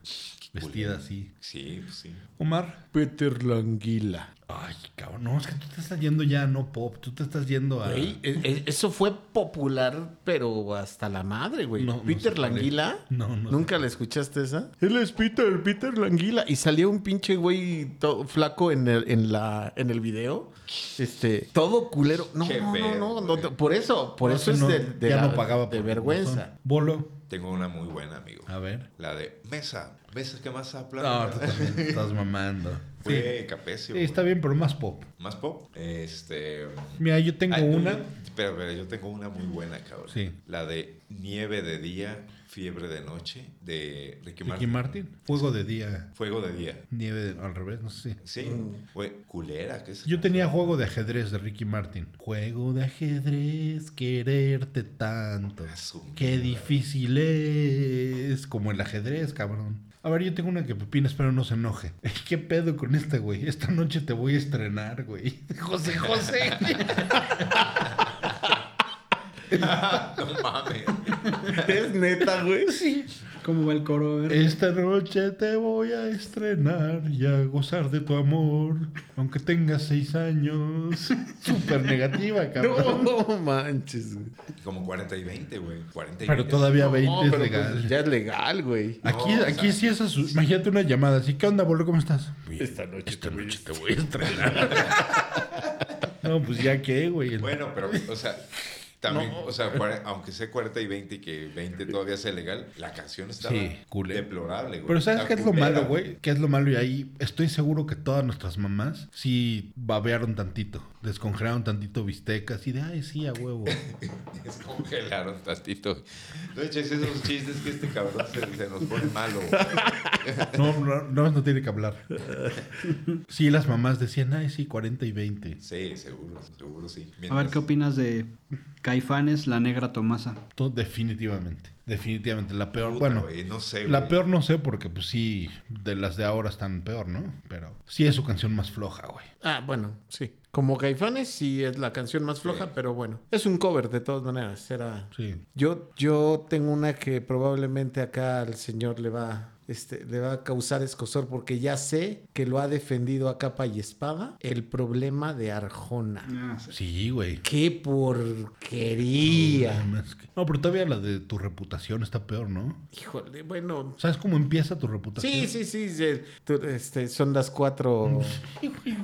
Speaker 1: vestida así?
Speaker 2: Sí, pues sí.
Speaker 1: Omar.
Speaker 4: Peter Languila.
Speaker 1: Ay, cabrón, no, es que tú te estás yendo ya no pop, tú te estás yendo a...
Speaker 4: Güey, e- e- eso fue popular, pero hasta la madre, güey.
Speaker 1: No, no sé
Speaker 4: Peter
Speaker 1: cuál es.
Speaker 4: Languila.
Speaker 1: No, no sé
Speaker 4: ¿Nunca la escuchaste esa? Él es Peter, Peter Languila. Y salió un pinche güey to- flaco en el, en, la, en el video. Este, todo culero. No,
Speaker 2: Qué
Speaker 4: no, no,
Speaker 2: pedo,
Speaker 4: no, no,
Speaker 2: güey.
Speaker 4: no, Por eso, por
Speaker 1: No,
Speaker 4: eso
Speaker 1: que
Speaker 4: es
Speaker 1: no-
Speaker 4: de, de
Speaker 1: ya
Speaker 4: la-
Speaker 1: no pagaba
Speaker 4: de
Speaker 1: por
Speaker 4: vergüenza.
Speaker 1: razón. Bolo,
Speaker 2: Tengo una muy buena, amigo.
Speaker 1: a ver.
Speaker 2: La de mesa. Mesa que más
Speaker 1: Ah. No,
Speaker 2: aplauda.
Speaker 1: tú también te estás mamando. Sí,
Speaker 2: Fue Capesio.
Speaker 1: Sí, está
Speaker 2: güey.
Speaker 1: bien, pero más pop.
Speaker 2: Más pop. Este.
Speaker 1: Mira, yo tengo
Speaker 2: ay,
Speaker 1: una...
Speaker 2: Pero, pero yo tengo una muy buena, cabrón.
Speaker 1: Sí.
Speaker 2: La de nieve de día, fiebre de noche, de Ricky,
Speaker 1: Ricky
Speaker 2: Martin.
Speaker 1: Martin, Fuego de Día,
Speaker 2: Fuego de día.
Speaker 1: Nieve de- al revés, no sé.
Speaker 2: Sí. Güey, culera. que es?
Speaker 1: Yo tenía juego de ajedrez de Ricky Martin. Juego de ajedrez, quererte tanto.
Speaker 2: Ah, su
Speaker 1: Qué
Speaker 2: mierda.
Speaker 1: difícil es. Como el ajedrez, cabrón. A ver, yo tengo una que Pepín, espero no se enoje. ¿Qué pedo con este, güey? Esta noche te voy a estrenar, güey. José, José.
Speaker 2: No mames.
Speaker 4: Es neta, güey.
Speaker 1: Sí.
Speaker 3: ¿Cómo va el coro? A ver.
Speaker 1: Esta noche te voy a estrenar y a gozar de tu amor. Aunque tengas seis años. Súper negativa,
Speaker 4: No,
Speaker 1: cabrón.
Speaker 4: no manches, güey.
Speaker 2: Como 40 y 20, güey. 40 y
Speaker 1: Pero
Speaker 2: 20.
Speaker 1: todavía
Speaker 4: No,
Speaker 1: 20 es
Speaker 4: pero
Speaker 1: legal.
Speaker 4: pues ya es legal, güey.
Speaker 2: No,
Speaker 1: Aquí,
Speaker 2: o
Speaker 1: aquí
Speaker 2: sea-
Speaker 1: sí es asu- Imagínate una llamada así. ¿Qué onda, boludo? ¿Cómo estás?
Speaker 4: Esta noche te voy a
Speaker 1: No, pues ya qué, güey.
Speaker 2: Bueno, pero, o sea, También,
Speaker 4: No.
Speaker 2: o sea, cuare- aunque sea 40 y 20 y que 20 todavía sea legal, la canción estaba
Speaker 1: Sí, culera.
Speaker 2: deplorable, güey.
Speaker 1: Pero ¿sabes
Speaker 2: Está
Speaker 1: qué es lo
Speaker 2: culera,
Speaker 1: malo, güey? ¿Qué es lo malo? Y ahí estoy seguro que todas nuestras mamás sí babearon tantito, descongelaron tantito bistecas y de, ay, sí, a huevo.
Speaker 2: Descongelaron tantito. No eches esos chistes que este cabrón se, se nos pone malo. güey.
Speaker 1: No, no, no, no tiene que hablar. Sí, las mamás decían, ay, sí, 40 y 20.
Speaker 2: Sí, seguro, seguro sí.
Speaker 3: A ver, ¿qué opinas de Caifanes, la negra Tomasa?
Speaker 1: Todo, definitivamente, definitivamente. La peor,
Speaker 2: Puta,
Speaker 1: bueno,
Speaker 2: güey, no sé,
Speaker 1: la
Speaker 2: güey.
Speaker 1: peor no sé porque, pues sí, de las de ahora están peor, ¿no? Pero sí es su canción más floja, güey.
Speaker 4: Ah, bueno, sí. Como Caifanes sí es la canción más floja, pero bueno. Es un cover de todas maneras. Era...
Speaker 1: Sí.
Speaker 4: Yo, yo tengo una que probablemente acá al señor le va, este, le va a causar escosor porque ya sé que lo ha defendido a capa y espada el problema de Arjona.
Speaker 3: Ah,
Speaker 1: Sí, güey.
Speaker 4: ¡Qué porquería!
Speaker 1: Además que- No, pero todavía la de tu reputación está peor, ¿no?
Speaker 4: Híjole, bueno.
Speaker 1: ¿Sabes cómo empieza tu reputación?
Speaker 4: Sí, sí, sí. sí, tú- este, son las cuatro.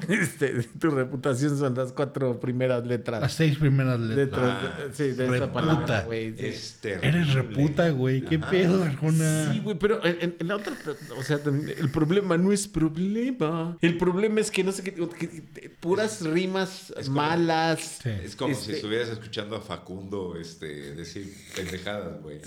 Speaker 4: este, tu reputación son las cuatro primeras
Speaker 1: Las
Speaker 4: letras.
Speaker 1: seis primeras letras.
Speaker 4: Letras, de- sí, de esa
Speaker 1: reputa.
Speaker 4: palabra, güey. sí.
Speaker 2: Es terrible.
Speaker 1: Eres reputa, güey. ¿Qué
Speaker 2: Ah,
Speaker 1: pedo, Arjona?
Speaker 4: Sí, güey, pero en, en- en la otra, o sea, también, el problema no es problema. El problema es que no sé qué, que- que- puras rimas
Speaker 2: es como-
Speaker 4: malas.
Speaker 1: Sí.
Speaker 2: Es como si
Speaker 4: Este-
Speaker 2: estuvieras escuchando a Facundo este, decir pendejadas, güey.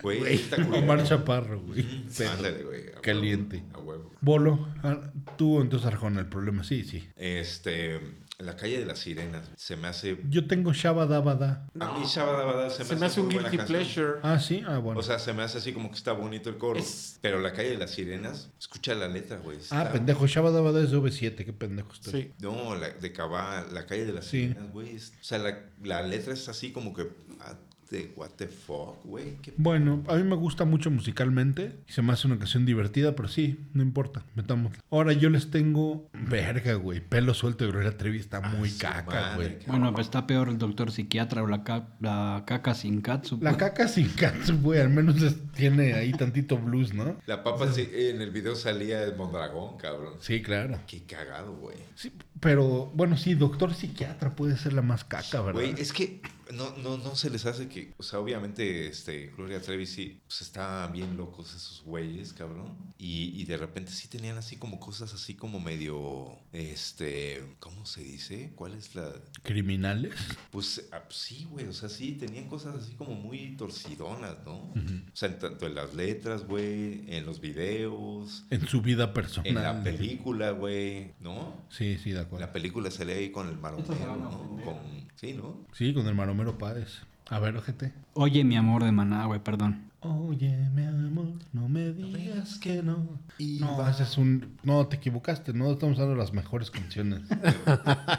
Speaker 2: Güey, está culero.
Speaker 1: Omar Chaparro, güey. Pero-
Speaker 2: Ándale, güey. a huevo,
Speaker 1: Caliente.
Speaker 2: A huevo.
Speaker 1: Bolo, ah, tú entonces Arjona, el problema, sí, sí.
Speaker 2: Este, la calle de las sirenas se me hace.
Speaker 1: Yo tengo Shabba Dabba Da.
Speaker 2: A mí Shabadabada se me
Speaker 4: Se me hace un
Speaker 2: muy buena
Speaker 4: guilty
Speaker 2: canción.
Speaker 4: pleasure.
Speaker 1: Ah, sí, ah, bueno.
Speaker 2: O sea, se me hace así como que está bonito el coro.
Speaker 4: Es-
Speaker 2: Pero la calle de las sirenas, escucha la letra, güey.
Speaker 1: ah,
Speaker 2: está-
Speaker 1: pendejo, Shabba Dabba Da es de V7, qué pendejo estoy.
Speaker 4: Sí.
Speaker 2: No, la, de Cabá, la calle de las
Speaker 1: Sí.
Speaker 2: sirenas, güey. es- O sea, la, la letra es así como que. ah, de what the fuck, güey. qué
Speaker 1: Bueno, a mí me gusta mucho musicalmente y se me hace una canción divertida, pero sí, no importa, metámosla. Ahora yo les tengo, verga, güey, pelo suelto de Gloria Trevi está muy
Speaker 2: su
Speaker 1: caca,
Speaker 2: madre,
Speaker 1: güey.
Speaker 2: cabrón.
Speaker 3: Bueno, pues está peor el doctor psiquiatra o la, ca- la caca sin katsu.
Speaker 1: La
Speaker 3: güey.
Speaker 1: caca sin katsu, güey, al menos es- tiene ahí tantito blues, ¿no?
Speaker 2: La papa sí, en el video salía el Mondragón, cabrón.
Speaker 1: Sí, claro.
Speaker 2: Qué cagado, güey.
Speaker 1: Sí, pero bueno, sí, doctor psiquiatra puede ser la más caca, ¿verdad?
Speaker 2: Güey, es que no, no, no se les hace que. O sea, obviamente, este, Gloria Trevi sí, pues estaban bien locos esos güeyes, cabrón. Y, y de repente sí tenían así como cosas así como medio. Este. ¿Cómo se dice? ¿Cuál es la.?
Speaker 1: ¿Criminales?
Speaker 2: Pues ah, pues sí, güey, o sea, sí, tenían cosas así como muy torcidonas, ¿no? O sea, en tanto en las letras, güey, en los videos,
Speaker 1: En su vida personal.
Speaker 2: en la película, güey, ¿no?
Speaker 1: Sí, sí, de acuerdo.
Speaker 2: La película sale ahí con el maromero, ¿no? Con, sí, ¿no?
Speaker 1: Sí, con el Maromero Páez. A ver, ojete.
Speaker 3: Oye, mi amor de maná, güey, perdón.
Speaker 1: Oye, mi amor, no me digas que no.
Speaker 2: Y
Speaker 1: No,
Speaker 2: va-
Speaker 1: ese es un... No, te equivocaste. No estamos hablando de las mejores canciones.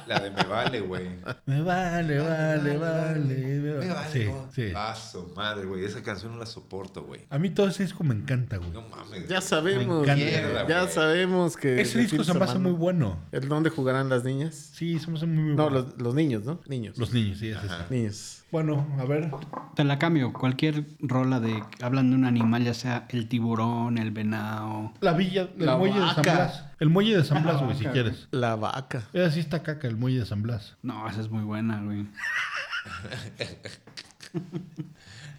Speaker 2: La de Me Vale, güey.
Speaker 1: me vale, vale, vale. me
Speaker 2: Me
Speaker 1: vale.
Speaker 2: Vale,
Speaker 1: Sí,
Speaker 2: güey.
Speaker 1: sí.
Speaker 2: Ah, su madre, güey, esa canción no la soporto, güey.
Speaker 1: A mí todo ese disco me encanta, güey.
Speaker 2: No mames.
Speaker 4: Ya sabemos.
Speaker 1: Me encanta.
Speaker 4: Mierda, ya
Speaker 2: güey.
Speaker 4: sabemos que.
Speaker 1: ese disco se me hace muy bueno.
Speaker 4: ¿El dónde jugarán las niñas?
Speaker 1: Sí, se me hace muy, muy
Speaker 4: No,
Speaker 1: bueno.
Speaker 4: los, los niños, ¿no? Niños.
Speaker 1: Los niños, sí, es ese.
Speaker 4: niños.
Speaker 1: Bueno, a ver.
Speaker 3: Te la cambio. Cualquier rola de hablan de un animal, ya sea el tiburón, el venado.
Speaker 1: La villa, el
Speaker 4: La
Speaker 1: muelle de San
Speaker 4: vaca.
Speaker 1: Blas. El muelle de San Blas, güey, si quieres.
Speaker 4: La vaca.
Speaker 1: Eh, sí está caca, el muelle de San Blas.
Speaker 3: No, esa es muy buena, güey.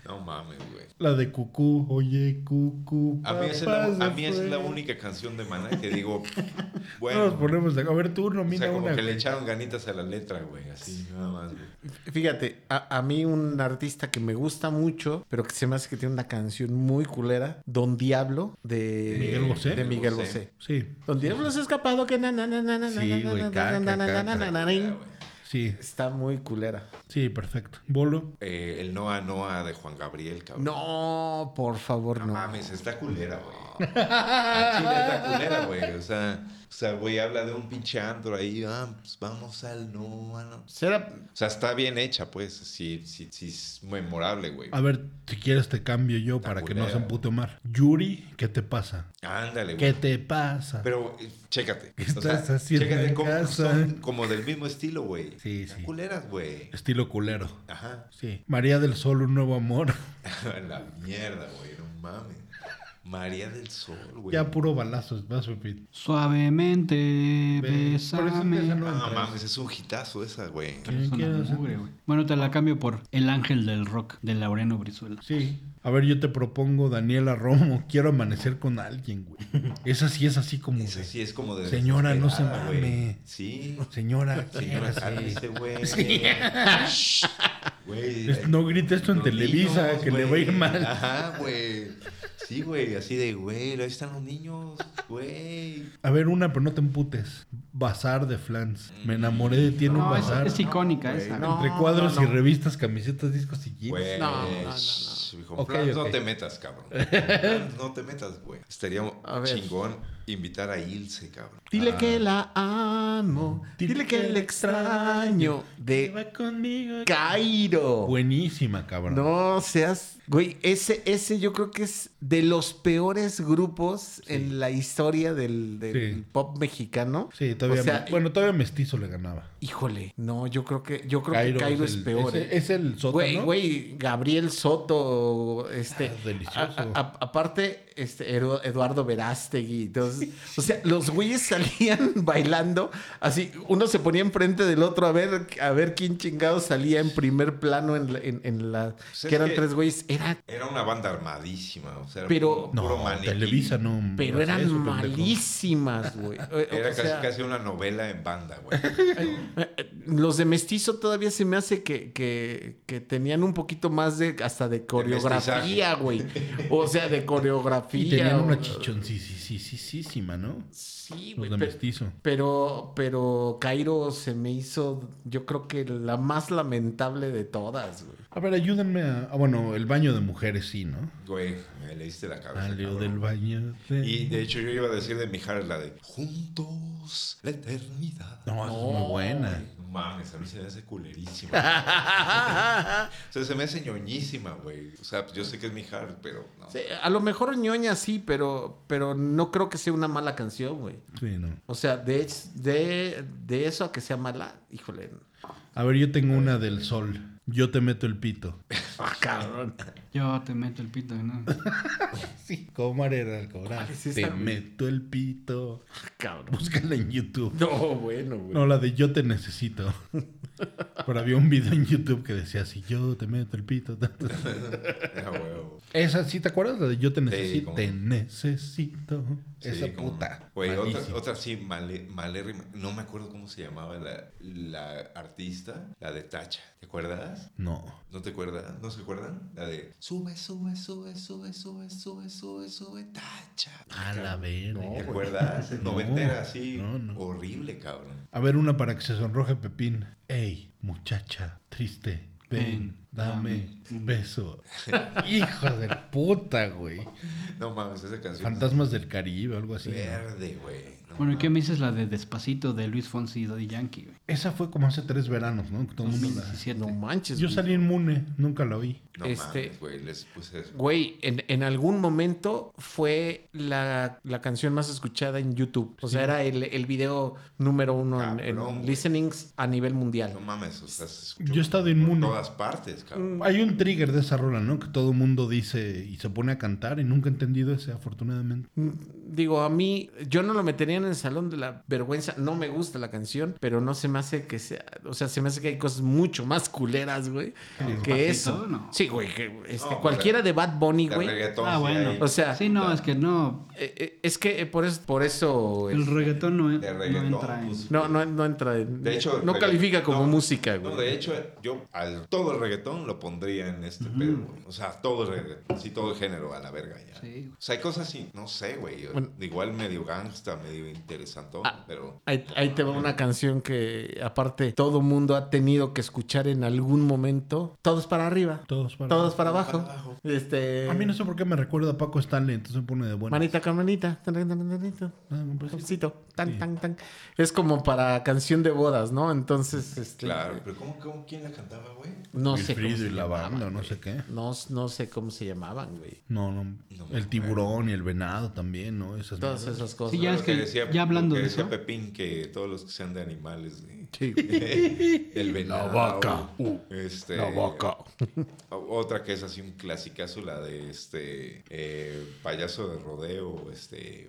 Speaker 2: No mames, güey.
Speaker 1: La de Cucú, oye, Cucú.
Speaker 2: A mí, esa es
Speaker 1: papá se
Speaker 2: la, a mí esa es la
Speaker 1: fue.
Speaker 2: única canción de Maná que digo,
Speaker 1: No
Speaker 2: bueno,
Speaker 1: nos ponemos de A ver, tú
Speaker 2: O
Speaker 1: nomina
Speaker 2: sea, como
Speaker 1: una.
Speaker 2: que le
Speaker 1: güey.
Speaker 2: echaron ganitas a la letra, güey. Así, nada más, güey.
Speaker 4: Fíjate, a, a mí un artista que me gusta mucho, pero que se me hace que tiene una canción muy culera, Don Diablo, de
Speaker 1: Miguel Bosé.
Speaker 4: De Miguel
Speaker 2: Bosé.
Speaker 4: Bosé.
Speaker 1: Sí,
Speaker 4: Don Diablo se ha escapado que na, na, na, na, na,
Speaker 1: Sí,
Speaker 4: na, na,
Speaker 1: güey,
Speaker 4: na,
Speaker 1: caca,
Speaker 4: na, na,
Speaker 1: caca.
Speaker 4: na, na, na,
Speaker 2: Ya,
Speaker 4: na.
Speaker 2: güey.
Speaker 1: sí,
Speaker 4: Está muy culera.
Speaker 1: sí, perfecto. Bolo.
Speaker 2: Eh, el Noa Noa de Juan Gabriel, cabrón.
Speaker 4: No, por favor, no.
Speaker 2: Mames, está culera, güey. A Chile está culera, güey. O sea, o sea, güey, habla de un pinche antro ahí. Ah, pues vamos al Noa. Noa.
Speaker 4: Será
Speaker 2: O sea, está bien hecha, pues. Sí, sí, sí, es memorable, güey.
Speaker 1: A ver, si quieres te cambio yo para que no se
Speaker 2: culera.
Speaker 1: empute Omar. Yuri, ¿qué te pasa?
Speaker 2: Ándale,
Speaker 1: ¿Qué
Speaker 2: güey.
Speaker 1: te pasa?
Speaker 2: Pero eh, chécate.
Speaker 1: ¿Qué estás haciendo en
Speaker 2: cómo
Speaker 1: casa?
Speaker 2: son como del mismo estilo, güey.
Speaker 1: Sí,
Speaker 2: Están
Speaker 1: sí.
Speaker 2: culeras, güey.
Speaker 1: Estilo culero.
Speaker 2: Ajá.
Speaker 1: Sí. María del Sol, un nuevo amor.
Speaker 2: la mierda, güey. No mames. María del Sol, güey.
Speaker 1: Ya pues, puro balazos, vas, Pepito.
Speaker 3: Suavemente,
Speaker 1: Ve, por eso
Speaker 3: bésame.
Speaker 1: que esa no
Speaker 2: no
Speaker 1: entra.
Speaker 2: mames, es un hitazo esa, güey.
Speaker 1: ¿Quién
Speaker 3: Es una
Speaker 1: quiere hacer?
Speaker 3: mugre, güey. Bueno, te la cambio por El Ángel del Rock de Laureano Brizuela.
Speaker 1: Sí. A ver, yo te propongo Daniela Romo. Quiero amanecer con alguien, güey. Esa sí es así como.
Speaker 2: Esa
Speaker 1: de,
Speaker 2: sí es como de.
Speaker 1: Señora, no se
Speaker 2: desesperada, güey.
Speaker 1: mame.
Speaker 2: Sí.
Speaker 1: Señora,
Speaker 2: Señora,
Speaker 1: sí.
Speaker 2: cálmese, güey. Güey,
Speaker 1: Es- no grite esto en
Speaker 2: los
Speaker 1: Televisa,
Speaker 2: niños,
Speaker 1: que le va a
Speaker 2: güey.
Speaker 1: ir mal.
Speaker 2: Ajá, güey. Sí, güey, así de, güey, ahí están los niños, güey.
Speaker 1: A ver, una, pero no te emputes. Bazar de flans. Me enamoré de ti en un
Speaker 3: No, es,
Speaker 1: bazar.
Speaker 3: es icónica
Speaker 2: güey,
Speaker 3: esa.
Speaker 4: no.
Speaker 1: Entre cuadros
Speaker 4: no, no.
Speaker 1: y revistas, camisetas, discos y jeans.
Speaker 2: Güey,
Speaker 4: No, no, no, no.
Speaker 2: shh, hijo,
Speaker 1: Ok,
Speaker 2: Flans,
Speaker 1: ok.
Speaker 2: no te metas, cabrón. Flans, no te metas, güey. Estaría
Speaker 4: A ver.
Speaker 2: chingón invitar a Ilse, cabrón.
Speaker 4: Dile que la amo.
Speaker 1: Dile
Speaker 4: Ah. Dile,
Speaker 1: que
Speaker 4: que la extraño.
Speaker 1: Que
Speaker 4: De
Speaker 1: va conmigo.
Speaker 4: Cairo.
Speaker 1: Buenísima, cabrón.
Speaker 4: No seas. Güey, ese, ese yo creo que es de los peores grupos en la historia del, del
Speaker 1: Sí.
Speaker 4: pop mexicano.
Speaker 1: Sí, todavía.
Speaker 4: O sea,
Speaker 1: me- bueno, todavía mestizo le ganaba.
Speaker 4: Híjole, no, yo creo que, yo creo que Cairo es,
Speaker 1: el-
Speaker 4: peor.
Speaker 1: Es,
Speaker 4: eh.
Speaker 1: es el sótano.
Speaker 4: Güey, güey, Gabriel Soto, este.
Speaker 1: Ah, delicioso.
Speaker 4: a- a- aparte, este, Ero- Eduardo Verástegui. Entonces, o sea, los güeyes salían bailando así. Uno se ponía enfrente del otro a ver, a ver quién chingado salía en primer plano en la. en- en la-
Speaker 2: Pues es
Speaker 4: que eran
Speaker 2: que-
Speaker 4: tres güeyes. Era,
Speaker 2: Era una banda armadísima, o sea, era
Speaker 4: Pero-
Speaker 2: puro,
Speaker 1: No,
Speaker 2: puro maniquí.
Speaker 1: Televisa no.
Speaker 4: pero
Speaker 1: hace
Speaker 4: eran
Speaker 1: eso, pendejo.
Speaker 4: malísimas, güey. O- o
Speaker 2: Era casi,
Speaker 4: sea,
Speaker 2: casi una novela en banda, güey.
Speaker 4: Eh, eh, Los de mestizo todavía se me hace que, que, que tenían un poquito más de hasta de coreografía,
Speaker 2: mestizaje.
Speaker 4: güey. O sea, de coreografía.
Speaker 1: Y tenían una
Speaker 4: o-
Speaker 1: chichón, sí, sí, sí, sí, sí, sí, ma, ¿no?
Speaker 4: Sí,
Speaker 1: Los
Speaker 4: güey.
Speaker 1: de
Speaker 4: pe-
Speaker 1: mestizo.
Speaker 4: Pero, pero Cairo se me hizo, yo creo que la más lamentable de todas, güey.
Speaker 1: A ver, ayúdenme a. ah, bueno, el baño de mujeres, sí, ¿no?
Speaker 2: Güey, me leíste la cabeza.
Speaker 1: Salió
Speaker 2: cabrón.
Speaker 1: del baño.
Speaker 2: Y de hecho yo iba a decir de Mijares la de Juntos la eternidad.
Speaker 1: No, esa es muy buena.
Speaker 2: No mames, a mí se me hace culerísima. o sea, se me hace ñoñísima, güey. O sea, yo sé que es Mijares, pero no.
Speaker 4: Sí, a lo mejor ñoña sí, pero, pero no creo que sea una mala canción, güey.
Speaker 1: Sí, no.
Speaker 4: O sea, de, de, de eso a que sea mala, híjole.
Speaker 1: A ver, yo tengo una del sol. Yo te meto el pito.
Speaker 4: Ah, cabrón.
Speaker 3: Yo te meto el pito, ¿no?
Speaker 1: Sí, comer era el corazón.
Speaker 4: es esa,
Speaker 1: te
Speaker 4: güey?
Speaker 1: meto el pito.
Speaker 4: Ah, cabrón.
Speaker 1: Búscala en YouTube.
Speaker 4: No, bueno, güey.
Speaker 1: No, la de yo te necesito. Pero había un video en YouTube que decía así, yo te meto el pito. ta, ta, ta.
Speaker 2: Era huevo.
Speaker 1: Esa, ¿sí te acuerdas? La de yo te necesito.
Speaker 2: cómo
Speaker 1: te
Speaker 2: no.
Speaker 1: necesito.
Speaker 2: Sí,
Speaker 1: Esa
Speaker 2: como-
Speaker 1: puta.
Speaker 2: Güey, otra,
Speaker 1: Malísima.
Speaker 2: otra sí, male, malérrima. No me acuerdo cómo se llamaba la, la artista, la de Tacha. ¿Te acuerdas?
Speaker 1: No.
Speaker 2: ¿No te acuerdas? ¿No se acuerdan? La de sube, sube, sube, sube, sube, sube, sube, sube, Tacha.
Speaker 1: A la verga.
Speaker 2: ¿Te acuerdas?
Speaker 1: No,
Speaker 2: Noventera, así.
Speaker 1: no, no.
Speaker 2: Horrible, cabrón.
Speaker 1: A ver, una para que se sonroje Pepín. Ey, muchacha, triste. Ven,
Speaker 3: Ven,
Speaker 1: dame
Speaker 3: dame
Speaker 1: un beso. Hijo de puta, güey.
Speaker 2: No mames, esa canción. es
Speaker 1: Fantasmas del Caribe, algo así. ¿no?
Speaker 2: Verde, güey. No
Speaker 3: Bueno, ¿y qué
Speaker 2: mames.
Speaker 3: me dices la de Despacito de Luis Fonsi y Daddy Yankee, güey?
Speaker 1: Esa fue como hace tres veranos, ¿no? Que todo el mundo la-
Speaker 3: 2017.
Speaker 4: No manches,
Speaker 1: Yo
Speaker 4: güey.
Speaker 1: salí inmune, nunca la oí.
Speaker 2: No
Speaker 4: Este-
Speaker 2: mames, güey. Les puse eso.
Speaker 4: Güey, en, en algún momento fue la, la canción más escuchada en YouTube. O sea, era el, el video número uno en- en,
Speaker 2: Cabrón, güey.
Speaker 4: listenings a nivel mundial.
Speaker 2: No mames, o sea, se escuchó
Speaker 1: Yo he estado
Speaker 2: por
Speaker 1: inmune.
Speaker 2: todas partes, cabrón.
Speaker 1: Hay un trigger de esa rola, ¿no? Que todo el mundo dice y se pone a cantar y nunca he entendido ese, afortunadamente.
Speaker 4: Mm, Digo, a mí, yo no lo metería en el salón de la vergüenza. No me gusta la canción, pero no se me hace que sea. O sea, se me hace que hay cosas mucho más culeras, güey, que
Speaker 3: ¿Despacito?
Speaker 4: eso.
Speaker 3: No.
Speaker 4: Sí, güey, que este,
Speaker 2: No,
Speaker 4: cualquiera de Bad Bunny,
Speaker 2: El
Speaker 4: Mm, güey.
Speaker 2: reggaetón.
Speaker 3: Ah,
Speaker 2: sí
Speaker 3: bueno.
Speaker 2: hay.
Speaker 4: O sea,
Speaker 3: Sí, no, es que no.
Speaker 4: eh, eh, es que eh, por eso. Por eso
Speaker 3: El reggaetón no, en-
Speaker 2: El
Speaker 3: no
Speaker 2: Pues, reggaetón,
Speaker 3: entra en.
Speaker 2: pues.
Speaker 4: no, no, no entra. en-
Speaker 2: De hecho,
Speaker 4: no
Speaker 2: regga-
Speaker 4: califica como
Speaker 2: no,
Speaker 4: música, güey.
Speaker 2: No, de hecho, yo al todo el reggaetón lo pondría en este pedo, güey. O sea, todo el reggaetón, sí, todo el género a la verga ya.
Speaker 3: Sí, güey.
Speaker 2: O sea, hay cosas así, no sé, güey. yo-
Speaker 4: Bueno.
Speaker 2: Igual medio gangsta, medio interesantón,
Speaker 4: Ah.
Speaker 2: pero
Speaker 4: Ahí, ahí te va una canción que aparte todo mundo ha tenido que escuchar en algún momento. Todos para arriba,
Speaker 1: Todos para.
Speaker 4: todos para abajo.
Speaker 2: para abajo.
Speaker 4: Este
Speaker 1: A mí no sé por qué me recuerda a Paco Stanley, entonces me pone de buena. Ah, pues,
Speaker 4: manita con manita, tan, tan, tan, tan, tan, jopcito, tan tan tan. Es como para canción de bodas, ¿no? Entonces, este
Speaker 2: claro. ¿Pero cómo, cómo quién la cantaba, güey?
Speaker 4: no sé cómo
Speaker 1: Wilfrido
Speaker 4: se
Speaker 1: y la
Speaker 4: llamaban,
Speaker 1: banda, no
Speaker 4: güey.
Speaker 1: sé qué.
Speaker 4: No, no sé cómo se llamaban, güey.
Speaker 1: No, no.
Speaker 2: me
Speaker 1: El tiburón y el venado también, ¿no? Esas
Speaker 4: Todas
Speaker 1: mierdas.
Speaker 4: esas cosas.
Speaker 3: Sí, ya es
Speaker 2: Lo que
Speaker 3: que.
Speaker 2: decía-
Speaker 3: Ya
Speaker 2: lo
Speaker 3: hablando
Speaker 2: que
Speaker 3: de
Speaker 2: decía
Speaker 3: eso.
Speaker 2: Pepín que todos los que sean de animales, güey.
Speaker 4: Sí, güey.
Speaker 2: El venado.
Speaker 1: vaca.
Speaker 2: Este,
Speaker 4: uh, La vaca.
Speaker 2: Otra que es así un clasicazo, la de este eh, payaso de rodeo, este.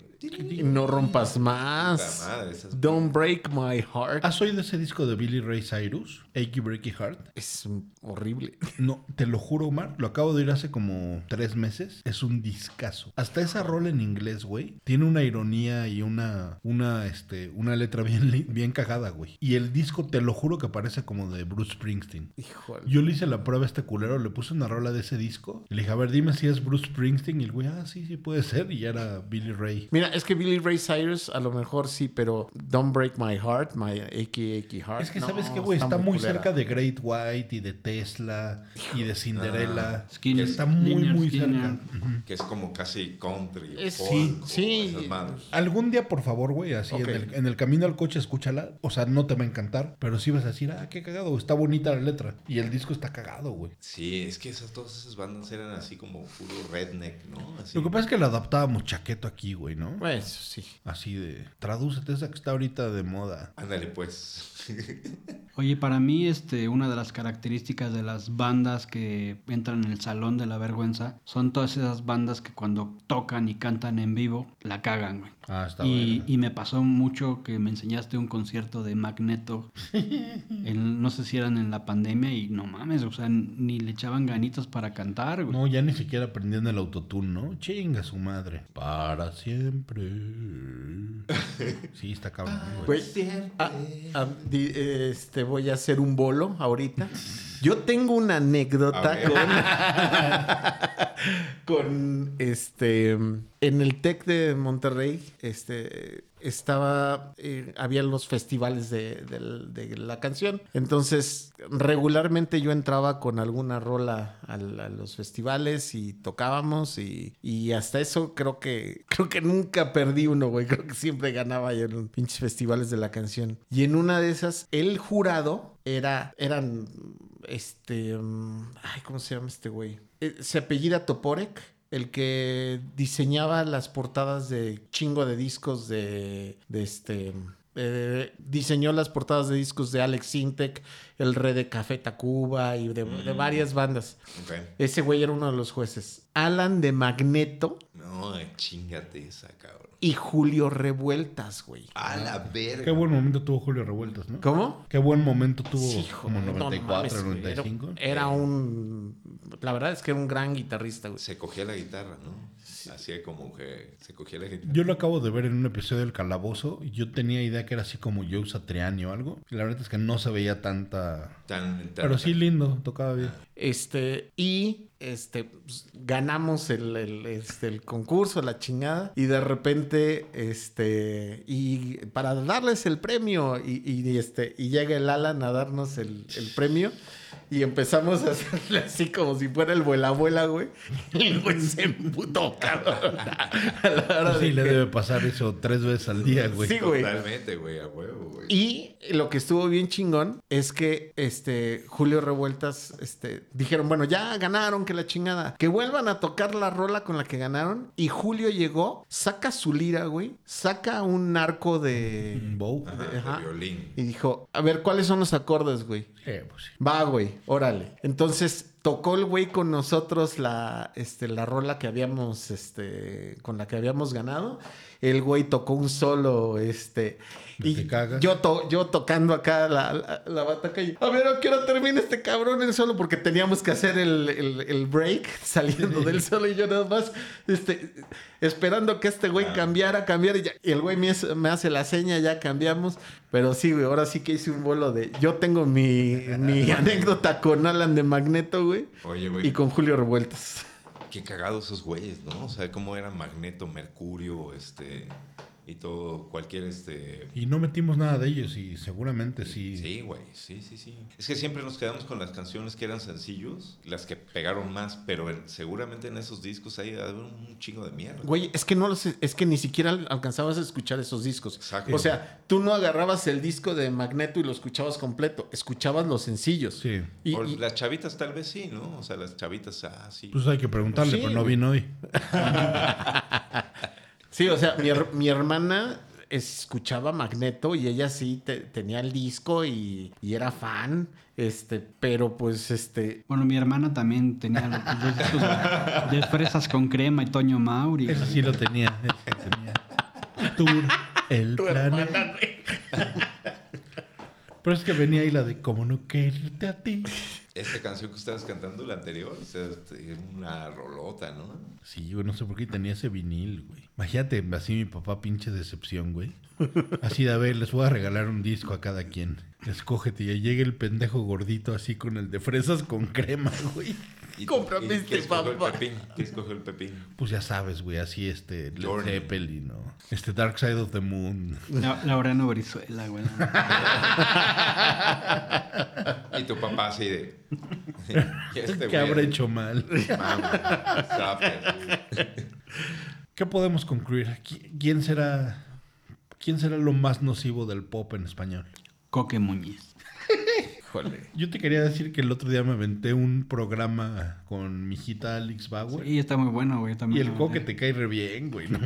Speaker 4: No rompas
Speaker 2: Puta
Speaker 4: más.
Speaker 2: madre, esas-
Speaker 4: Don't break my heart.
Speaker 1: ¿Has oído ese disco de Billy Ray Cyrus? Achy Breaky Heart.
Speaker 4: Es un- horrible.
Speaker 1: No, te lo juro, Omar. Lo acabo de oír hace como tres meses. Es un discazo. Hasta esa rola en inglés, güey, tiene una ironía y una, una, este, una letra bien, li- bien cagada, güey. Y el disco, te lo juro que parece como de Bruce Springsteen.
Speaker 4: Híjole.
Speaker 1: Yo le hice la prueba a este culero, le puse una rola de ese disco. y Le dije, a ver, dime si es Bruce Springsteen. Y el güey, ah, sí, sí puede ser. Y ya era Billy Ray.
Speaker 4: Mira, es que Billy Ray Cyrus a lo mejor sí, pero Don't Break My Heart, My Achy Achy Heart.
Speaker 1: Es que,
Speaker 4: no,
Speaker 1: ¿sabes qué, güey? Está, muy
Speaker 4: culera.
Speaker 1: cerca de Great White y de Tesla y de Cinderella.
Speaker 3: Skinner.
Speaker 1: está muy,
Speaker 3: Skinner,
Speaker 1: muy
Speaker 3: Skinner.
Speaker 1: cerca.
Speaker 2: Que es como casi country.
Speaker 4: Es-
Speaker 2: folk,
Speaker 4: sí,
Speaker 2: o
Speaker 4: sí.
Speaker 2: esas madres.
Speaker 1: Algún día, por favor, güey, así
Speaker 4: Ok.
Speaker 1: en, el, en el camino al coche, escúchala. O sea, no te va a encantar, pero sí vas a decir, ah, qué cagado, está bonita la letra. Y el disco está cagado, güey.
Speaker 2: Sí, es que esas, todas esas bandas eran así como puro redneck, ¿no? Así.
Speaker 1: Lo que pasa es que le adaptábamos chaqueto aquí, güey, ¿no?
Speaker 4: Bueno, Eso sí.
Speaker 1: Así de, tradúcete esa que está ahorita de moda.
Speaker 2: Ándale, pues.
Speaker 3: Oye, para mí, este, una de las características de las bandas que entran en el salón de la vergüenza son todas esas bandas que cuando tocan y cantan en vivo, la cagan, güey.
Speaker 1: Ah, está
Speaker 3: Y,
Speaker 1: bueno.
Speaker 3: y me pasó mucho que me enseñaste un concierto de Magneto. en- no sé si eran en la pandemia y no mames, o sea, ni le echaban ganitas para cantar, güey.
Speaker 1: No, ya ni siquiera aprendiendo el autotune, ¿no? Chinga su madre. Para siempre. Sí, está cabrón, güey.
Speaker 4: Güey, ah, ah, di- este, voy a hacer un bolo ahorita. Yo tengo una
Speaker 2: A
Speaker 4: anécdota
Speaker 2: ver.
Speaker 4: con con este en el Tec de Monterrey este estaba eh, había los festivales de, del- de la canción entonces regularmente yo entraba con alguna rola al- a, los festivales y tocábamos y, y hasta eso creo que creo que nunca perdí uno güey creo que siempre ganaba yo en los pinches festivales de la canción y en una de esas el jurado era eran este mm, ay cómo se llama este güey Eh, se apellida Toporek, el que diseñaba las portadas de chingo de discos de, de este. eh, diseñó las portadas de discos de Alex Sintek, el rey de Café Tacuba y de, de varias bandas.
Speaker 2: Ok.
Speaker 4: Ese güey era uno de los jueces. Alan de Magneto
Speaker 2: No, chingate esa, cabrón.
Speaker 4: y Julio Revueltas, güey.
Speaker 2: A la verga.
Speaker 1: Qué buen momento tuvo Julio Revueltas, ¿no?
Speaker 4: ¿Cómo?
Speaker 1: Qué buen momento tuvo
Speaker 4: Sí, hijo,
Speaker 1: como
Speaker 4: no
Speaker 1: 94,
Speaker 4: mames, güey. Era-
Speaker 1: 95.
Speaker 4: Era, un... La verdad es que era un gran guitarrista, güey.
Speaker 2: Se cogía la guitarra, ¿no? Hacía como que se cogía la guitarra.
Speaker 1: Yo lo acabo de ver en un episodio del Calabozo. y Yo tenía idea que era así como Joe Satriani o algo. Y la verdad es que no se veía tanta.
Speaker 2: Tan, tan-
Speaker 1: Pero sí lindo, tocaba bien.
Speaker 4: Este, y este, pues, ganamos el, el, este, el concurso, la chingada. Y de repente, este, y para darles el premio, y, y, este, y llega el Alan a darnos el, el premio. Y empezamos a hacerle así como si fuera el vuela abuela, güey. Y el güey se emputó, cabrón. A la hora
Speaker 1: Sí,
Speaker 4: de
Speaker 1: le
Speaker 4: que-
Speaker 1: debe pasar eso tres veces al día, güey.
Speaker 4: Sí, güey.
Speaker 2: Totalmente, güey, a huevo, güey.
Speaker 4: Y lo que estuvo bien chingón es que este Julio Revueltas este, dijeron, bueno, ya ganaron, que la chingada. Que vuelvan a tocar la rola con la que ganaron. Y Julio llegó, saca su lira, güey. Saca un arco de...
Speaker 1: Bow.
Speaker 2: Ajá, de
Speaker 4: Ajá.
Speaker 2: violín.
Speaker 4: Y dijo, a ver, ¿cuáles son los acordes, güey?
Speaker 1: Eh, pues sí.
Speaker 4: Va, güey, órale. Entonces tocó el güey con nosotros la, este, la rola que habíamos, este, con la que habíamos ganado. El güey tocó un solo, este,
Speaker 1: Te
Speaker 4: y
Speaker 1: cagas.
Speaker 4: yo, to- yo tocando acá la, la, la bataca y, a ver, ¿a qué hora termina este cabrón el solo? Porque teníamos que hacer el, el- el break saliendo del solo y yo nada más, este, esperando que este güey
Speaker 2: Ah.
Speaker 4: cambiara, cambiara y, ya- y el güey me, hace- me hace la seña, ya cambiamos. Pero sí, güey, ahora sí que hice un bolo de, yo tengo mi, Eh, mi anécdota con Alan de Magneto, güey,
Speaker 2: Oye,
Speaker 4: y
Speaker 2: güey,
Speaker 4: con Julio Revueltas.
Speaker 2: qué cagados esos güeyes, ¿no? O sea, cómo era Magneto, Mercurio, este... Y todo, cualquier, este...
Speaker 1: Y no metimos nada de ellos y seguramente sí.
Speaker 2: Sí, güey, sí, sí, sí. Es que siempre nos quedamos con las canciones que eran sencillos, las que pegaron más, pero en- seguramente en esos discos hay un chingo de mierda.
Speaker 4: Güey, es que no los, es que ni siquiera alcanzabas a escuchar esos discos.
Speaker 2: Exacto.
Speaker 4: O sea, tú no agarrabas el disco de Magneto y lo escuchabas completo, escuchabas los sencillos.
Speaker 1: Sí.
Speaker 4: Y-
Speaker 2: O
Speaker 4: y-
Speaker 2: las chavitas tal vez sí, ¿no? O sea, las chavitas, ah, sí.
Speaker 1: Pues hay que preguntarle,
Speaker 4: Sí,
Speaker 1: pero no
Speaker 4: güey.
Speaker 1: vino hoy.
Speaker 4: sí, o sea, mi, her- mi hermana escuchaba Magneto y ella sí te- tenía el disco y, y era fan. Este, pero pues este.
Speaker 3: Bueno, mi hermana también tenía los, los discos de, de Fresas con Crema y Toño Mauri.
Speaker 1: Eso sí lo tenía. eso sí lo tenía. Tour, el planeta. Pero es que venía ahí la de cómo no quererte a ti.
Speaker 2: Esta canción que estabas cantando, la anterior, o sea, este, es una rolota, ¿no?
Speaker 1: Sí, güey, no sé por qué tenía ese vinil, güey. Imagínate, así mi papá, pinche decepción, güey. Así de, a ver, les voy a regalar un disco a cada quien. Escógete y ahí llega el pendejo gordito así con el de fresas con crema, güey.
Speaker 2: Y,
Speaker 4: Cómprame
Speaker 2: y- ¿qué
Speaker 4: este
Speaker 2: escogió el
Speaker 4: papá.
Speaker 2: Pepín? ¿Qué escogió el Pepín?
Speaker 1: Pues ya sabes, güey, así este Led
Speaker 2: Journey.
Speaker 1: Zeppelin, ¿no? Este Dark Side of the Moon.
Speaker 3: La- Laureano Brizuela, güey.
Speaker 2: Y tu papá así de... este ¿Qué
Speaker 1: ¿Qué habrá hecho mal? ¿Qué podemos concluir? ¿Qui- ¿Quién será, ¿Quién será lo más nocivo del pop en español?
Speaker 3: Coque Muñiz.
Speaker 2: Híjole.
Speaker 1: Yo te quería decir que el otro día me aventé un programa con mi hijita Alex Bauer.
Speaker 3: Y está muy bueno, güey.
Speaker 1: Y
Speaker 3: también
Speaker 1: el
Speaker 3: la
Speaker 1: coque
Speaker 3: verdad.
Speaker 1: te cae re bien, güey. ¿no?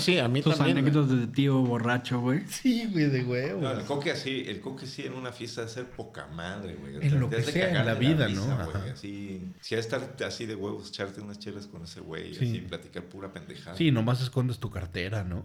Speaker 4: Sí, a mí
Speaker 3: Tus
Speaker 4: también.
Speaker 3: anécdotas de tío borracho, güey.
Speaker 1: Sí, güey, de huevo.
Speaker 2: No, el coque así, el coque sí en una fiesta de ser poca madre, güey. O
Speaker 1: En
Speaker 2: sea,
Speaker 1: lo
Speaker 2: te
Speaker 1: que
Speaker 2: has de
Speaker 1: sea, en
Speaker 2: cagar
Speaker 1: la
Speaker 2: de
Speaker 1: vida,
Speaker 2: risa,
Speaker 1: ¿no?
Speaker 2: güey,
Speaker 1: Ajá.
Speaker 2: Así, si a estar así de huevos, echarte unas chelas con ese güey,
Speaker 1: Sí.
Speaker 2: así platicar pura pendejada.
Speaker 1: Sí, nomás escondes tu cartera, ¿no?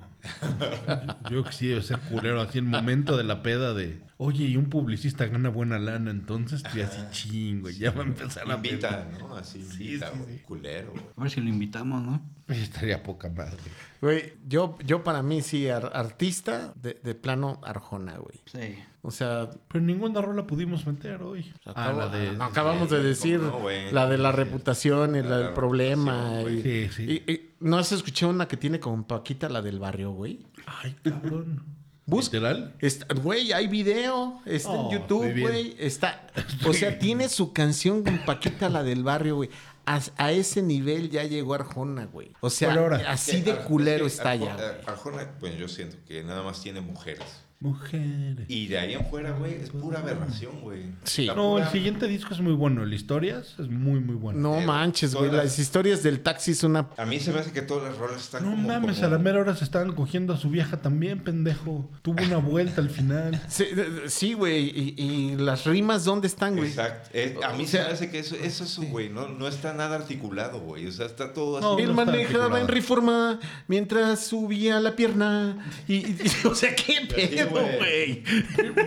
Speaker 1: Yo que sí debe ser culero, así en momento de la peda de, oye, y un publicista gana buena lana, entonces pues, estoy así chingo, ya va a empezar la
Speaker 2: Invita,
Speaker 1: peda.
Speaker 2: ¿no? Así
Speaker 1: Sí,
Speaker 2: invita,
Speaker 1: sí,
Speaker 2: güey.
Speaker 1: sí.
Speaker 2: Culero, güey.
Speaker 3: A ver si lo invitamos, ¿no?
Speaker 1: Pues, Estaría poca madre.
Speaker 4: Güey, yo, yo para mí sí, ar- artista de, de plano Arjona, güey.
Speaker 3: Sí.
Speaker 4: O sea,
Speaker 1: Pero ninguna rola pudimos meter hoy.
Speaker 4: acabo-
Speaker 1: ah, la de...
Speaker 4: no, acabamos de decir
Speaker 2: no, güey.
Speaker 4: la de la reputación, y la
Speaker 2: La
Speaker 4: del problema.
Speaker 2: reputación,
Speaker 4: y-
Speaker 1: Sí, sí.
Speaker 4: y- y- ¿No has escuchado una que tiene con Paquita, la del barrio, güey?
Speaker 1: Ay, cabrón.
Speaker 4: Busca-
Speaker 1: ¿Literal?
Speaker 4: Está- Güey, hay video, está
Speaker 1: Oh,
Speaker 4: en
Speaker 1: muy
Speaker 4: YouTube,
Speaker 1: bien.
Speaker 4: güey. Está, o sea, tiene su canción con Paquita, la del barrio, güey. A, a ese nivel ya llegó Arjona, güey. O sea,
Speaker 1: Pero ahora-
Speaker 4: así
Speaker 2: Es
Speaker 4: de
Speaker 2: que Arjona-
Speaker 4: culero
Speaker 2: eh,
Speaker 4: está ya. güey.
Speaker 2: Arjona- Arjona, pues yo siento que nada más tiene mujeres.
Speaker 1: Mujeres.
Speaker 2: Y de ahí en fuera, güey, es pura aberración, güey.
Speaker 4: Sí.
Speaker 2: La
Speaker 1: No, el
Speaker 2: pura-
Speaker 1: siguiente disco es muy bueno. El Historias es muy, muy bueno.
Speaker 4: No
Speaker 2: Eh,
Speaker 4: manches, güey.
Speaker 2: todas-
Speaker 4: Las historias del taxi es una.
Speaker 2: A mí se me hace que todas las rolas están
Speaker 1: No
Speaker 2: como...
Speaker 1: mames,
Speaker 2: como-
Speaker 1: a la mera hora se estaban cogiendo a su vieja también, pendejo. Tuvo una vuelta al final.
Speaker 4: Sí, eh, Sí, güey. y- y, las rimas, ¿dónde están, güey?
Speaker 2: Exacto. Eh, a mí
Speaker 4: O sea-
Speaker 2: se me hace que eso, eso es un güey. No, no está nada articulado, güey. O sea, está todo así.
Speaker 1: No,
Speaker 4: Él
Speaker 1: no está
Speaker 4: manejaba
Speaker 1: articulado.
Speaker 4: en reforma mientras subía la pierna. Y, y- o sea, qué
Speaker 2: güey.
Speaker 4: pedo, güey.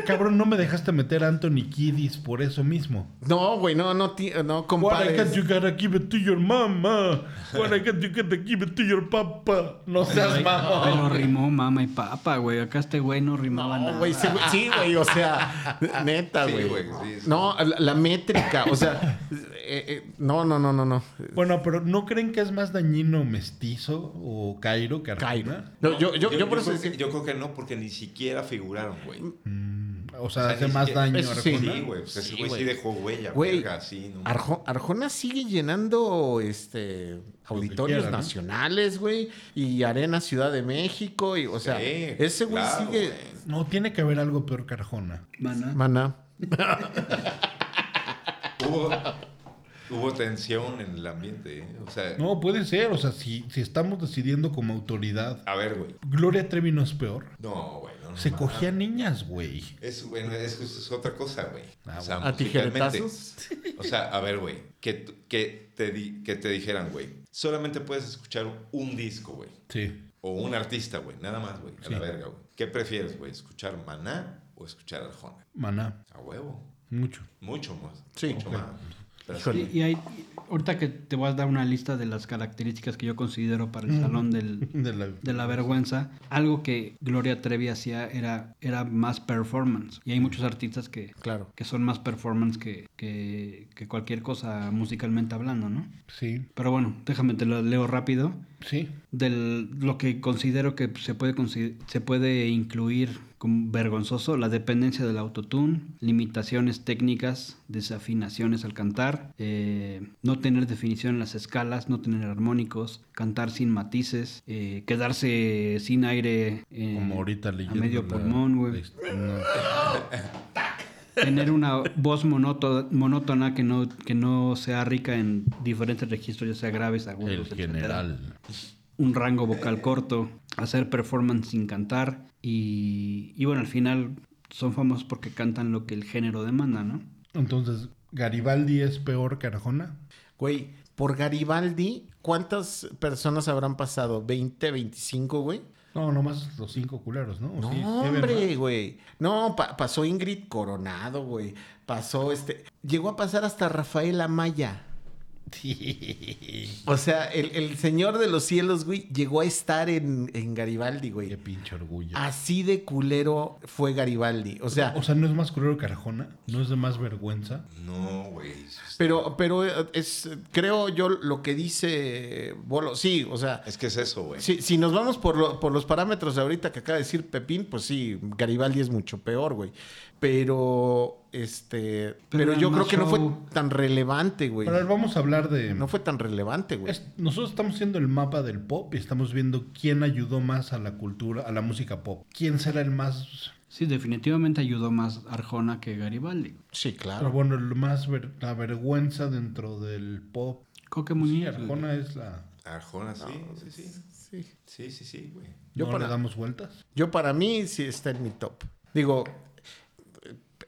Speaker 1: Cabrón, no me dejaste meter a Anthony Kiddis por eso mismo.
Speaker 4: No, güey, no, no, ti- no
Speaker 1: What I got,
Speaker 4: compares.
Speaker 1: you gotta give it to your mama. What I got, you gotta give it to your papa. No seas mamá.
Speaker 3: Pero rimó mama y papa, güey. Acá este güey no rimaba nada.
Speaker 4: No, güey, sí, güey, sí, güey, o sea, neta,
Speaker 2: Sí,
Speaker 4: güey.
Speaker 2: güey, sí, sí.
Speaker 4: No, la, la métrica, o sea, eh, eh, no, no, no, no, no.
Speaker 1: Bueno, pero ¿no creen que es más dañino mestizo o Cairo que
Speaker 4: Cairo.
Speaker 1: Arjona?
Speaker 4: No, yo, yo, yo por eso.
Speaker 2: creo que, yo creo que no, porque ni siquiera figuraron, güey.
Speaker 1: O sea, hace
Speaker 2: ni
Speaker 1: más
Speaker 2: siquiera-
Speaker 1: daño
Speaker 4: Eso
Speaker 1: Arjona.
Speaker 4: sí.
Speaker 2: Sí, güey. Pues ese güey sí dejó huella,
Speaker 4: Güey,
Speaker 2: verga, sí, ¿no?
Speaker 4: Arjo- Arjona sigue llenando este auditorios
Speaker 1: quiera, ¿no?
Speaker 4: nacionales, güey, y Arena Ciudad de México, y o sea,
Speaker 2: Sí,
Speaker 4: ese güey
Speaker 2: claro,
Speaker 4: sigue
Speaker 2: güey.
Speaker 1: No, tiene que haber algo peor que Arjona.
Speaker 3: Maná.
Speaker 4: maná.
Speaker 2: Hubo, hubo tensión en el ambiente, ¿eh? O sea,
Speaker 1: No, puede ser. O sea, si, si estamos decidiendo como autoridad,
Speaker 2: a ver, güey.
Speaker 1: Gloria Trevi no es peor.
Speaker 2: No, güey. No, no
Speaker 1: Se
Speaker 2: mames.
Speaker 1: cogía niñas, güey.
Speaker 2: Es, bueno, es, que eso es otra cosa, güey.
Speaker 1: Ah,
Speaker 4: bueno. ¿A
Speaker 2: musicalmente.
Speaker 4: tijeretazos?
Speaker 2: O sea, a ver, güey. Que, t- que, te di- que te dijeran, güey. Solamente puedes escuchar un disco, güey.
Speaker 1: Sí.
Speaker 2: O un artista, güey. Nada más, güey. A
Speaker 1: Sí.
Speaker 2: la verga, güey. ¿Qué prefieres, güey? ¿Escuchar Maná o escuchar Arjona?
Speaker 1: Maná,
Speaker 2: A huevo.
Speaker 1: mucho.
Speaker 2: Mucho más.
Speaker 4: Sí.
Speaker 2: Mucho
Speaker 4: Ok.
Speaker 2: más. Pero
Speaker 4: Híjole.
Speaker 2: sí,
Speaker 3: Y, y hay, ahorita que te voy a dar una lista de las características que yo considero para el salón del,
Speaker 1: De la,
Speaker 3: de la vergüenza, algo que Gloria Trevi hacía era, era más performance. Y hay muchos artistas que,
Speaker 4: Claro.
Speaker 3: que son más performance que, que, que cualquier cosa musicalmente hablando, ¿no?
Speaker 1: Sí,
Speaker 3: Pero bueno, déjame, te lo leo rápido.
Speaker 1: sí.
Speaker 3: Del, lo que considero que se puede, consi- se puede incluir como vergonzoso, la dependencia del autotune, limitaciones técnicas, desafinaciones al cantar, eh, no tener definición en las escalas, no tener armónicos, cantar sin matices, eh, quedarse sin aire eh,
Speaker 1: Como ahorita leyendo.
Speaker 3: a medio
Speaker 1: la-
Speaker 3: pulmón, güey.
Speaker 1: la- no.
Speaker 3: Tener una voz monótona, monótona que, no, que no sea rica en diferentes registros, ya sea graves, agudos,
Speaker 1: el
Speaker 3: etcétera.
Speaker 1: general.
Speaker 3: un rango vocal corto, hacer performance sin cantar y, y bueno, al final son famosos porque cantan lo que el género demanda, ¿no?
Speaker 1: Entonces, ¿Garibaldi es peor que Arjona?
Speaker 4: Güey, por Garibaldi, ¿cuántas personas habrán pasado? ¿20, 25, güey?
Speaker 1: No, nomás los cinco culeros, ¿no? ¿O
Speaker 4: No,
Speaker 1: sí? Sí,
Speaker 4: hombre,
Speaker 1: ¿verdad?
Speaker 4: güey. No, pa- pasó Ingrid Coronado, güey. Pasó este. Llegó a pasar hasta Rafael Amaya. O sea, el, el señor de los cielos, güey, llegó a estar en, en Garibaldi,
Speaker 1: Qué
Speaker 4: güey.
Speaker 1: pinche orgullo.
Speaker 4: Así de culero fue Garibaldi. Ah, O sea,
Speaker 1: O sea, ¿no es más culero que Arjona? ¿No es de más vergüenza?
Speaker 2: No, güey.
Speaker 4: pero, pero eh, es, creo yo lo que dice Bolo. Sí, o sea,
Speaker 2: Es que es eso, güey.
Speaker 4: si, si nos vamos por, lo- por los parámetros de ahorita que acaba de decir Pepín, pues sí, Garibaldi es mucho peor, güey. Pero, este,
Speaker 3: era
Speaker 4: pero, yo creo
Speaker 3: más
Speaker 4: que no fue
Speaker 3: show.
Speaker 4: tan relevante, güey.
Speaker 1: Pero a ver, vamos a hablar de...
Speaker 4: No fue tan relevante, güey.
Speaker 1: Es- nosotros estamos haciendo el mapa del pop y estamos viendo quién ayudó más a la cultura, a la música pop. ¿Quién será el más...
Speaker 3: Sí, definitivamente ayudó más Arjona que Garibaldi.
Speaker 4: Sí,
Speaker 1: pero
Speaker 4: claro.
Speaker 1: bueno, el más ver- la vergüenza dentro del pop?
Speaker 3: Creo que
Speaker 1: Sí,
Speaker 3: Muñiz. eh,
Speaker 1: Arjona es la...
Speaker 2: Arjona, sí, sí, sí.
Speaker 4: Sí.
Speaker 2: Sí, sí, sí, güey.
Speaker 4: Yo
Speaker 1: ¿No
Speaker 4: para-
Speaker 1: le damos vueltas?
Speaker 4: Yo para mí sí está en mi top. Digo,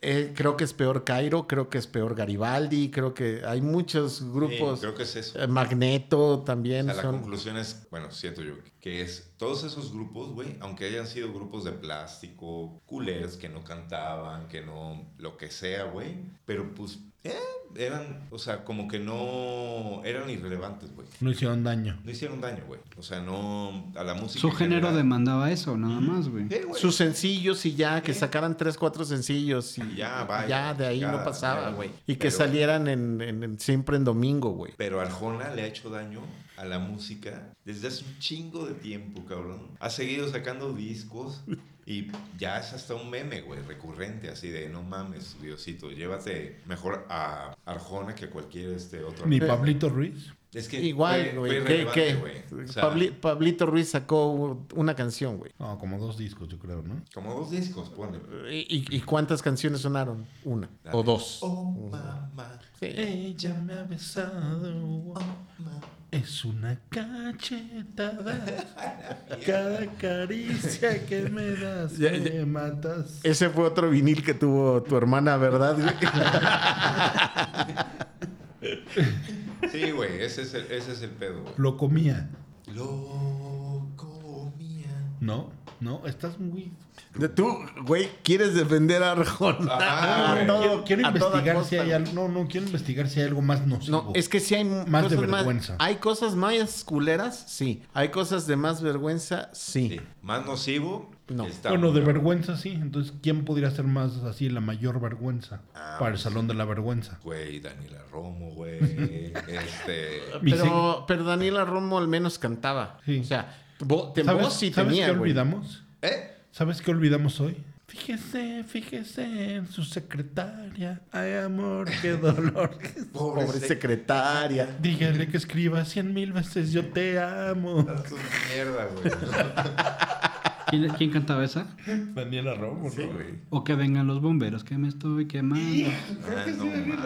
Speaker 4: eh, creo que es peor Cairo, creo que es peor Garibaldi, creo que hay muchos grupos.
Speaker 2: Sí, creo que es eso.
Speaker 4: Eh, Magneto
Speaker 2: O
Speaker 4: también.
Speaker 2: sea, la
Speaker 4: son-
Speaker 2: conclusión es, bueno, siento yo, que es todos esos grupos, güey, aunque hayan sido grupos de plástico, culers que no cantaban, que no, lo que sea, güey, pero pues, eh, eran, o sea, como que no, eran irrelevantes, güey.
Speaker 1: No hicieron daño.
Speaker 2: No hicieron daño, güey. O sea, no, a la música.
Speaker 3: Su
Speaker 2: en
Speaker 3: género
Speaker 2: general.
Speaker 3: demandaba eso, nada más, güey.
Speaker 2: Eh, güey.
Speaker 4: Sus sencillos y ya, que sacaran tres, cuatro sencillos y
Speaker 2: Y ya, vaya,
Speaker 4: ya de ahí no
Speaker 2: chingada,
Speaker 4: pasaba,
Speaker 2: chingada,
Speaker 4: güey. Y
Speaker 2: pero-
Speaker 4: que salieran en, en- en- siempre en domingo, güey.
Speaker 2: Pero Arjona le ha hecho daño a la música desde hace un chingo de tiempo, cabrón. Ha seguido sacando discos y ya es hasta un meme, güey, recurrente, así de no mames, Diosito, llévate mejor a Arjona que a cualquier este otro.
Speaker 4: eh,
Speaker 1: Ni Pablito Ruiz.
Speaker 2: Es que
Speaker 4: Igual,
Speaker 2: fue- fue
Speaker 4: güey. que- que-
Speaker 2: irrelevante, güey. O sea,
Speaker 4: Pabli- Pablito Ruiz sacó una canción, güey.
Speaker 1: No, como dos discos, yo creo, ¿no?
Speaker 2: Como dos discos, pone.
Speaker 4: ¿Y, y- y cuántas canciones sonaron? Una
Speaker 2: Dale.
Speaker 4: o dos.
Speaker 2: Oh, mamá. oh,
Speaker 4: Sí.
Speaker 1: Ella me ha besado. Es una cachetada. Cada caricia que me das
Speaker 4: Ya,
Speaker 1: me matas.
Speaker 4: Ese fue otro vinil que tuvo tu hermana, ¿verdad? güey?
Speaker 2: Sí, güey, ese es el, ese es el pedo, güey.
Speaker 1: Lo comía.
Speaker 2: Loco mía.
Speaker 1: No, no, estás muy.
Speaker 4: De tú, güey, quieres defender a Arjona.
Speaker 2: Ajá,
Speaker 4: a
Speaker 2: güey.
Speaker 1: Quiero,
Speaker 4: todo-
Speaker 1: quiero
Speaker 4: a toda
Speaker 1: investigar
Speaker 4: costa,
Speaker 1: si hay
Speaker 4: güey.
Speaker 1: algo. No, no, quiero investigar si hay algo más nocivo.
Speaker 4: No, es que sí hay
Speaker 1: Más de vergüenza.
Speaker 4: hay cosas más culeras, sí. Hay cosas de más vergüenza, sí.
Speaker 2: Sí, Más nocivo.
Speaker 4: No.
Speaker 2: está
Speaker 1: Bueno, de
Speaker 2: muy cabrón.
Speaker 1: vergüenza sí. Entonces, ¿quién podría ser más así la mayor vergüenza?
Speaker 2: Ah,
Speaker 1: para el
Speaker 2: sí.
Speaker 1: Salón de la Vergüenza.
Speaker 2: Güey, Daniela Romo, güey. este.
Speaker 1: Mi
Speaker 4: Pero, pero Daniela Romo al menos cantaba.
Speaker 1: Sí.
Speaker 4: O sea, vo- te-
Speaker 1: ¿Sabes,
Speaker 4: voz sí
Speaker 1: ¿sabes
Speaker 4: tenía,
Speaker 1: qué
Speaker 4: güey.
Speaker 1: olvidamos?
Speaker 2: ¿Eh?
Speaker 1: ¿Sabes qué olvidamos hoy? Fíjese, fíjese en su secretaria. Ay, amor, qué dolor.
Speaker 4: Pobre secretaria.
Speaker 1: Dígale que escriba cien mil veces, yo te amo.
Speaker 2: Haz tu mierda, güey.
Speaker 3: ¿Quién, quién cantaba esa?
Speaker 1: Daniela Romo,
Speaker 2: Sí, güey.
Speaker 3: O que vengan los bomberos, que me estoy quemando.
Speaker 2: Ah, no mames.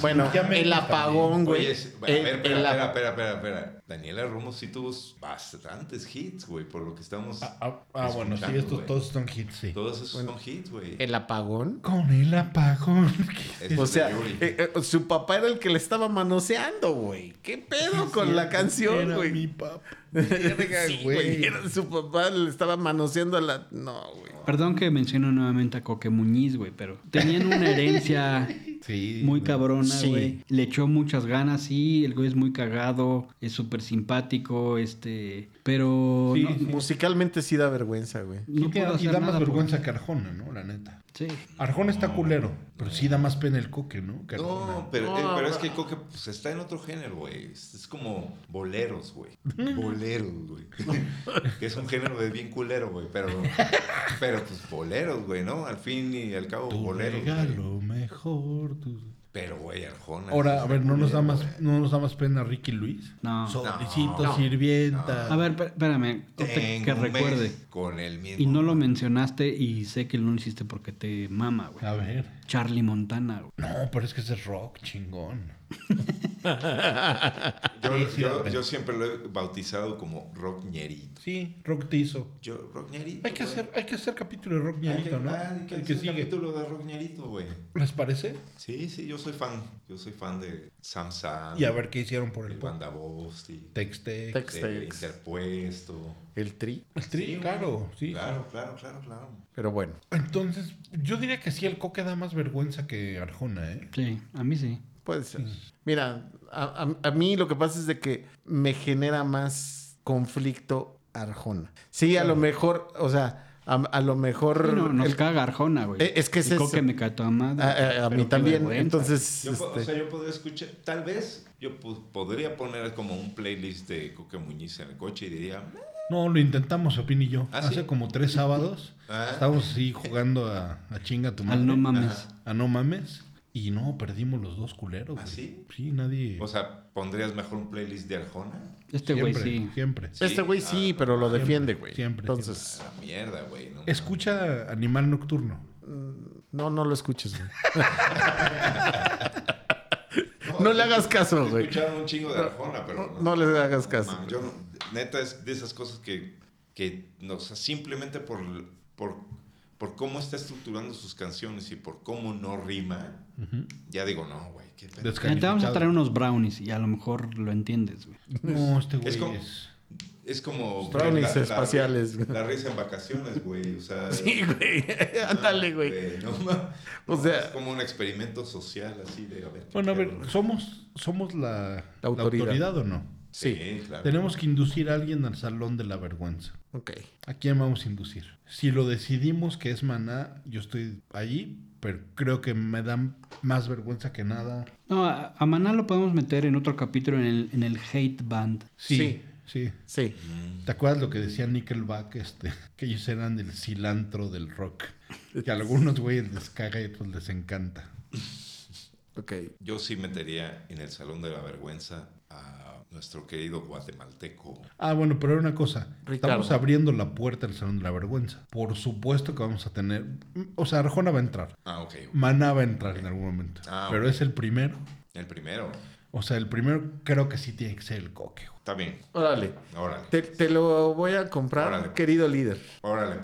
Speaker 4: Bueno,
Speaker 1: Ya me
Speaker 4: el
Speaker 1: gusta,
Speaker 4: apagón, güey. eh,
Speaker 2: Oye, es- a ver,
Speaker 4: El-
Speaker 2: espera,
Speaker 4: el-
Speaker 2: espera, espera, espera, espera. Daniela Romo sí tuvo bastantes hits, güey, por lo que estamos.
Speaker 1: Ah, ah, ah, bueno, sí,
Speaker 2: Escuchando,
Speaker 1: estos
Speaker 2: güey.
Speaker 1: todos son hits, sí.
Speaker 2: Todos esos son hits, güey.
Speaker 4: el apagón.
Speaker 1: Con el apagón.
Speaker 2: Es-
Speaker 4: O sea,
Speaker 2: de Yuri.
Speaker 4: eh, eh, su papá era el que le estaba manoseando, güey. ¿Qué pedo con la canción,
Speaker 1: Era mi
Speaker 4: güey?
Speaker 1: papá.
Speaker 4: Verga,
Speaker 1: Sí, güey.
Speaker 4: güey. Era- Su papá le estaba manoseando a la. No, güey.
Speaker 3: Perdón que menciono nuevamente a Coque Muñiz, güey, pero tenían una herencia
Speaker 1: Sí.
Speaker 3: muy cabrona,
Speaker 4: Sí.
Speaker 3: güey. Le echó muchas ganas, sí, el güey es muy cagado, es súper simpático, este, pero
Speaker 1: Sí,
Speaker 3: no,
Speaker 1: sí.
Speaker 4: Musicalmente sí da vergüenza, güey.
Speaker 3: no
Speaker 1: Y que-
Speaker 3: puedo
Speaker 1: y
Speaker 3: hacer
Speaker 1: da
Speaker 3: nada
Speaker 1: más
Speaker 3: por-
Speaker 1: vergüenza que Arjona, ¿no? La neta.
Speaker 3: Sí.
Speaker 1: Arjona está culero, pero sí da más pena el coque, ¿no? Que
Speaker 2: No,
Speaker 1: Arjona.
Speaker 2: pero, eh,
Speaker 4: No,
Speaker 2: pero es
Speaker 4: no.
Speaker 2: que Coque pues, está en otro género, güey. Es, es como boleros, güey. Boleros, güey. que es un género de bien culero, güey. Pero, pero pues boleros, güey, ¿no? Al fin y al cabo,
Speaker 1: Tu
Speaker 2: boleros. güey.
Speaker 1: regalo mejor. tu-
Speaker 2: Pero, güey, Arjona.
Speaker 1: Ahora, a ver, ¿no nos da
Speaker 2: culero,
Speaker 1: más, no nos da más pena Ricky Luis?
Speaker 3: No.
Speaker 1: Solicito,
Speaker 2: No.
Speaker 1: sirvienta.
Speaker 3: A ver, pe- espérame, Coque,
Speaker 2: Tengo
Speaker 3: que
Speaker 2: un mes
Speaker 3: recuerde.
Speaker 2: Con el mismo.
Speaker 3: Y no lo mencionaste y sé que no lo hiciste porque te mama, güey.
Speaker 1: A ver.
Speaker 3: Charlie Montana, güey.
Speaker 1: No, pero es que ese es rock chingón.
Speaker 2: Yo,
Speaker 1: Sí, sí,
Speaker 2: yo-
Speaker 1: la
Speaker 2: yo siempre lo he bautizado como rock ñerito.
Speaker 1: Sí, rock te hizo.
Speaker 2: Yo, rock ñerito,
Speaker 1: Hay que
Speaker 2: güey.
Speaker 1: hacer, hay que hacer capítulo de rock ñerito, ¿no?
Speaker 2: Ah, hay que
Speaker 1: El
Speaker 2: hacer
Speaker 1: que
Speaker 2: un
Speaker 1: sigue.
Speaker 2: capítulo de rock ñerito, güey.
Speaker 1: ¿Les parece?
Speaker 2: Sí, sí, yo soy fan. Yo soy fan de Samsung.
Speaker 1: Y a ver qué hicieron por
Speaker 2: Ah. El
Speaker 1: el pop.
Speaker 2: Banda Bosti.
Speaker 1: Texte.
Speaker 4: Tex-
Speaker 2: de
Speaker 4: Textex.
Speaker 2: Interpuesto.
Speaker 4: El tri.
Speaker 1: Sí,
Speaker 2: Sí,
Speaker 1: claro, sí.
Speaker 2: Claro, claro, claro, claro.
Speaker 4: Pero bueno.
Speaker 1: Entonces, yo diría que sí, el coque da más vergüenza que Arjona, ¿eh?
Speaker 3: Sí, a mí sí.
Speaker 4: Puede ser. Mira, a, a- a mí lo que pasa es de que me genera más conflicto Arjona. Sí, a lo mejor, o sea, a, a lo mejor...
Speaker 3: Sí, no, nos
Speaker 4: el-
Speaker 3: caga Arjona, güey.
Speaker 4: Eh, es que es Ah, eh,
Speaker 3: Y
Speaker 4: eso.
Speaker 3: Coque me cae toda madre.
Speaker 4: a, a- a
Speaker 3: Pero
Speaker 4: mí
Speaker 3: qué
Speaker 4: también,
Speaker 3: vergüenza.
Speaker 4: entonces...
Speaker 2: Yo, po- O
Speaker 4: este,
Speaker 2: sea, yo podría escuchar, tal vez yo po- podría poner como un playlist de Coque Muñiz en el coche y diría,
Speaker 1: No, lo intentamos, Opin y yo.
Speaker 2: ¿Ah,
Speaker 1: Hace
Speaker 2: sí?
Speaker 1: como tres sábados
Speaker 2: Ah.
Speaker 1: estábamos así jugando a, a chinga tu madre.
Speaker 3: Al no mames.
Speaker 1: A no mames. Y no, perdimos los dos culeros.
Speaker 2: ¿Ah,
Speaker 1: güey.
Speaker 2: sí?
Speaker 1: Sí, nadie.
Speaker 2: o sea, ¿pondrías mejor un playlist de Arjona?
Speaker 3: Este güey
Speaker 1: siempre,
Speaker 3: sí.
Speaker 1: Siempre.
Speaker 2: Sí,
Speaker 4: este güey sí,
Speaker 2: ah,
Speaker 4: pero lo
Speaker 1: siempre,
Speaker 4: defiende, güey.
Speaker 1: siempre,
Speaker 4: Entonces,
Speaker 2: A la mierda, güey. no mames.
Speaker 1: Escucha Animal Nocturno.
Speaker 4: no, no lo escuches, güey. no le hagas caso, güey.
Speaker 2: Escucharon un chingo de Arjona, pero
Speaker 4: no- no le hagas caso.
Speaker 2: mames, yo no- neta, es de esas cosas que, que no, o sea, simplemente por, por, por cómo está estructurando sus canciones y por cómo no rima, ya digo, no, güey. qué pedo.
Speaker 3: Ya Eh, te vamos a
Speaker 1: Descalificado.
Speaker 3: traer unos brownies y a lo mejor lo entiendes, güey.
Speaker 1: No, este güey es.
Speaker 2: Es como- Es como...
Speaker 4: Brownies
Speaker 2: la- la-
Speaker 4: espaciales.
Speaker 2: La, risa en vacaciones, güey. O sea...
Speaker 4: Sí, güey. Ándale, güey.
Speaker 2: de- no ma-
Speaker 4: O
Speaker 2: no,
Speaker 4: sea-
Speaker 2: es como un experimento social así de a ver.
Speaker 1: Bueno, a
Speaker 2: qué
Speaker 1: ver,
Speaker 2: pedo.
Speaker 1: ¿somos, somos la, la
Speaker 4: autoridad.
Speaker 1: autoridad o no?
Speaker 4: Sí,
Speaker 2: claro.
Speaker 1: Tenemos que inducir a alguien al salón de la vergüenza.
Speaker 4: ok.
Speaker 1: ¿A quién vamos a inducir? Si lo decidimos que es Maná, yo estoy allí, pero creo que me dan más vergüenza que nada.
Speaker 3: No, a, a Maná lo podemos meter en otro capítulo en el, en el Hate Band.
Speaker 1: Sí, sí.
Speaker 4: Sí.
Speaker 1: ¿Te acuerdas lo que decía Nickelback? Este, que ellos eran el cilantro del rock. Que a algunos güeyes les caga y a otros les encanta.
Speaker 4: Ok.
Speaker 2: Yo sí metería en el Salón de la Vergüenza a nuestro querido guatemalteco.
Speaker 1: Ah, bueno, pero una cosa.
Speaker 4: Ricardo.
Speaker 1: Estamos abriendo la puerta del Salón de la Vergüenza. Por supuesto que vamos a tener... O sea, Arjona va a entrar.
Speaker 2: Ah, ok.
Speaker 1: Maná va a entrar en algún momento.
Speaker 2: Ah,
Speaker 1: pero
Speaker 2: ok.
Speaker 1: es el primero.
Speaker 2: El primero.
Speaker 1: O sea, el primero creo que sí tiene que ser el coque. güey.
Speaker 2: Está bien.
Speaker 4: Órale.
Speaker 2: Órale.
Speaker 4: Te, te lo voy a comprar,
Speaker 2: Órale.
Speaker 4: querido líder.
Speaker 2: Órale.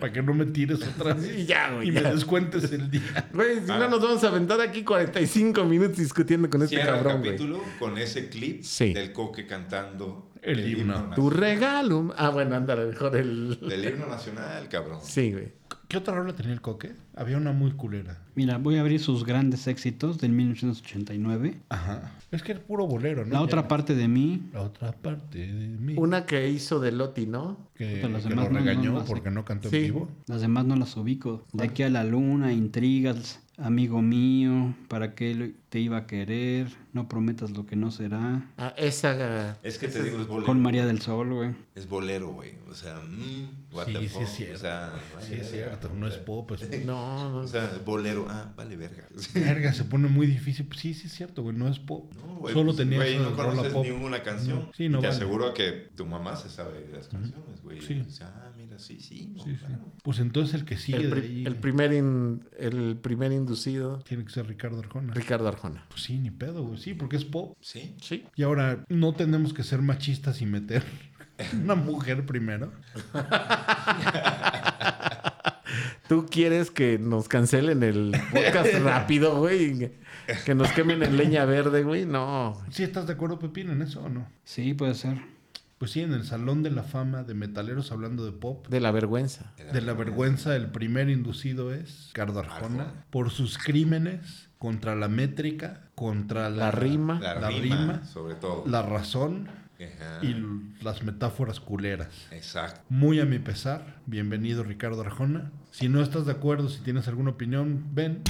Speaker 1: Para que no me tires otra vez.
Speaker 4: Y ya, güey,
Speaker 1: Y
Speaker 4: ya.
Speaker 1: me descuentes el día.
Speaker 4: Güey, si
Speaker 2: Ah.
Speaker 4: no nos vamos a aventar aquí 45 minutos discutiendo con este
Speaker 2: Cierra el
Speaker 4: cabrón, güey.
Speaker 2: capítulo con ese clip
Speaker 4: Sí.
Speaker 2: del coque cantando
Speaker 1: El himno.
Speaker 4: Tu
Speaker 2: nacional.
Speaker 4: regalo. Ah, bueno, ándale, mejor el.
Speaker 2: Del himno nacional, cabrón.
Speaker 4: Sí, güey.
Speaker 1: ¿Qué otra rola tenía el coque? Había una muy culera.
Speaker 3: Mira, voy a abrir sus grandes éxitos del 1989.
Speaker 1: Ajá. Es que era puro bolero, ¿no?
Speaker 3: La
Speaker 1: Ya.
Speaker 3: otra parte de mí.
Speaker 1: La otra parte de mí.
Speaker 4: Una que hizo de Loti, ¿no?
Speaker 1: Que,
Speaker 3: Puta, los
Speaker 1: que
Speaker 3: demás
Speaker 1: lo
Speaker 3: no- no
Speaker 1: regañó
Speaker 3: lo hacen.
Speaker 1: porque no cantó
Speaker 4: Sí.
Speaker 1: en vivo.
Speaker 3: Las demás no las ubico. De aquí a la luna, intrigas, amigo mío, para qué lo- te iba a querer, no prometas lo que no será.
Speaker 4: Ah, esa.
Speaker 2: Es que te digo, es bolero.
Speaker 3: Con María del Sol, güey.
Speaker 2: Es bolero, güey. O sea, mm, what
Speaker 1: Sí,
Speaker 2: the
Speaker 1: sí
Speaker 2: fuck.
Speaker 1: es cierto.
Speaker 2: O sea,
Speaker 1: Sí, es cierto. No es pop, es pop.
Speaker 4: No,
Speaker 2: O
Speaker 4: no.
Speaker 2: sea, bolero. Ah, vale verga.
Speaker 1: Verga, se pone muy difícil. Pues Sí, sí es cierto, güey. No es pop.
Speaker 2: No, güey,
Speaker 1: Solo
Speaker 2: pues,
Speaker 1: tenía
Speaker 2: güey,
Speaker 1: esa
Speaker 2: no
Speaker 1: rola
Speaker 2: conoces
Speaker 1: pop.
Speaker 2: ninguna canción.
Speaker 1: No. Sí, no
Speaker 2: Te
Speaker 1: vale.
Speaker 2: aseguro que tu mamá se sabe las canciones, güey.
Speaker 1: Sí.
Speaker 2: O sea, ah, mira, sí, sí. no,
Speaker 1: Sí, sí.
Speaker 2: claro.
Speaker 1: Pues entonces el que sigue
Speaker 4: El,
Speaker 1: de
Speaker 4: pri-
Speaker 1: ahí
Speaker 4: el primer in- el primer inducido,
Speaker 1: tiene que ser Ricardo Arjona.
Speaker 4: Ricardo Arjona.
Speaker 1: Pues sí, ni pedo, güey. Sí, porque es pop.
Speaker 2: Sí.
Speaker 4: Sí.
Speaker 1: Y ahora, no tenemos que ser machistas y meter una mujer primero.
Speaker 4: ¿Tú quieres que nos cancelen el podcast rápido, güey? Que nos quemen en leña verde, güey. No.
Speaker 1: ¿Sí estás de acuerdo, Pepín, en eso o no?
Speaker 3: Sí, puede ser.
Speaker 1: Pues sí, en el Salón de la Fama de Metaleros hablando de pop.
Speaker 4: De la vergüenza.
Speaker 1: De la vergüenza, el primer inducido es Ricardo Arjona
Speaker 2: Arjona.
Speaker 1: por sus crímenes contra la métrica, contra la,
Speaker 4: La rima.
Speaker 2: La,
Speaker 1: la
Speaker 2: rima,
Speaker 1: rima,
Speaker 2: sobre todo.
Speaker 1: la razón
Speaker 2: Ajá.
Speaker 1: y l-
Speaker 2: Ah.
Speaker 1: las metáforas culeras.
Speaker 2: Exacto.
Speaker 1: Muy a mi pesar, bienvenido Ricardo Arjona. Si no estás de acuerdo, si tienes alguna opinión, ven,